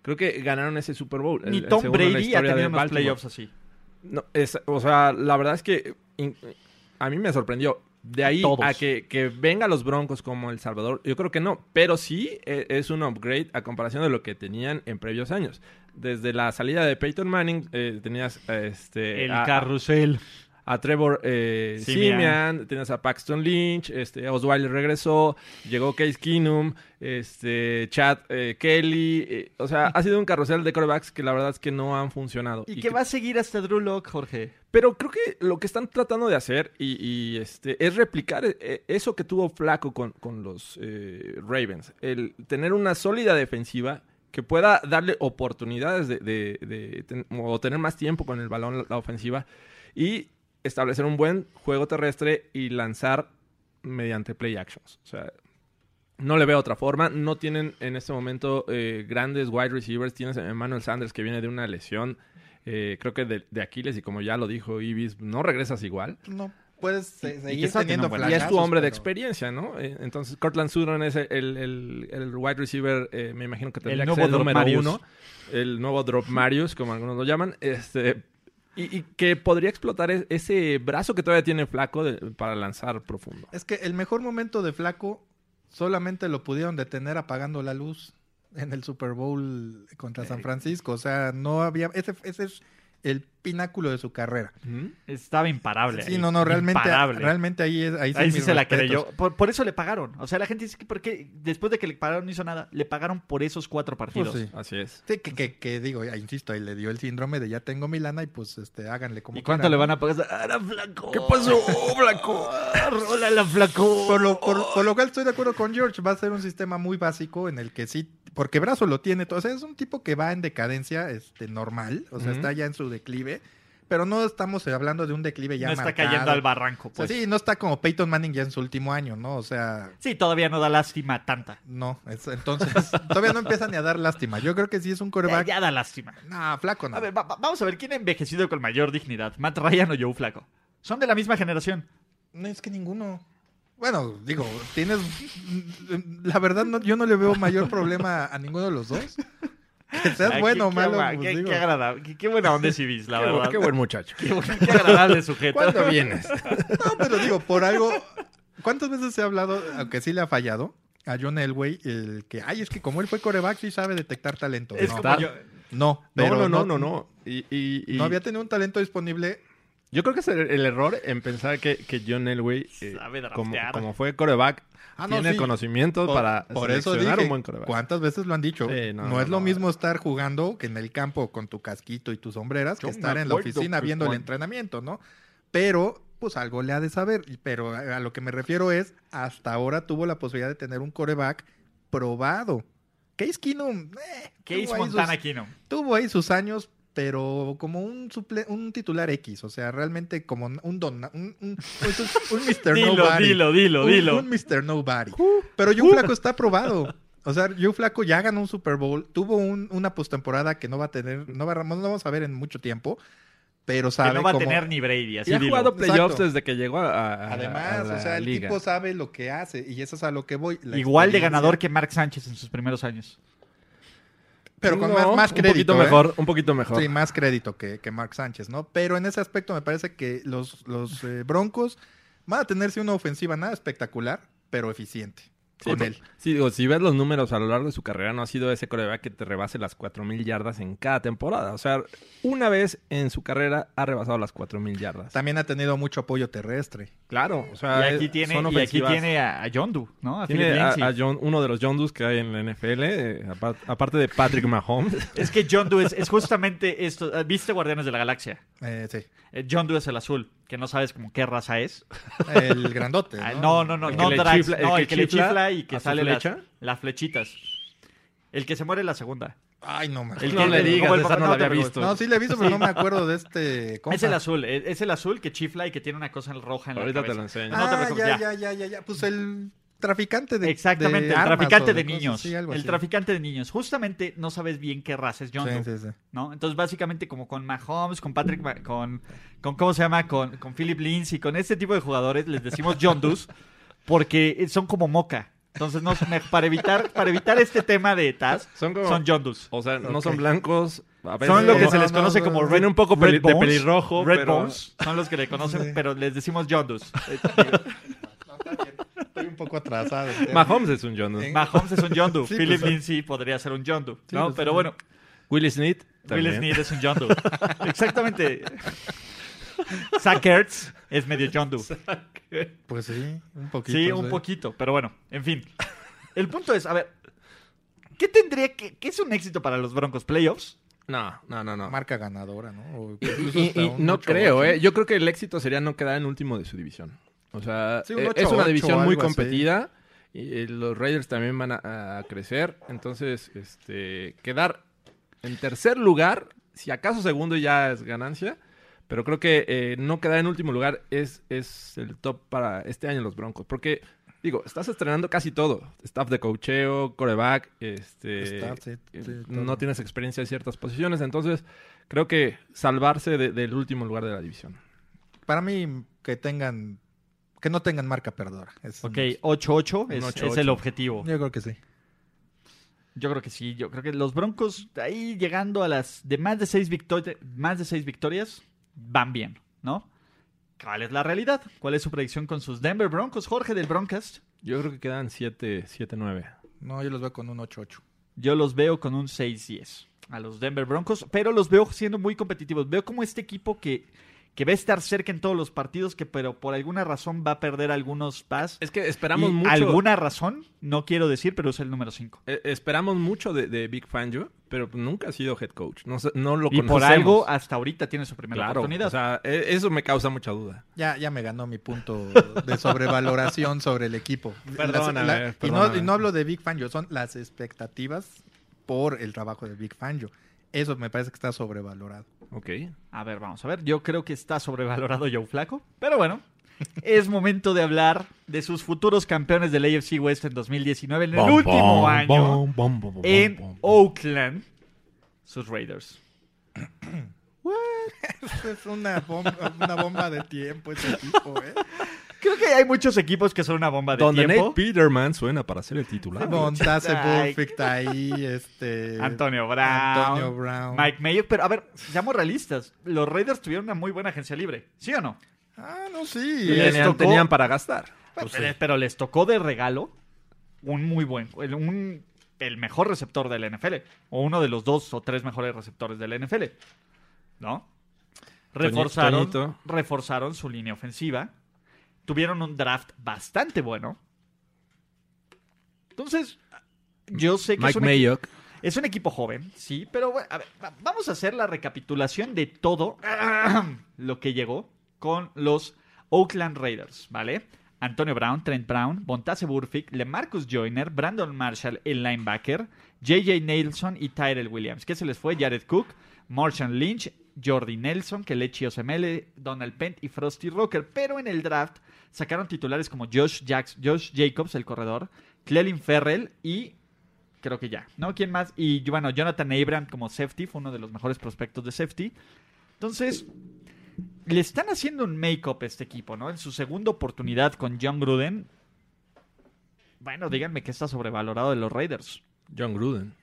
Speaker 2: creo que ganaron ese Super Bowl. el-
Speaker 1: Ni
Speaker 2: el
Speaker 1: Tom
Speaker 2: segundo en la
Speaker 1: Brady ha
Speaker 2: historia de
Speaker 1: tenido unos
Speaker 2: Baltimore.
Speaker 1: playoffs así.
Speaker 2: No, es- o sea, la verdad es que in- a mí me sorprendió. De ahí
Speaker 1: Todos.
Speaker 2: a que, que venga los Broncos como El Salvador, yo creo que no, pero sí e- es un upgrade a comparación de lo que tenían en previos años. Desde la salida de Peyton Manning eh, tenías eh, este,
Speaker 1: El
Speaker 2: a,
Speaker 1: carrusel.
Speaker 2: a Trevor eh,
Speaker 1: Simian.
Speaker 2: Simian, tenías a Paxton Lynch, este, Osweiler regresó, llegó Case Keenum, este, Chad eh, Kelly. eh, o sea, ha sido un carrusel de corebacks que la verdad es que no han funcionado.
Speaker 1: Y, que va a seguir hasta Drew Lock, Jorge.
Speaker 2: Pero creo que lo que están tratando de hacer y, y, este, es replicar eh, eso que tuvo Flaco con, con los eh, Ravens. El tener una sólida defensiva que pueda darle oportunidades de, de- de ten- o tener más tiempo con el balón la, la ofensiva y establecer un buen juego terrestre y lanzar mediante play actions. O sea, no le veo otra forma. No tienen en este momento eh, grandes wide receivers. Tienes a Emmanuel Sanders que viene de una lesión, eh, creo que de, de Aquiles, y como ya lo dijo Ibis, no regresas igual.
Speaker 3: No puedes se-
Speaker 1: y que
Speaker 3: seguir
Speaker 1: está teniendo
Speaker 3: teniendo
Speaker 1: buena-
Speaker 2: Y es tu
Speaker 3: flashazos,
Speaker 2: hombre de
Speaker 3: pero-
Speaker 2: experiencia, ¿no? Eh, Entonces, Cortland Sutton es el, el- el wide receiver, eh, me imagino que tendría que
Speaker 1: nuevo
Speaker 2: ser el
Speaker 1: Drop
Speaker 2: número
Speaker 1: Marius.
Speaker 2: uno. El nuevo Drop Marius, como algunos lo llaman. Este, y, y que podría explotar es- ese brazo que todavía tiene Flaco de- para lanzar profundo.
Speaker 3: Es que el mejor momento de Flaco solamente lo pudieron detener apagando la luz en el Super Bowl contra
Speaker 2: Eh.
Speaker 3: San Francisco. O sea, no había. Ese, ese es el pináculo de su carrera.
Speaker 1: Estaba imparable.
Speaker 3: Sí,
Speaker 1: ahí.
Speaker 3: no, no, realmente,
Speaker 1: Imparable.
Speaker 3: realmente ahí, es- ahí,
Speaker 1: Ahí sí
Speaker 3: mis
Speaker 1: se la
Speaker 3: respetos.
Speaker 1: creyó. Por, por eso le pagaron. O sea, la gente dice que porque después de que le pagaron no hizo nada, le pagaron por esos cuatro
Speaker 3: Pues
Speaker 1: partidos.
Speaker 3: sí.
Speaker 2: Así es.
Speaker 3: Sí, que, que, que digo, ya insisto, ahí le dio el síndrome de ya tengo mi lana y pues este, háganle como
Speaker 1: ¿Y cuánto
Speaker 3: quieran,
Speaker 1: le van
Speaker 3: ¿no?
Speaker 1: a pagar? ¡Ahora, flaco!
Speaker 2: ¿Qué pasó, Flaco?
Speaker 1: ¡Rola la flaco!
Speaker 3: Por lo, por, por lo cual estoy de acuerdo con George, va a ser un sistema muy básico en el que sí, porque Brazo lo tiene, todo. o sea, es un tipo que va en decadencia este, normal, o sea,
Speaker 2: Ujú.
Speaker 3: está ya en su declive, pero no estamos eh, hablando de un declive ya
Speaker 1: no está
Speaker 3: marcado.
Speaker 1: cayendo al barranco,
Speaker 3: O sea,
Speaker 1: pues. sí.
Speaker 3: sí, no está como Peyton Manning ya en su último año, ¿no? O sea,
Speaker 1: todavía no da lástima tanta.
Speaker 3: no, es- entonces todavía no empieza ni a dar lástima. Yo creo que sí es un
Speaker 1: Ya,
Speaker 3: coreback.
Speaker 1: ya da lástima.
Speaker 3: No, flaco no.
Speaker 1: A ver, va- va- vamos a ver quién ha envejecido con mayor dignidad, Matt Ryan o Joe Flaco. Son de la misma generación.
Speaker 3: No es que ninguno. Bueno, digo, tienes. La verdad, no, yo no le veo mayor problema a ninguno de los dos. Que seas
Speaker 1: Ah,
Speaker 3: bueno o
Speaker 1: qué-
Speaker 3: malo.
Speaker 1: Qué,
Speaker 3: pues,
Speaker 1: qué-
Speaker 3: digo.
Speaker 1: qué agradable. Qué, qué buena onda es Ibis, la
Speaker 2: Qué, bu-
Speaker 1: verdad.
Speaker 2: qué buen muchacho.
Speaker 1: Qué, bu- qué agradable sujeto.
Speaker 2: ¿Cuándo vienes?
Speaker 3: No, pero digo, por algo. ¿Cuántas veces se ha hablado, aunque sí le ha fallado, a John Elway, el que, ay, es que como él fue coreback, sí sabe detectar talento.
Speaker 1: Es
Speaker 3: no,
Speaker 1: como yo-
Speaker 3: no, pero
Speaker 2: no, no, no, no, no. Y, y- y-
Speaker 3: no había tenido un talento disponible.
Speaker 2: Yo creo que es el, el error en pensar que, que John Elway, eh,
Speaker 1: Sabe
Speaker 2: como,
Speaker 1: draftear.
Speaker 2: como fue coreback,
Speaker 3: Ah, no,
Speaker 2: tiene
Speaker 3: sí.
Speaker 2: conocimientos
Speaker 3: Por-
Speaker 2: para
Speaker 3: por eso
Speaker 2: seleccionar
Speaker 3: dije,
Speaker 2: un buen coreback.
Speaker 3: ¿Cuántas veces lo han dicho?
Speaker 2: Sí, no,
Speaker 3: no,
Speaker 2: no,
Speaker 3: es lo
Speaker 2: no.
Speaker 3: mismo estar jugando que en el campo con tu casquito y tus sombreras
Speaker 2: Yo
Speaker 3: que estar
Speaker 2: me
Speaker 3: en la
Speaker 2: acuerdo
Speaker 3: oficina
Speaker 2: que
Speaker 3: viendo el
Speaker 2: cuando-
Speaker 3: entrenamiento, ¿no? Pero, pues algo le ha de saber. Y- Pero a a lo que me refiero es, hasta ahora tuvo la posibilidad de tener un coreback probado. Case Keenum, eh,
Speaker 1: Case
Speaker 3: tuvo ahí sus-
Speaker 1: Montana Kino.
Speaker 3: tuvo ahí sus años, pero como un suple- un titular X, o sea, realmente como un don, un, un, un- un Mr.
Speaker 1: Dilo,
Speaker 3: Nobody.
Speaker 1: dilo, dilo,
Speaker 3: Un-
Speaker 1: dilo.
Speaker 3: Un, Mr. Nobody. Pero Joe Flaco está probado. O sea, Joe Flaco ya ganó un Super Bowl, tuvo un- una postemporada que no va a tener, no, va, no vamos a ver en mucho tiempo, pero
Speaker 1: Que
Speaker 3: sabe
Speaker 1: no va a
Speaker 3: cómo-
Speaker 1: tener ni Brady, así
Speaker 2: y ha
Speaker 1: dilo.
Speaker 2: jugado playoffs
Speaker 3: Exacto.
Speaker 2: desde que llegó a, a- a- a
Speaker 3: Además,
Speaker 2: la
Speaker 3: o sea, el
Speaker 2: liga.
Speaker 3: tipo sabe lo que hace y eso es a lo que voy. la
Speaker 1: Igual de
Speaker 3: experiencia.
Speaker 1: ganador que Mark Sánchez en sus primeros años.
Speaker 3: Pero con
Speaker 2: No,
Speaker 3: más, más crédito.
Speaker 2: Un poquito
Speaker 3: ¿eh?
Speaker 2: mejor, un poquito mejor.
Speaker 3: Sí, más crédito que, que Mark Sánchez, ¿no? Pero en ese aspecto me parece que los, los eh, Broncos van a tenerse una ofensiva nada espectacular, pero eficiente.
Speaker 2: Sí,
Speaker 3: con
Speaker 2: po-
Speaker 3: él.
Speaker 2: sí, digo, si ves los números a lo largo de su carrera, no ha sido ese coreback que te rebase las 4.000 yardas en cada temporada. O sea, una vez en su carrera ha rebasado las 4.000 yardas.
Speaker 3: También ha tenido mucho apoyo terrestre.
Speaker 2: Claro, o
Speaker 1: Y
Speaker 2: sea,
Speaker 1: aquí
Speaker 2: eh,
Speaker 1: tiene,
Speaker 2: son
Speaker 1: y aquí
Speaker 2: ofensivas.
Speaker 1: tiene a, a John Doe, ¿no? A
Speaker 2: Tiene
Speaker 1: Philip
Speaker 2: a-
Speaker 1: Lindsay.
Speaker 2: a John- uno de los John Doos que hay en la NFL, eh, apar- aparte de Patrick Mahomes.
Speaker 1: Es que John Doe es, es justamente esto. Ah, ¿Viste Guardianes de la Galaxia?
Speaker 3: Eh, sí.
Speaker 1: Eh, John Doe es el azul, que no sabes como qué raza es.
Speaker 3: El grandote.
Speaker 1: Ah,
Speaker 3: ¿no?
Speaker 1: No, no, no,
Speaker 2: este, El que
Speaker 1: no,
Speaker 2: le
Speaker 1: Drax,
Speaker 2: chifla- el
Speaker 1: no,
Speaker 2: que
Speaker 1: el que le
Speaker 2: chifla
Speaker 1: chifla y que
Speaker 2: a su
Speaker 1: sale las,
Speaker 2: flecha.
Speaker 1: las flechitas. El que se muere en la segunda.
Speaker 3: Ay, no me
Speaker 1: El
Speaker 3: acuerdo.
Speaker 2: No
Speaker 1: que-
Speaker 2: le
Speaker 1: el-
Speaker 2: digas,
Speaker 1: como el
Speaker 2: esa
Speaker 1: papá-
Speaker 2: no la
Speaker 1: te
Speaker 2: había
Speaker 1: preocupes.
Speaker 2: visto.
Speaker 3: No, sí le he visto, pero no me acuerdo de este. compa.
Speaker 1: Es el azul, es, es el azul que chifla y que tiene una cosa en roja en la
Speaker 2: Ahorita te
Speaker 1: cabeza.
Speaker 2: lo enseño.
Speaker 1: No, no te
Speaker 3: Ah,
Speaker 1: preocupes,
Speaker 3: ya,
Speaker 1: ya.
Speaker 3: ya, ya, ya, ya. Pues el traficante de.
Speaker 1: Exactamente,
Speaker 3: de
Speaker 1: el
Speaker 3: armas
Speaker 1: traficante
Speaker 3: o
Speaker 1: de
Speaker 3: cosas
Speaker 1: niños.
Speaker 3: así, algo
Speaker 1: el
Speaker 3: así.
Speaker 1: traficante de niños. Justamente no sabes bien qué raza es John Doe,
Speaker 3: Sí, sí, sí.
Speaker 1: ¿no? Entonces, básicamente, como con Mahomes, con Patrick, Ma- con, con ¿cómo se llama? Con, con Philip Lindsay, con este tipo de jugadores, les decimos John Doe's porque son como moca. Entonces, no, me- para, evitar, para evitar este tema de Taz,
Speaker 2: Son como-
Speaker 1: son John Doe's.
Speaker 2: O sea, no son
Speaker 3: Ok.
Speaker 2: blancos. a veces-
Speaker 1: Son lo que
Speaker 3: No,
Speaker 1: se les
Speaker 3: no,
Speaker 1: conoce
Speaker 3: no,
Speaker 1: como
Speaker 3: no.
Speaker 1: Red,
Speaker 2: Tiene un poco peli-
Speaker 1: Red
Speaker 2: de
Speaker 1: Bones.
Speaker 2: pelirrojo,
Speaker 1: Red
Speaker 2: pero-
Speaker 1: Bones. Son los que le conocen,
Speaker 3: Sí.
Speaker 1: pero les decimos Yondus.
Speaker 3: Estoy un poco atrasado. este.
Speaker 2: Mahomes es un John Doe.
Speaker 3: En-
Speaker 1: Mahomes es un Yondu.
Speaker 3: Sí,
Speaker 1: Philip
Speaker 3: pues,
Speaker 1: Lindsay podría ser un Yondu.
Speaker 3: Sí,
Speaker 1: ¿no?
Speaker 3: pues,
Speaker 1: pero
Speaker 3: sí.
Speaker 1: bueno,
Speaker 2: Will Smith.
Speaker 1: Will Smith es un Yondu. Exactamente. Zach Ertz es medio Yondu.
Speaker 3: Pues sí, un poquito.
Speaker 1: pues, Sí, un poquito, pero bueno, en fin. El punto es, a ver, ¿qué tendría que, qué es un éxito para los Broncos playoffs?
Speaker 2: No, no, no, no.
Speaker 3: Marca ganadora, ¿no? O
Speaker 2: Y-
Speaker 3: incluso
Speaker 2: y-
Speaker 3: hasta
Speaker 2: y
Speaker 3: un
Speaker 2: no
Speaker 3: 8-8.
Speaker 2: creo, ¿eh? Yo creo que el éxito sería no quedar en último de su división. O sea,
Speaker 3: Sí, un
Speaker 2: eh,
Speaker 3: 8-8
Speaker 2: es una
Speaker 3: o
Speaker 2: división muy
Speaker 3: algo así.
Speaker 2: competida. Y eh, los Raiders también van a, a crecer. Entonces, este, quedar en tercer lugar, si acaso segundo ya es ganancia. Pero creo que eh, no quedar en último lugar es, es el top para este año los Broncos. Porque, digo, estás estrenando casi todo. Staff de cocheo, coreback, este...
Speaker 3: Staff, sí, sí,
Speaker 2: eh,
Speaker 3: todo.
Speaker 2: no tienes experiencia en ciertas posiciones. Entonces, creo que salvarse de- del último lugar de la división.
Speaker 3: Para mí, que tengan. Que no tengan marca perdedora. Es-
Speaker 1: Ok, 8-8
Speaker 2: Un
Speaker 1: es,
Speaker 2: 8-8.
Speaker 1: es el objetivo.
Speaker 3: Yo creo que sí.
Speaker 1: Yo creo que sí, yo creo que los Broncos ahí llegando a las de más de seis victorias, más de seis victorias van bien, ¿no? ¿Cuál es la realidad? ¿Cuál es su predicción con sus Denver Broncos? Jorge del Broncast,
Speaker 2: Yo creo que quedan 7, 7, 9.
Speaker 3: No, yo los veo con un 8-8.
Speaker 1: yo los veo con un 6-10 a los Denver Broncos, pero los veo siendo muy competitivos. Veo como este equipo que, que va a estar cerca en todos los partidos, que pero por alguna razón va a perder algunos pas.
Speaker 2: Es que esperamos
Speaker 1: Y
Speaker 2: mucho.
Speaker 1: Alguna razón, no quiero decir, pero es el número 5.
Speaker 2: eh, esperamos mucho de, de Big Fangio, pero nunca ha sido head coach. No, sé- no lo
Speaker 1: Y
Speaker 2: conocemos.
Speaker 1: por algo, hasta ahorita tiene su primera
Speaker 2: claro.
Speaker 1: oportunidad.
Speaker 2: O sea, e- eso me causa mucha duda.
Speaker 3: Ya, ya me ganó mi punto de sobrevaloración sobre el equipo.
Speaker 2: Perdóname,
Speaker 3: y,
Speaker 2: perdóname.
Speaker 3: no, y no hablo de Big Fangio, son las expectativas por el trabajo de Big Fangio. Eso me parece que está sobrevalorado.
Speaker 2: Ok.
Speaker 1: A ver, vamos a ver. Yo creo que está sobrevalorado Joe Flaco. Pero bueno, es momento de hablar de sus futuros campeones del AFC West en 2019, en el último año, en Oakland, sus Raiders.
Speaker 3: Es una bomba, una bomba de tiempo ese equipo, ¿eh?
Speaker 1: Creo que hay muchos equipos que son una bomba de
Speaker 2: Donde
Speaker 1: tiempo.
Speaker 2: Nate Peterman suena para ser el titular.
Speaker 3: Montase
Speaker 1: Ay.
Speaker 3: Perfect ahí, este...
Speaker 1: Antonio Brown,
Speaker 3: Antonio Brown.
Speaker 1: Mike Mayo. Pero a ver, seamos realistas. Los Raiders tuvieron una muy buena agencia libre, ¿sí o no?
Speaker 3: Ah, no, sí.
Speaker 2: Y
Speaker 1: Les
Speaker 2: tenían,
Speaker 1: tocó-
Speaker 2: tenían para gastar.
Speaker 1: Pues pero, sí. pero les tocó de regalo un muy buen, un, el mejor receptor de la NFL, o uno de los dos o tres mejores receptores de la NFL, ¿no? Reforzaron, Toñito. reforzaron su línea ofensiva, tuvieron un draft bastante bueno. Entonces, yo sé que
Speaker 2: Mike
Speaker 1: es, un
Speaker 2: Mayock.
Speaker 1: es un equipo joven, sí, pero bueno, a ver, va- vamos a hacer la recapitulación de todo lo que llegó con los Oakland Raiders, ¿vale? Antonio Brown, Trent Brown, Bontase Burfict, LeMarcus Joyner, Brandon Marshall, el linebacker, JJ Nelson y Tyrell Williams. ¿Qué se les fue? Jared Cook, Marshawn Lynch, Jordi Nelson, Kelechi Osemele, Donald Pent y Frosty Rocker. Pero en el draft sacaron titulares como Josh, Jacks- Josh Jacobs, el corredor, Clelin Ferrell y creo que ya. ¿No? ¿Quién más? Y bueno, Jonathan Abram como safety, fue uno de los mejores prospectos de safety. Entonces, le están haciendo un make-up a este equipo, ¿no? En su segunda oportunidad con John Gruden. Bueno, díganme que está sobrevalorado de los Raiders.
Speaker 2: John Gruden.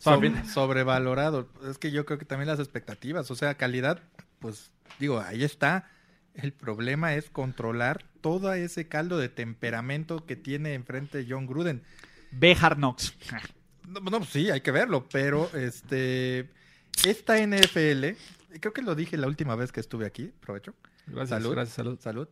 Speaker 3: So- sobrevalorado. Es que yo creo que también las expectativas, o sea, calidad, pues digo, ahí está. El problema es controlar todo ese caldo de temperamento que tiene enfrente John Gruden.
Speaker 1: Ve Hard Knocks.
Speaker 3: No, no, pues sí, hay que verlo, pero este esta NFL, creo que lo dije la última vez que estuve aquí, provecho.
Speaker 2: Gracias,
Speaker 3: Salud.
Speaker 2: gracias, salud.
Speaker 3: Salud.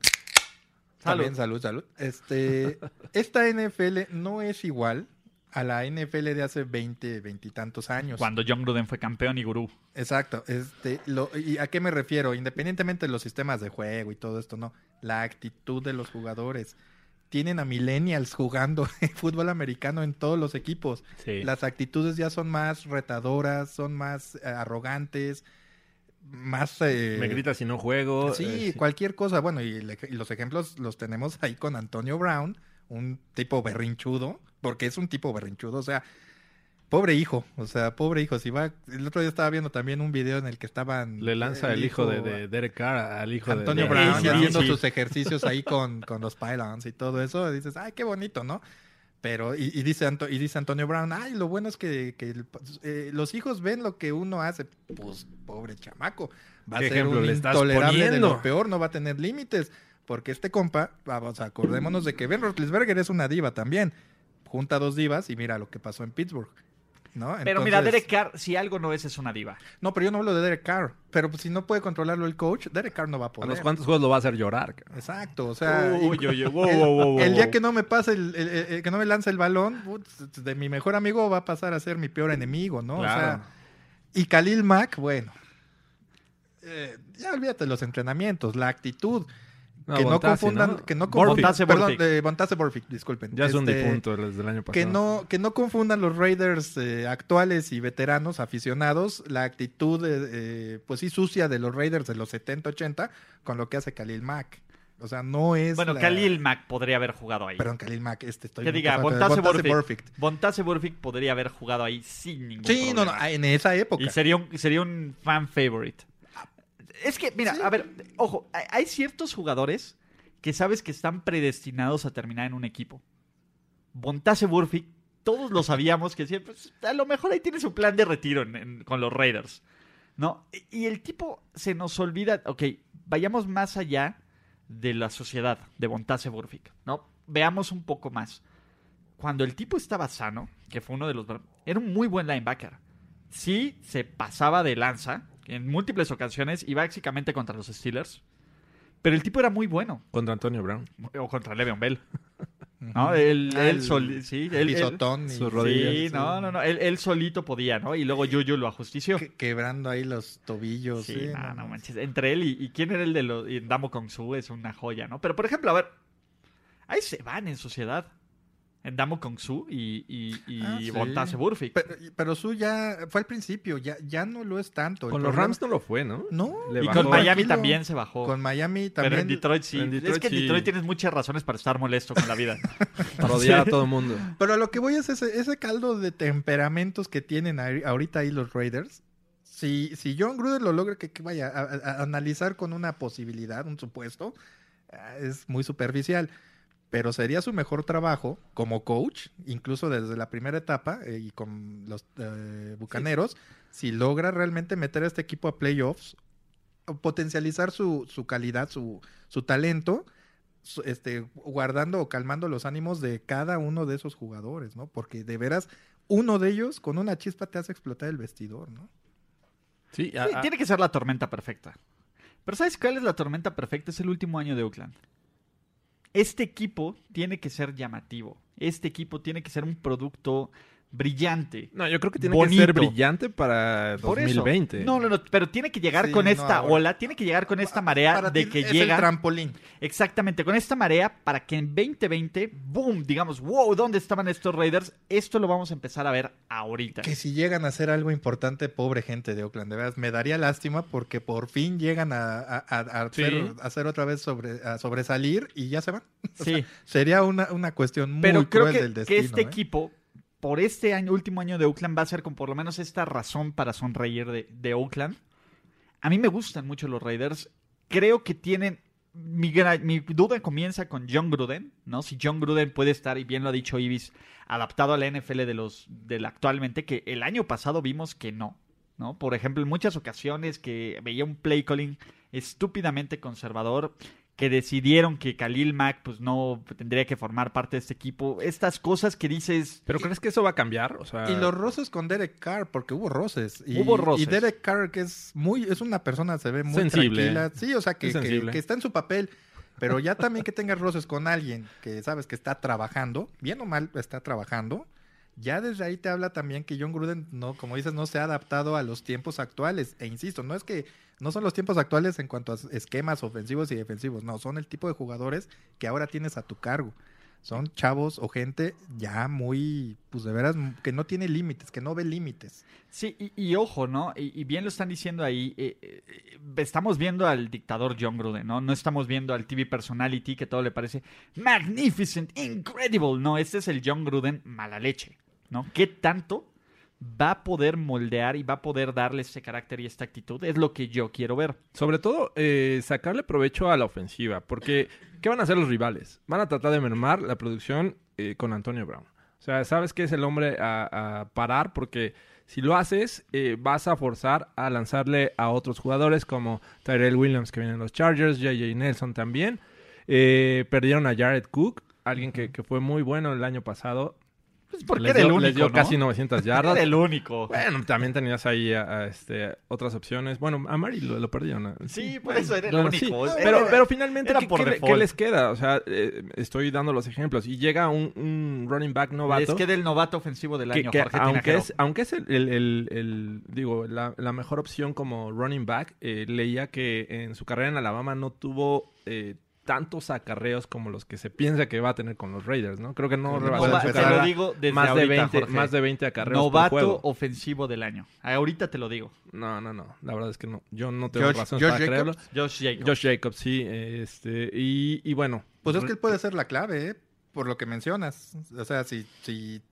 Speaker 3: También salud, salud. Este, esta NFL no es igual a la NFL de hace 20, 20 y tantos años.
Speaker 1: Cuando John Gruden fue campeón y gurú.
Speaker 3: Exacto. Este, lo, ¿Y a qué me refiero? Independientemente de los sistemas de juego y todo esto, no. La actitud de los jugadores. Tienen a millennials jugando fútbol americano en todos los equipos.
Speaker 2: Sí.
Speaker 3: Las actitudes ya son más retadoras, son más eh, arrogantes, más... eh, ah,
Speaker 2: Me grita si no juego.
Speaker 3: Sí,
Speaker 2: eh,
Speaker 3: cualquier cosa. Bueno, y, el ej- y los ejemplos los tenemos ahí con Antonio Brown, un tipo berrinchudo, porque es un tipo berrinchudo, o sea, pobre hijo, o sea, pobre hijo. Si va, el otro día estaba viendo también un video en el que estaban... eh,
Speaker 2: Le lanza el hijo de, de Derek Carr al hijo de
Speaker 3: Antonio
Speaker 2: de-
Speaker 3: Brown
Speaker 1: Sí, sí,
Speaker 3: haciendo
Speaker 1: sí.
Speaker 3: sus ejercicios ahí con, con los pylons y todo eso, dices, ay, qué bonito, ¿no? Pero, y, y dice, Anto- y dice Antonio Brown, ay, lo bueno es que, que el- eh, los hijos ven lo que uno hace. Pues, pobre chamaco. Va a
Speaker 2: ¿Qué
Speaker 3: ser
Speaker 2: ejemplo
Speaker 3: un
Speaker 2: le estás
Speaker 3: intolerable de lo
Speaker 2: poniendo?
Speaker 3: peor, no va a tener límites. Porque este compa, vamos, acordémonos de que Ben Roethlisberger es una diva también. Junta dos divas y mira lo que pasó en Pittsburgh, ¿no?
Speaker 1: Pero mira,
Speaker 3: Entonces-
Speaker 1: Derek Carr, si algo no es, es una diva.
Speaker 3: No, pero yo no hablo de Derek Carr. Pero pues, si no puede controlarlo el coach, Derek Carr no va a
Speaker 2: A
Speaker 3: poder.
Speaker 2: los cuantos juegos lo va a hacer llorar. cabrón.
Speaker 3: Exacto, o sea,
Speaker 1: Uy, uy,
Speaker 3: inc-
Speaker 1: uy, wow,
Speaker 3: el,
Speaker 1: wow, wow, wow,
Speaker 3: el
Speaker 1: wow.
Speaker 3: día que no me pase el, el- el- el que no me lance el balón, putz, de mi mejor amigo va a pasar a ser mi peor enemigo, ¿no? O
Speaker 2: Claro.
Speaker 3: sea, y Khalil Mack, bueno, eh, ya olvídate de los entrenamientos, la actitud, que no
Speaker 2: Bontasi,
Speaker 3: confundan, que no
Speaker 2: Borfield.
Speaker 3: confundan,
Speaker 1: Bontase
Speaker 3: perdón,
Speaker 1: Burfict.
Speaker 3: de Bontase Burfict, disculpen.
Speaker 2: Ya es un
Speaker 3: Este,
Speaker 2: difunto desde el año pasado.
Speaker 3: que no, que no confundan los Raiders eh, actuales y veteranos, aficionados, la actitud, eh, eh, pues sí, sucia de los Raiders de los 70, 80, con lo que hace Khalil Mack. O sea, no es.
Speaker 1: Bueno,
Speaker 3: la-
Speaker 1: Khalil Mack podría haber jugado ahí.
Speaker 3: Perdón, Khalil Mack, este estoy.
Speaker 1: que
Speaker 3: muy
Speaker 1: diga,
Speaker 3: casado,
Speaker 1: Bontase
Speaker 3: Bontase
Speaker 1: Burfict.
Speaker 3: Burfict.
Speaker 1: Bontase Burfict podría haber jugado ahí sin ningún
Speaker 3: Sí, no, no,
Speaker 1: problema.
Speaker 3: en esa época.
Speaker 1: Y sería un, sería un fan favorite. Es que, mira,
Speaker 3: Sí.
Speaker 1: a ver, ojo, hay- hay ciertos jugadores que sabes que están predestinados a terminar en un equipo. Bontase Burfi, todos lo sabíamos que siempre, pues, a lo mejor ahí tiene su plan de retiro en- en- con los Raiders. ¿No? Y y el tipo se nos olvida, ok, vayamos más allá de la sociedad de Bontase Burfic, ¿no? Veamos un poco más. Cuando el tipo estaba sano, que fue uno de los... Era un muy buen linebacker. Sí se pasaba de lanza en múltiples ocasiones y básicamente contra los Steelers. Pero el tipo era muy bueno.
Speaker 2: Contra Antonio Brown.
Speaker 1: O contra Le'Veon Bell.
Speaker 3: Ujú.
Speaker 1: ¿No? Él,
Speaker 3: Ah,
Speaker 1: él
Speaker 3: el
Speaker 1: soli- sí, él- él-
Speaker 3: Pisotón y-
Speaker 2: su
Speaker 3: sí,
Speaker 2: rodilla.
Speaker 1: Sí, no, no, no. Él, él solito podía, ¿no? Y luego Yuyu lo ajustició.
Speaker 3: que- quebrando ahí los tobillos.
Speaker 1: Sí, no, no
Speaker 3: no.
Speaker 1: manches. Entre él y, y quién era el de los. Y Damo Kong Su es una joya, ¿no? Pero por ejemplo, a ver. Ahí se van en sociedad. En Damo Kong Su y, y, y
Speaker 3: Ah, sí.
Speaker 1: Bontase Burfict.
Speaker 3: Pero, pero su ya fue al principio, ya, ya no lo es tanto. El
Speaker 2: Con los
Speaker 3: problema-
Speaker 2: Rams no lo fue, ¿no?
Speaker 3: No,
Speaker 2: Le
Speaker 1: y
Speaker 2: bajó.
Speaker 1: con Miami
Speaker 3: Tranquilo.
Speaker 1: también se bajó.
Speaker 3: con Miami
Speaker 1: Pero
Speaker 3: también.
Speaker 1: en Detroit sí.
Speaker 2: en Detroit
Speaker 1: es que en
Speaker 2: sí.
Speaker 1: Detroit tienes muchas razones para estar molesto con la vida.
Speaker 2: Rodear a todo el mundo.
Speaker 3: Pero a lo que voy es ese, ese caldo de temperamentos que tienen ahí- ahorita ahí los Raiders. Si, si John Gruden lo logra que, que vaya a, a- a analizar con una posibilidad, un supuesto, ah, es muy superficial. Pero sería su mejor trabajo como coach, incluso desde la primera etapa eh, y con los eh, bucaneros, si logra realmente meter a este equipo a playoffs, o potencializar su, su calidad, su, su talento este, guardando o calmando los ánimos de cada uno de esos jugadores, ¿no? Porque de veras, uno de ellos con una chispa te hace explotar el vestidor, ¿no?
Speaker 2: Sí,
Speaker 1: Sí, Tiene que ser la tormenta perfecta. Ah, Pero ¿sabes cuál es la tormenta perfecta? Es el último año de Oakland. Este equipo tiene que ser llamativo. Este equipo tiene que ser un producto brillante.
Speaker 2: No, yo creo que tiene
Speaker 1: Bonito.
Speaker 2: que ser brillante para
Speaker 1: Por eso.
Speaker 2: 2020.
Speaker 1: No, no, no, pero tiene que llegar
Speaker 3: Sí,
Speaker 1: con
Speaker 3: no,
Speaker 1: esta
Speaker 3: ahora.
Speaker 1: ola, tiene que llegar con esta marea
Speaker 3: Para
Speaker 1: de
Speaker 3: ti
Speaker 1: que
Speaker 3: es
Speaker 1: llega.
Speaker 3: el trampolín.
Speaker 1: Exactamente, con esta marea para que en 2020, boom, digamos, wow, ¿dónde estaban estos Raiders? Esto lo vamos a empezar a ver ahorita.
Speaker 3: Que si llegan a hacer algo importante, pobre gente de Oakland, de verdad, me daría lástima porque por fin llegan a, a- a- a
Speaker 2: Sí.
Speaker 3: hacer, a hacer otra vez sobre, a sobresalir y ya se van.
Speaker 1: Sí,
Speaker 3: Sería una, una cuestión muy
Speaker 1: pero creo
Speaker 3: cruel
Speaker 1: que,
Speaker 3: del
Speaker 1: que
Speaker 3: destino.
Speaker 1: este
Speaker 3: ¿eh?
Speaker 1: equipo, por este año, último año de Oakland, va a ser con por lo menos esta razón para sonreír de, de Oakland. A mí me gustan mucho los Raiders. Creo que tienen... Mi, gra- mi duda comienza con John Gruden, ¿no? Si John Gruden puede estar, y bien lo ha dicho Ibis, adaptado a la NFL de los, del actualmente, que el año pasado vimos que no, ¿no? Por ejemplo, en muchas ocasiones que veía un play calling estúpidamente conservador, que decidieron que Khalil Mack pues no tendría que formar parte de este equipo. Estas cosas que dices,
Speaker 2: Pero crees que eso va a cambiar? O sea,
Speaker 3: Y los roces con Derek Carr, porque hubo roces. Y,
Speaker 1: Ah. Hubo roces.
Speaker 3: Y Derek Carr, que es muy, es una persona, se ve muy
Speaker 2: Sensible.
Speaker 3: tranquila. Sí, o sea, que,
Speaker 2: Es
Speaker 3: que-
Speaker 2: sensible.
Speaker 3: que está en su papel. Pero ya también que tengas roces con alguien que sabes que está trabajando, bien o mal está trabajando, ya desde ahí te habla también que John Gruden, no, como dices, no se ha adaptado a los tiempos actuales. E insisto, no es que no son los tiempos actuales en cuanto a esquemas ofensivos y defensivos, no, son el tipo de jugadores que ahora tienes a tu cargo. Son chavos o gente ya muy, pues de veras, que no tiene límites, que no ve límites.
Speaker 1: sí, y, y ojo, ¿no? Y, y bien lo están diciendo ahí, eh, eh, eh, estamos viendo al dictador John Gruden, ¿no? No estamos viendo al TV Personality que todo le parece magnificent, incredible, no, este es el John Gruden mala leche, ¿no? ¿Qué tanto va a poder moldear y va a poder darle ese carácter y esta actitud? Es lo que yo quiero ver.
Speaker 2: sobre todo, eh, sacarle provecho a la ofensiva. Porque, ¿qué van a hacer los rivales? Van a tratar de mermar la producción eh, con Antonio Brown. O sea, sabes que es el hombre a, a parar porque si lo haces, eh, vas a forzar a lanzarle a otros jugadores como Tyrell Williams que vienen los Chargers, JJ Nelson también. Eh, perdieron a Jared Cook, alguien que, que fue muy bueno el año pasado.
Speaker 1: Pues porque
Speaker 2: Les
Speaker 1: era el
Speaker 2: dio-
Speaker 1: único,
Speaker 2: les dio
Speaker 1: ¿no?
Speaker 2: casi 900 yardas.
Speaker 1: Era el único.
Speaker 2: Bueno, también tenías ahí a- a, este, otras opciones. Bueno, a Mari lo, lo perdieron. ¿no?
Speaker 1: Sí, por eso era el
Speaker 2: Bueno,
Speaker 1: único.
Speaker 2: sí.
Speaker 1: Era-
Speaker 2: Pero, pero finalmente,
Speaker 1: era
Speaker 2: ¿qué,
Speaker 1: por
Speaker 2: qué le-
Speaker 1: default.
Speaker 2: qué les queda? O sea, eh, estoy dando los ejemplos. Y llega un, un running back novato.
Speaker 1: Es que del novato ofensivo del
Speaker 2: que-
Speaker 1: año,
Speaker 2: que
Speaker 1: Jorge
Speaker 2: aunque
Speaker 1: Tinajero.
Speaker 2: es, aunque es el, el- el- el- digo, la, la mejor opción como running back, eh, leía que en su carrera en Alabama no tuvo eh, tantos acarreos como los que se piensa que va a tener con los Raiders, ¿no? Creo que no
Speaker 3: Como
Speaker 2: rebasó
Speaker 3: va-
Speaker 2: en su
Speaker 1: Nova- te
Speaker 3: empezar
Speaker 1: lo
Speaker 2: carrera
Speaker 1: digo desde
Speaker 2: más, de
Speaker 1: ahorita,
Speaker 2: 20,
Speaker 1: Jorge.
Speaker 2: más de 20 acarreos por
Speaker 1: Novato
Speaker 2: juego.
Speaker 1: ofensivo del año. Ahorita te lo digo.
Speaker 2: No, no, no. La verdad es que no. Yo no tengo
Speaker 3: Josh-
Speaker 2: razones
Speaker 3: Josh
Speaker 2: para
Speaker 3: Jacobs.
Speaker 2: creerlo.
Speaker 1: Josh Jacobs.
Speaker 2: Josh Jacobs, sí. eh, Este, y, y bueno.
Speaker 3: Pues es que él puede ser la clave, ¿eh? por lo que mencionas. O sea, si, si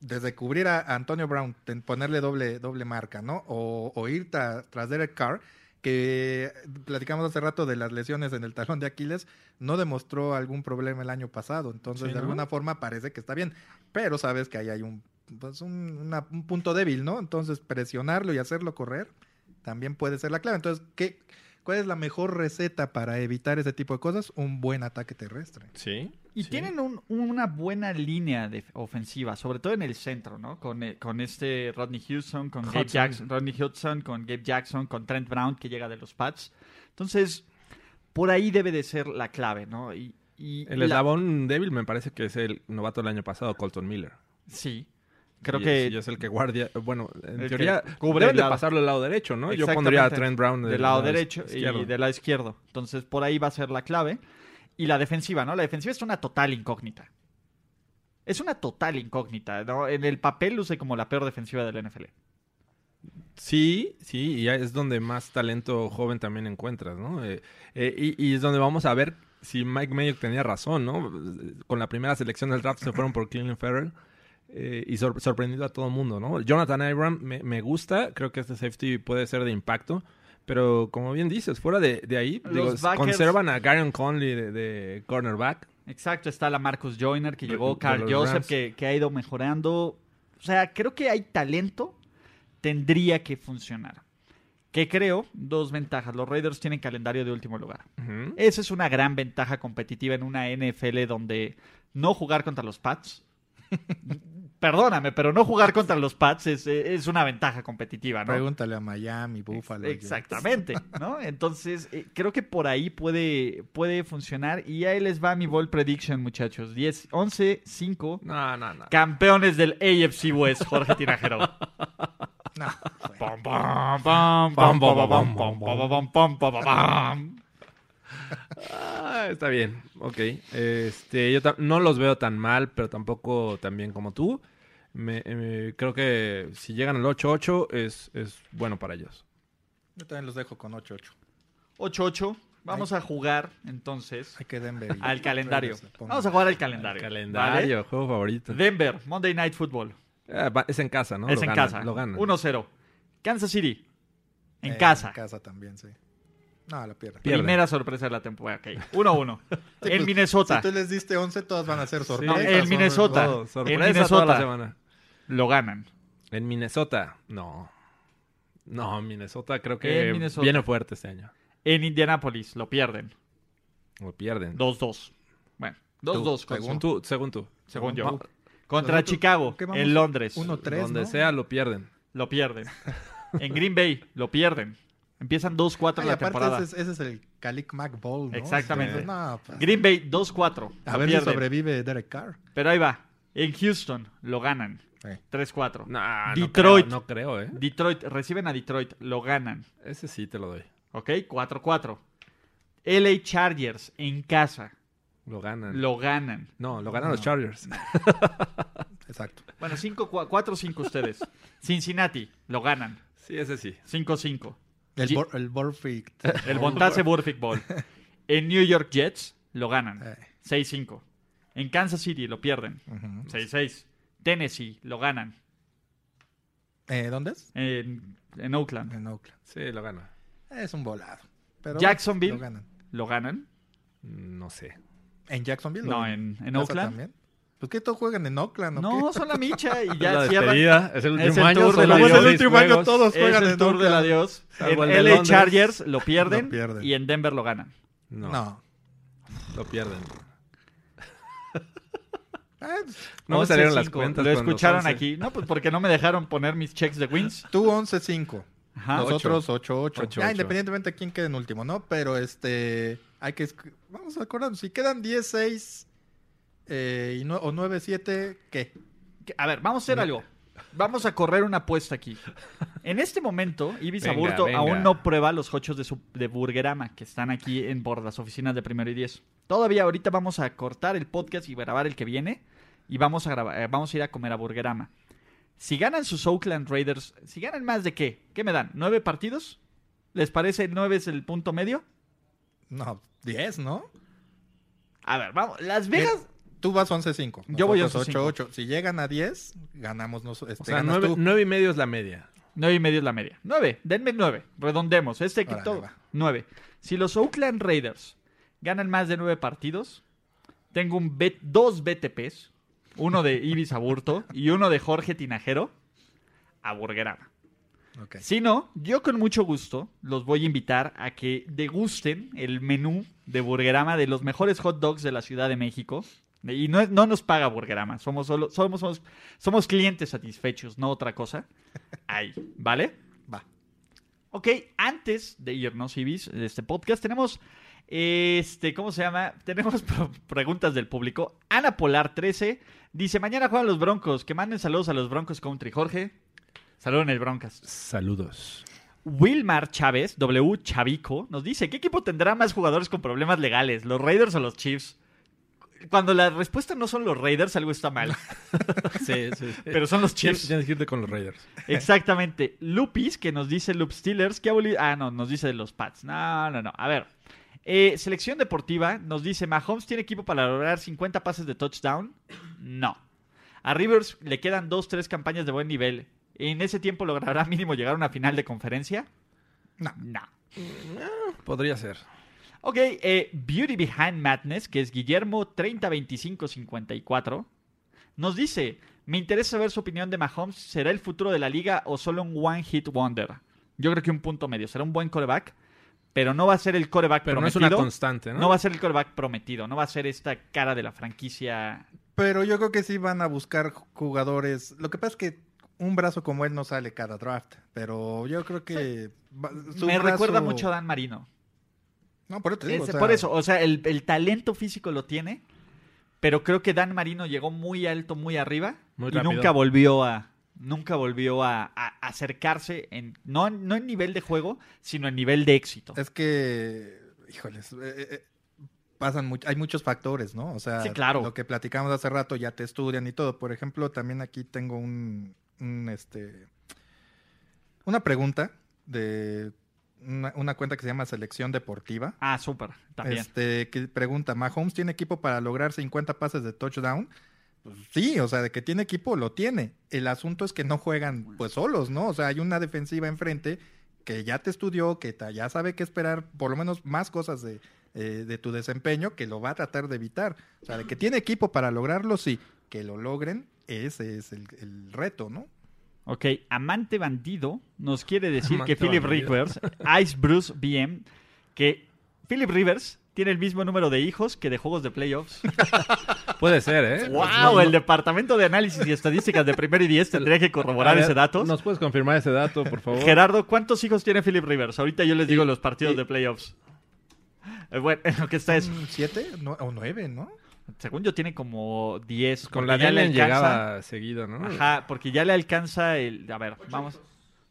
Speaker 3: desde cubrir a Antonio Brown, ten- ponerle doble, doble marca, ¿no? O, o ir tra- tras Derek Carr, que platicamos hace rato de las lesiones en el talón de Aquiles, no demostró algún problema el año pasado.
Speaker 2: Sí,
Speaker 3: Entonces, de
Speaker 2: ¿no?
Speaker 3: alguna forma parece que está bien. Pero sabes que ahí hay un, pues, un, una- un punto débil, ¿no? Entonces, presionarlo y hacerlo correr también puede ser la clave. Entonces, ¿qué, ¿cuál es la mejor receta para evitar ese tipo de cosas? Un buen ataque terrestre.
Speaker 2: Sí.
Speaker 1: Y
Speaker 2: sí.
Speaker 1: tienen un- una buena línea de ofensiva, sobre todo en el centro, ¿no? Con, eh, con este Rodney Houston, con Gabe
Speaker 2: Hudson.
Speaker 1: Jackson, Rodney Hudson, con Gabe Jackson, con Trent Brown que llega de los Pats. Entonces, por ahí debe de ser la clave, ¿no? Y, y
Speaker 2: El
Speaker 1: la-
Speaker 2: eslabón débil me parece que es el novato del año pasado, Colton Miller.
Speaker 1: Sí. Creo
Speaker 2: Y
Speaker 1: que
Speaker 2: es, y es el que guardia. Bueno, en
Speaker 1: El
Speaker 2: teoría.
Speaker 1: que cubre
Speaker 2: deben
Speaker 1: el
Speaker 2: de
Speaker 1: lado-
Speaker 2: pasarlo al lado derecho, ¿no? Yo pondría a
Speaker 1: Exactamente.
Speaker 2: Trent Brown
Speaker 1: del lado
Speaker 2: es-
Speaker 1: derecho
Speaker 2: izquierdo.
Speaker 1: y del lado izquierdo. Entonces, por ahí va a ser la clave. Y la defensiva, ¿no? La defensiva es una total incógnita. Es una total incógnita, ¿no? En el papel luce como la peor defensiva del NFL.
Speaker 2: Sí, sí, y ahí es donde más talento joven también encuentras, ¿no? Eh, eh, y, y es donde vamos a ver si Mike Mayock tenía razón, ¿no? Con la primera selección del draft se fueron por Cleveland Ferrell eh, y sor- sorprendido a todo el mundo, ¿no? Jonathan Abram me, me gusta, creo que este safety puede ser de impacto, pero como bien dices, fuera de, de ahí,
Speaker 1: Los
Speaker 2: digo,
Speaker 1: backers-
Speaker 2: conservan a Garen Conley de, de cornerback.
Speaker 1: Exacto, está la Marcus Joyner que llegó,
Speaker 2: de
Speaker 1: Carl
Speaker 2: los
Speaker 1: Joseph
Speaker 2: Rams.
Speaker 1: que, que ha ido mejorando. O sea, creo que hay talento, tendría que funcionar. que creo dos ventajas. Los Raiders tienen calendario de último lugar. Esa es una gran ventaja competitiva en una NFL donde no jugar contra los Pats. Perdóname, pero no jugar contra los Pats es, eh, es una ventaja competitiva, Ah, ¿no?
Speaker 3: Pregúntale a Miami, Buffalo.
Speaker 1: Exactamente, ¿no? Entonces, eh, creo que por ahí puede, puede funcionar. Y ahí les va mi ball prediction, muchachos. 10, 11, 5.
Speaker 2: No, no, no.
Speaker 1: Campeones del AFC West, Jorge Tinajero.
Speaker 3: No,
Speaker 1: Pam, pam, pam, pam, pam, pam, pam, pam, pam, pam, pam.
Speaker 2: Ah, está bien, ok. Este, yo ta- no los veo tan mal, pero tampoco tan bien como tú. Me- eh, creo que si llegan al 8-8 es, es bueno para ellos.
Speaker 3: Yo también los dejo con 8-8.
Speaker 1: 8-8. Vamos a jugar entonces
Speaker 3: Hay que Denver. y-
Speaker 1: al calendario.
Speaker 3: Raiders se pongan.
Speaker 1: Vamos a jugar al calendario.
Speaker 2: Calendario, juego favorito.
Speaker 1: ¿vale? Denver, Monday Night Football.
Speaker 2: Ah, va- es en casa, ¿no?
Speaker 1: es
Speaker 2: Lo
Speaker 1: en
Speaker 2: ganan,
Speaker 1: casa.
Speaker 2: Lo ganan.
Speaker 1: 1-0. Kansas City. En
Speaker 3: Eh,
Speaker 1: casa.
Speaker 3: En casa también, sí. No, la
Speaker 2: Pier-
Speaker 3: pierden.
Speaker 2: Pierden.
Speaker 1: Primera sorpresa de la temporada. Ok. 1-1.
Speaker 3: Sí,
Speaker 1: en
Speaker 3: pues,
Speaker 1: Minnesota.
Speaker 3: Si tú les diste 11, todas van a ser sorpresas.
Speaker 1: No, en
Speaker 3: Son-
Speaker 1: Minnesota.
Speaker 2: Todo, Oh, sorpresa
Speaker 1: En Minnesota.
Speaker 2: toda la semana.
Speaker 1: Lo ganan.
Speaker 2: En Minnesota, no. No, Minnesota creo que
Speaker 1: En Minnesota.
Speaker 2: viene fuerte este año.
Speaker 1: En Indianapolis. Lo pierden.
Speaker 2: O pierden.
Speaker 1: 2-2. Bueno. 2-2. Consu,
Speaker 3: Tú,
Speaker 2: según tú, según tú.
Speaker 1: Según yo.
Speaker 2: Va-
Speaker 1: Contra
Speaker 3: Nosotros-
Speaker 1: Chicago.
Speaker 3: ¿qué vamos?
Speaker 1: En Londres.
Speaker 3: 1-3,
Speaker 2: Donde
Speaker 3: ¿no?
Speaker 2: sea lo pierden.
Speaker 1: Lo pierden. En Green Bay, lo pierden. Empiezan 2-4
Speaker 3: Ay,
Speaker 1: la
Speaker 3: aparte
Speaker 1: temporada.
Speaker 3: Ese es, ese es el Calic Mac Bowl, ¿no?
Speaker 1: Exactamente.
Speaker 3: Entonces, no, pues,
Speaker 1: Green Bay 2-4.
Speaker 3: a
Speaker 1: lo
Speaker 3: ver si
Speaker 1: pierden.
Speaker 3: sobrevive Derek Carr.
Speaker 1: Pero ahí va. En Houston lo ganan.
Speaker 3: Eh.
Speaker 1: 3-4.
Speaker 2: Nah,
Speaker 1: Detroit.
Speaker 2: No creo, no creo, ¿eh?
Speaker 1: Detroit, reciben a Detroit, lo ganan.
Speaker 2: Ese sí te lo doy.
Speaker 1: ¿Ok? 4-4. LA Chargers en casa,
Speaker 2: Lo Ah. ganan.
Speaker 1: lo ganan.
Speaker 2: No, lo ganan los
Speaker 3: No.
Speaker 2: Chargers.
Speaker 3: Exacto.
Speaker 1: Bueno, 4-5 ustedes. Cincinnati, lo ganan.
Speaker 2: Sí, ese sí.
Speaker 1: 5-5.
Speaker 3: El,
Speaker 1: Ye-
Speaker 3: Bor- el Borfield.
Speaker 1: El Bontase Burfict Ball. En New York Jets, lo ganan.
Speaker 3: Eh.
Speaker 1: 6-5. En Kansas City, lo pierden.
Speaker 3: Ujú.
Speaker 1: 6-6. Tennessee, lo ganan.
Speaker 3: Eh, ¿Dónde es?
Speaker 1: En, en Oakland,
Speaker 3: En Oakland.
Speaker 2: Sí, lo gana.
Speaker 3: Es un volado. Pero
Speaker 1: Jacksonville.
Speaker 3: lo ganan.
Speaker 1: lo ganan.
Speaker 2: No sé.
Speaker 3: ¿En Jacksonville? o
Speaker 1: No, en, en
Speaker 3: casa
Speaker 1: Oakland.
Speaker 3: También? Pues que todos juegan en Oakland, ¿o
Speaker 1: No,
Speaker 3: qué?
Speaker 1: son la micha y
Speaker 2: Es la
Speaker 1: ya cierran.
Speaker 2: despedida, Es el último
Speaker 1: Es el
Speaker 2: año.
Speaker 1: tour
Speaker 2: solo
Speaker 1: del
Speaker 2: hay
Speaker 1: adiós.
Speaker 2: seis
Speaker 3: El último año
Speaker 2: juegos.
Speaker 3: todos.
Speaker 1: Es
Speaker 3: juegan
Speaker 1: el
Speaker 3: en
Speaker 1: tour del
Speaker 3: Oakland.
Speaker 1: adiós. En
Speaker 2: Salvo el de
Speaker 1: LA
Speaker 2: Londres.
Speaker 1: Chargers lo pierden,
Speaker 3: Lo pierden.
Speaker 1: y en Denver lo ganan.
Speaker 2: No,
Speaker 3: No.
Speaker 2: lo pierden.
Speaker 3: Ah,
Speaker 2: No me salieron las
Speaker 1: 11-5.
Speaker 2: cuentas.
Speaker 1: Lo
Speaker 2: con los
Speaker 1: escucharon
Speaker 2: 11.
Speaker 1: aquí. No, pues porque no me dejaron poner mis checks de wins.
Speaker 3: tú 11-5.
Speaker 1: Ajá.
Speaker 2: Los-
Speaker 3: Nosotros 8-8.
Speaker 2: Ocho,
Speaker 3: Ya,
Speaker 2: ocho.
Speaker 3: independientemente de quién quede en último, ¿no? Pero este. Hay que. esc- Vamos a acordarnos. Si quedan 10-6 eh, y nue- o 9-7, ¿qué?
Speaker 1: A ver, vamos a hacer algo. Vamos a correr una apuesta aquí. En este momento, Ibis
Speaker 2: Venga,
Speaker 1: Aburto
Speaker 2: venga.
Speaker 1: aún no prueba los hochos de, su- de Burgerama que están aquí en por las oficinas de Primero y Diez. Todavía ahorita vamos a cortar el podcast y grabar el que viene y vamos a grabar, eh, vamos a ir a comer a Burgerama. Si ganan sus Oakland Raiders, si ganan más de qué, ¿qué me dan? ¿Nueve partidos? ¿Les parece nueve es el punto medio?
Speaker 3: No, 10, ¿no?
Speaker 1: A ver, vamos. Las Vegas.
Speaker 3: Tú vas 11-5.
Speaker 1: Yo voy
Speaker 3: nosotros
Speaker 1: 11-5.
Speaker 3: 8-8. Si llegan a 10, ganamos este, nosotros.
Speaker 2: O sea, nueve, nueve y medio es la media.
Speaker 1: Nueve y medio es la media. Nueve, denme nueve. Redondemos. Este
Speaker 3: Órale,
Speaker 1: cripto,
Speaker 3: va.
Speaker 1: nueve. Si los Oakland Raiders ganan más de nueve partidos, tengo un bet, dos BTPs. Uno de Ibis Aburto y uno de Jorge Tinajero a Burgerama. Si no, yo con mucho gusto los voy a invitar a que degusten el menú de Burgerama de los mejores hot dogs de la Ciudad de México. Y no, es- no nos paga Burgerama, somos, solo, somos, somos, somos clientes satisfechos, no otra cosa. Ahí, ¿vale?
Speaker 3: Va.
Speaker 1: Ok, antes de irnos, Ibis, de este podcast, tenemos, este, ¿cómo se llama? Tenemos pro- preguntas del público. Ana Polar 13 dice, mañana juegan los Broncos, que manden saludos a los Broncos Country. Jorge, saluden el Broncas.
Speaker 2: Saludos.
Speaker 1: Wilmar Chávez, W Chavico, nos dice, ¿qué equipo tendrá más jugadores con problemas legales, los Raiders o los Chiefs? Cuando la respuesta no son los Raiders, algo está mal,
Speaker 2: Sí, sí.
Speaker 1: pero son los
Speaker 2: Tienes
Speaker 1: Chiefs.
Speaker 2: tienes que irte con los Raiders.
Speaker 1: Exactamente. Lupis, que nos dice Loop Steelers, que aboli- Ah, no, nos dice de los Pats. No, no, no. A ver. Eh, selección deportiva nos dice, ¿Mahomes tiene equipo para lograr 50 pases de touchdown? No. A Rivers le quedan 2, 3 campañas de buen nivel. ¿En ese tiempo logrará mínimo llegar a una final de conferencia?
Speaker 3: No.
Speaker 1: No.
Speaker 2: Podría ser.
Speaker 1: Ok, eh, Beauty Behind Madness, que es Guillermo 302554, nos dice, me interesa saber su opinión de Mahomes, ¿será el futuro de la liga o solo un One Hit Wonder? Yo creo que un punto medio. Será un buen coreback, pero no va a ser el coreback
Speaker 2: Pero
Speaker 1: prometido.
Speaker 2: no es una constante, ¿no?
Speaker 1: No va a ser el coreback prometido. No va a ser esta cara de la franquicia.
Speaker 3: Pero yo creo que sí van a buscar jugadores. Lo que pasa es que un brazo como él no sale cada draft. Pero yo creo que. va- su
Speaker 1: Me
Speaker 3: brazo-
Speaker 1: recuerda mucho a Dan Marino.
Speaker 3: No, por eso te digo,
Speaker 1: Ese-
Speaker 3: o sea,
Speaker 1: por eso, o sea, el, el talento físico lo tiene, pero creo que Dan Marino llegó muy alto, muy arriba
Speaker 2: Muy
Speaker 1: y
Speaker 2: rápido.
Speaker 1: nunca volvió a nunca volvió a, a acercarse en no en- no en nivel de juego, sino en nivel de éxito.
Speaker 3: Es que. Híjoles. eh, eh, eh, pasan much- hay muchos factores, ¿no? O sea,
Speaker 1: Sí, claro.
Speaker 3: lo que platicamos hace rato ya te estudian y todo. Por ejemplo, también aquí tengo un. un, este, una pregunta de una- una cuenta que se llama Selección Deportiva.
Speaker 1: Ah, súper, también.
Speaker 3: Este, que pregunta, ¿Mahomes tiene equipo para lograr 50 pases de touchdown? Pues sí, o sea, de que tiene equipo, lo tiene. El asunto es que no juegan pues solos, ¿no? O sea, hay una defensiva enfrente que ya te estudió, que ta- ya sabe qué esperar, por lo menos más cosas de, eh, de tu desempeño, que lo va a tratar de evitar. O sea, de que tiene equipo para lograrlo, sí. Que lo logren, ese es el, el reto, ¿no?
Speaker 1: Ok, Amante Bandido nos quiere decir que
Speaker 2: Amante
Speaker 1: Philip
Speaker 2: Bandido.
Speaker 1: Rivers, Ice Bruce BM, que Philip Rivers tiene el mismo número de hijos que de juegos de playoffs.
Speaker 2: Puede ser, ¿eh?
Speaker 1: ¡Wow! El Departamento de Análisis y Estadísticas de Primero y Diez tendría que
Speaker 2: A
Speaker 1: corroborar
Speaker 2: ver,
Speaker 1: ese dato.
Speaker 2: ¿Nos puedes confirmar ese dato, por favor?
Speaker 1: Gerardo, ¿cuántos hijos tiene Philip Rivers? Ahorita yo les digo los partidos de playoffs. Eh, Bueno, en lo que está es,
Speaker 3: Mm, ¿Siete No- o nueve, no?
Speaker 1: según yo tiene como 10. porque
Speaker 2: Con la
Speaker 1: ya le
Speaker 2: Allen
Speaker 1: alcanza-
Speaker 2: llegaba seguido, ¿no?
Speaker 1: Ajá, porque ya le alcanza el... A ver, vamos.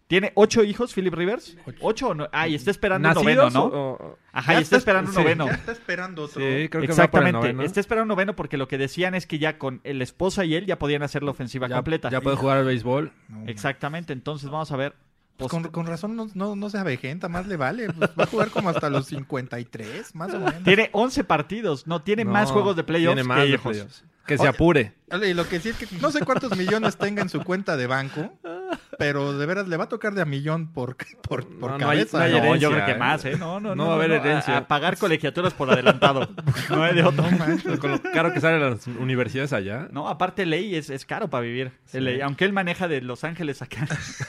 Speaker 1: ¿Tiene ocho hijos Philip Rivers? ¿Ocho o no? Ah, y está esperando un noveno,
Speaker 2: ¿Nacidos
Speaker 1: ¿no?
Speaker 2: o- o-
Speaker 1: Ajá,
Speaker 2: ya
Speaker 1: y está
Speaker 2: estás-
Speaker 1: esperando un
Speaker 2: sí,
Speaker 1: noveno.
Speaker 3: Ya está esperando otro.
Speaker 2: Sí, creo que va por el
Speaker 1: Exactamente,
Speaker 2: noveno.
Speaker 1: está esperando un noveno porque lo que decían es que ya con la esposa y él ya podían hacer la ofensiva
Speaker 2: ya,
Speaker 1: completa.
Speaker 2: Ya puede jugar al béisbol.
Speaker 3: No,
Speaker 1: Exactamente, entonces vamos a ver.
Speaker 3: Pues con, con razón no, no, no se avejenta, más le vale. pues va a jugar como hasta los 53, más o menos.
Speaker 1: Tiene 11 partidos, no, tiene
Speaker 2: No,
Speaker 1: más juegos de playoffs
Speaker 2: tiene más
Speaker 1: que
Speaker 2: de
Speaker 1: hijos.
Speaker 2: playoffs. Que se
Speaker 3: Oye,
Speaker 2: apure.
Speaker 3: Oye, Y lo que sí es que no sé cuántos millones tenga en su cuenta de banco, pero de veras le va a tocar de a millón por, por, por
Speaker 2: No, no hay-
Speaker 3: cabeza.
Speaker 2: no hay
Speaker 1: No,
Speaker 2: herencia,
Speaker 1: yo creo que
Speaker 2: ¿eh?
Speaker 1: más, ¿eh? No, no, no.
Speaker 2: No va a haber
Speaker 1: no,
Speaker 2: herencia.
Speaker 1: A, a pagar colegiaturas por adelantado. No hay de otro.
Speaker 3: No manches.
Speaker 2: Con lo caro que salen las universidades allá.
Speaker 1: No, aparte ley es, es caro para vivir.
Speaker 2: Sí.
Speaker 1: LA, aunque él maneja de Los Ángeles acá.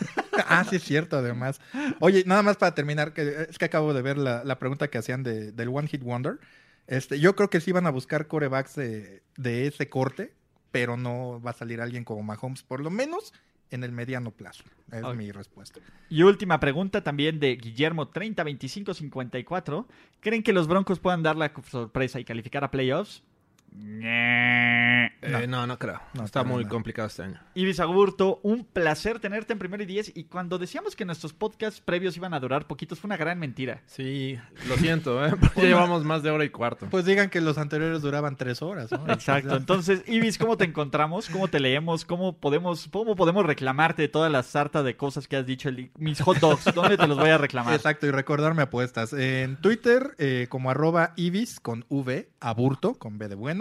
Speaker 3: Ah, sí, es cierto, además. Oye, nada más para terminar, que es que acabo de ver la, la pregunta que hacían de, del One Hit Wonder. Este, yo creo que sí van a buscar corebacks de, de ese corte, pero no va a salir alguien como Mahomes, por lo menos en el mediano plazo. Es
Speaker 1: Ok.
Speaker 3: mi respuesta.
Speaker 1: Y última pregunta también de Guillermo 30 25 54. ¿Creen que los Broncos puedan dar la sorpresa y calificar a playoffs? Ñe.
Speaker 2: Eh, no, no creo.
Speaker 3: No,
Speaker 2: Está
Speaker 3: para
Speaker 2: muy
Speaker 3: nada.
Speaker 2: complicado este año.
Speaker 1: Ibis Agurto, un placer tenerte en Primero y Diez. Y cuando decíamos que nuestros podcasts previos iban a durar poquitos, fue una gran mentira.
Speaker 2: Sí, lo siento, ¿eh? Porque ya llevamos más de hora y cuarto.
Speaker 3: Pues digan que los anteriores duraban tres horas, ¿no?
Speaker 1: Exacto. Entonces, Ibis, ¿cómo te encontramos? ¿Cómo te leemos? ¿Cómo podemos, cómo podemos reclamarte de toda la sarta de cosas que has dicho? El- Mis hot dogs, ¿dónde te los voy a reclamar?
Speaker 3: Exacto, y recordarme apuestas. En Twitter, eh, como arroba Ibis con V, Aburto, con B de bueno.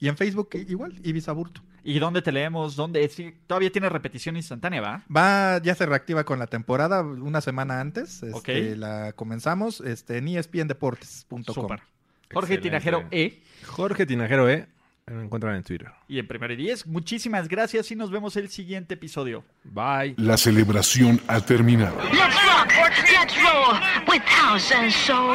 Speaker 3: Y en Facebook, i- igual, Ibis Aburto.
Speaker 1: ¿Y dónde te leemos? ¿Dónde? Sí, todavía tiene repetición instantánea, ¿va?
Speaker 3: Va, ya se reactiva con la temporada una semana antes. Este,
Speaker 1: Ok.
Speaker 3: La comenzamos este, en espndeportes.com.
Speaker 1: Súper. Jorge
Speaker 2: Excelente.
Speaker 1: Tinajero E.
Speaker 2: Jorge Tinajero, ¿eh? Me encuentran en Twitter.
Speaker 1: Y en Primero y Diez, muchísimas gracias y nos vemos el siguiente episodio.
Speaker 2: Bye.
Speaker 5: La celebración ha terminado.
Speaker 4: Let's rock, let's roll with house and soul.